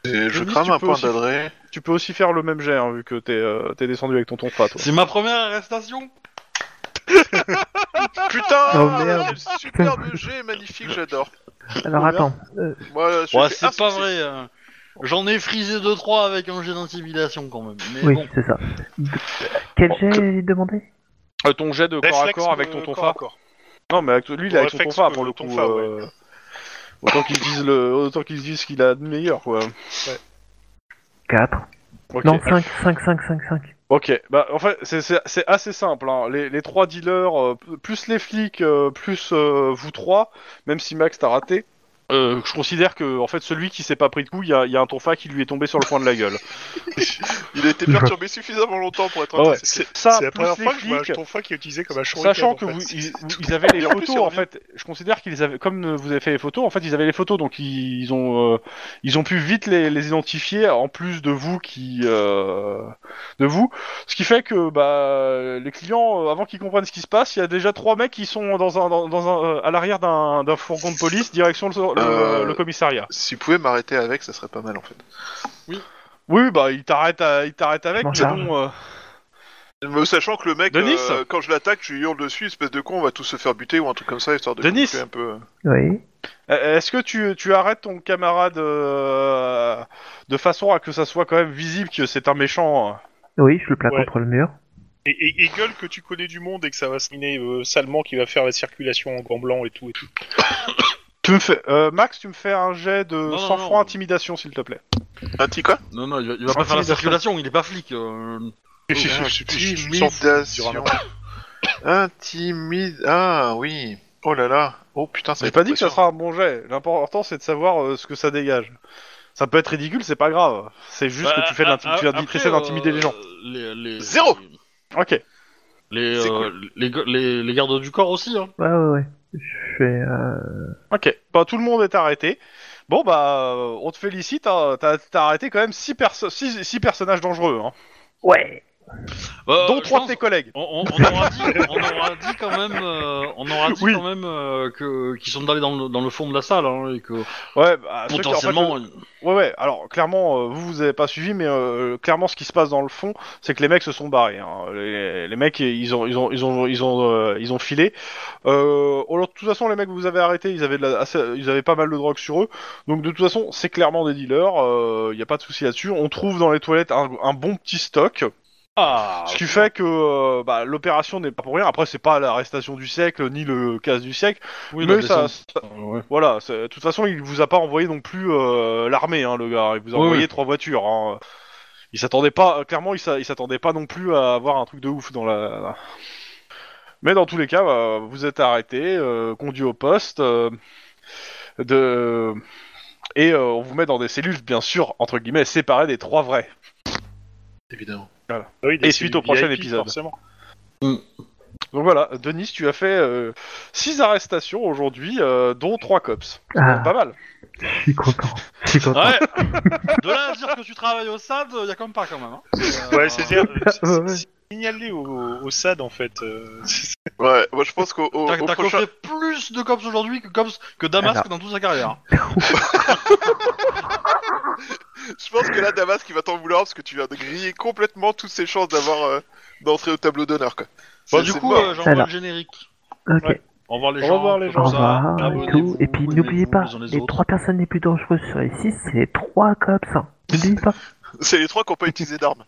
Speaker 3: Et je
Speaker 1: Denis,
Speaker 3: crame
Speaker 1: tu
Speaker 3: un
Speaker 1: peux
Speaker 3: point
Speaker 1: aussi-
Speaker 3: d'adré.
Speaker 1: Tu peux aussi faire le même jet hein, vu que t'es, euh, t'es descendu avec ton tonfa, toi.
Speaker 4: C'est ma première arrestation.
Speaker 3: Putain
Speaker 5: Oh, merde.
Speaker 3: quel Superbe jet, magnifique, j'adore.
Speaker 5: Alors
Speaker 1: Combien
Speaker 5: attends, euh,
Speaker 3: Moi, je
Speaker 4: Ouais,
Speaker 3: fais un
Speaker 4: c'est pas
Speaker 3: succès.
Speaker 4: vrai. euh, J'en ai frisé 2-3 avec un jet d'intimidation quand même. Mais
Speaker 5: oui,
Speaker 4: bon,
Speaker 5: c'est ça. Quel j'ai demandé
Speaker 1: Euh, ton jet de euh, corps à corps avec ton tonfa. Non, mais avec- lui, il
Speaker 2: Ou
Speaker 1: est avec son
Speaker 2: euh, réflexe
Speaker 1: tonfa
Speaker 2: que
Speaker 1: pour
Speaker 2: le
Speaker 1: le coup.
Speaker 2: tonfa, ouais.
Speaker 1: euh, Autant qu'il se dise le, autant qu'il se dise ce qu'il a de meilleur, quoi.
Speaker 5: 4.
Speaker 1: Ok.
Speaker 5: Non, 5, 5, 5, 5, 5.
Speaker 1: Ok, bah en fait c'est- c'est c'est assez simple. Hein. Les, les trois dealers, euh, p- plus les flics, euh, plus euh, vous trois, même si Max t'a raté, euh, je considère que en fait celui qui s'est pas pris de coup, il y a, il y a un tonfa qui lui est tombé sur le coin de la gueule.
Speaker 3: Il a été perturbé suffisamment longtemps pour être
Speaker 1: Ah ouais.
Speaker 3: intéressé.
Speaker 2: C'est
Speaker 1: Ça,
Speaker 2: c'est la
Speaker 1: plus
Speaker 2: première
Speaker 1: les
Speaker 2: fois que je vois un
Speaker 1: flics,
Speaker 2: tonfa qui est utilisé comme un shuriken.
Speaker 1: Sachant
Speaker 2: en
Speaker 1: que
Speaker 2: fait.
Speaker 1: vous,
Speaker 2: C'est-
Speaker 1: ils, ils avaient les
Speaker 3: Et en plus,
Speaker 1: photos
Speaker 3: ils
Speaker 1: en
Speaker 3: reviennent.
Speaker 1: fait. Je considère qu'ils avaient, comme euh, vous avez fait les photos, en fait ils avaient les photos, donc ils, ils ont euh, ils ont pu vite les, les identifier en plus de vous qui euh, de vous, ce qui fait que bah les clients euh, avant qu'ils comprennent ce qui se passe, il y a déjà trois mecs qui sont dans un dans, dans un euh, à l'arrière d'un d'un fourgon de police direction le, le-
Speaker 3: Euh.
Speaker 1: le commissariat.
Speaker 3: Si vous pouvez m'arrêter avec, ça serait pas mal en fait.
Speaker 1: Oui bah ils t'arrêtent à- ils t'arrêtent avec,
Speaker 5: Je m'en
Speaker 1: mais
Speaker 5: charge.
Speaker 1: bon, euh,
Speaker 3: Mais sachant que le mec,
Speaker 1: Denis
Speaker 3: euh, quand je l'attaque, je lui hurle dessus, espèce de con, on va tous se faire buter ou un truc comme ça, histoire de
Speaker 1: Denis
Speaker 3: compliquer un peu.
Speaker 5: Oui.
Speaker 1: Euh, Est-ce que tu, tu arrêtes ton camarade euh, de façon à que ça soit quand même visible que c'est un méchant euh.
Speaker 5: Oui, je le plaque
Speaker 2: Ouais.
Speaker 5: contre le mur.
Speaker 2: Et, et- et gueule que tu connais du monde et que ça va se miner euh, salement, qui va faire la circulation en gants blancs et tout et tout.
Speaker 1: tu me fais, euh, Max, tu me fais un jet de
Speaker 4: non,
Speaker 1: sang
Speaker 4: non.
Speaker 1: froid intimidation, s'il te plaît.
Speaker 3: Un petit quoi
Speaker 4: Non, non, il va, il va pas faire la circulation, il est pas flic. euh,
Speaker 3: Intimidation. Intimide. Ah oui. Oh là là. Oh putain, ça
Speaker 1: J'ai
Speaker 3: va
Speaker 1: pas
Speaker 3: être
Speaker 1: dit que ça
Speaker 3: impressionnant.
Speaker 1: sera un bon jet. L'important, c'est de savoir euh, ce que ça dégage. Ça peut être ridicule, c'est pas grave. C'est juste
Speaker 4: bah,
Speaker 1: que tu fais de l'inti-
Speaker 4: a-
Speaker 1: tu as-
Speaker 4: après,
Speaker 1: t'essaies d'intimider
Speaker 4: euh,
Speaker 1: les gens.
Speaker 4: les- les-
Speaker 3: Zéro
Speaker 1: Ok.
Speaker 4: Les,
Speaker 3: C'est
Speaker 4: euh, les, go- les, les gardes du corps aussi. Hein.
Speaker 5: Ouais, ouais, ouais. Je fais. Euh...
Speaker 1: Ok, bah, tout le monde est arrêté. Bon bah, euh, on te félicite, hein. t'as t'as arrêté quand même 6 personnages dangereux, hein.
Speaker 5: Ouais.
Speaker 4: Euh,
Speaker 1: dont
Speaker 4: je
Speaker 1: 3 de
Speaker 4: pense-
Speaker 1: tes collègues.
Speaker 4: on, on- on aura dit, on aura dit quand même, euh, on aura dit
Speaker 1: Oui.
Speaker 4: quand même euh, que qu'ils sont allés dans le, dans le fond de la salle hein, et que
Speaker 1: Ouais,
Speaker 4: Ah,
Speaker 1: bah, ceux qui- en fait,
Speaker 4: potentiellement. euh,
Speaker 1: Ouais, ouais, alors clairement, euh, vous vous avez pas suivi, mais euh, clairement, ce qui se passe dans le fond, c'est que les mecs se sont barrés. hein. Les, les mecs, ils ont, ils ont, ils ont, ils ont, euh, ils ont filé. Euh, alors, de toute façon, les mecs que vous avez arrêtés, ils avaient, de la- assez- ils avaient pas mal de drogue sur eux. Donc, de toute façon, c'est clairement des dealers. Il n'y a pas de souci là-dessus. On trouve dans les toilettes un, un bon petit stock.
Speaker 4: Ah,
Speaker 1: Ce qui fait que euh, bah, l'opération n'est pas pour rien. Après, c'est pas l'arrestation du siècle ni le casse du siècle.
Speaker 4: oui,
Speaker 1: mais
Speaker 4: la
Speaker 1: ça-
Speaker 4: descente. Ouais.
Speaker 1: Voilà, c'est- de toute façon, il vous a pas envoyé non plus euh, l'armée, hein, le gars. Il vous a
Speaker 4: Oui,
Speaker 1: envoyé
Speaker 4: oui.
Speaker 1: trois voitures. Hein. Il s'attendait pas, euh, clairement, il s'a- il s'attendait pas non plus à avoir un truc de ouf dans la. Mais dans tous les cas, bah, vous êtes arrêté, euh, conduit au poste, euh, de et euh, on vous met dans des cellules, bien sûr, entre guillemets, séparées des trois vrais.
Speaker 3: Évidemment.
Speaker 2: Ah oui,
Speaker 1: Et
Speaker 2: des
Speaker 1: suite
Speaker 2: cellules
Speaker 1: au prochain
Speaker 2: VIP,
Speaker 1: épisode.
Speaker 2: forcément.
Speaker 1: Donc voilà, Denis, tu as fait euh, six arrestations aujourd'hui, euh, dont trois cops. C'est
Speaker 5: Ah.
Speaker 1: même pas mal.
Speaker 5: Je suis content. Je suis content.
Speaker 4: Ouais. De là à dire que tu travailles au SAD, il y a comme pas quand même. hein.
Speaker 2: Ouais, c'est-à-dire, euh, c'est-
Speaker 5: Ouais, ouais.
Speaker 2: c'est- signaler au, au SAD en fait. euh, c'est-
Speaker 3: Ouais, moi je pense qu'au au-
Speaker 4: T'as
Speaker 3: au
Speaker 4: t'as
Speaker 3: prochain.
Speaker 4: coffré plus de cops aujourd'hui que cops que Damasque dans
Speaker 5: Alors.
Speaker 4: toute sa carrière.
Speaker 3: Je pense que là, Damas, qui va t'en vouloir parce que tu viens de griller complètement toutes ses chances d'avoir euh, d'entrer au tableau d'honneur quoi.
Speaker 4: Bon,
Speaker 3: C'est-
Speaker 4: du
Speaker 3: c'est
Speaker 4: coup,
Speaker 3: mort.
Speaker 4: euh, j'envoie
Speaker 5: Alors.
Speaker 4: le générique.
Speaker 5: Ok.
Speaker 2: ouais.
Speaker 4: Au revoir les
Speaker 1: Au
Speaker 4: gens.
Speaker 1: revoir, les
Speaker 4: comme
Speaker 1: gens.
Speaker 5: Au
Speaker 4: ça,
Speaker 5: revoir et
Speaker 4: abonnez-vous,
Speaker 5: tout. Et puis
Speaker 4: abonnez-vous
Speaker 5: n'oubliez pas,
Speaker 4: Ah, les uns
Speaker 5: les
Speaker 4: autres.
Speaker 5: trois personnes les plus dangereuses sur les six, c'est les trois cops. hein. N'oubliez pas.
Speaker 3: C'est les trois qui n'ont pas utilisé d'armes.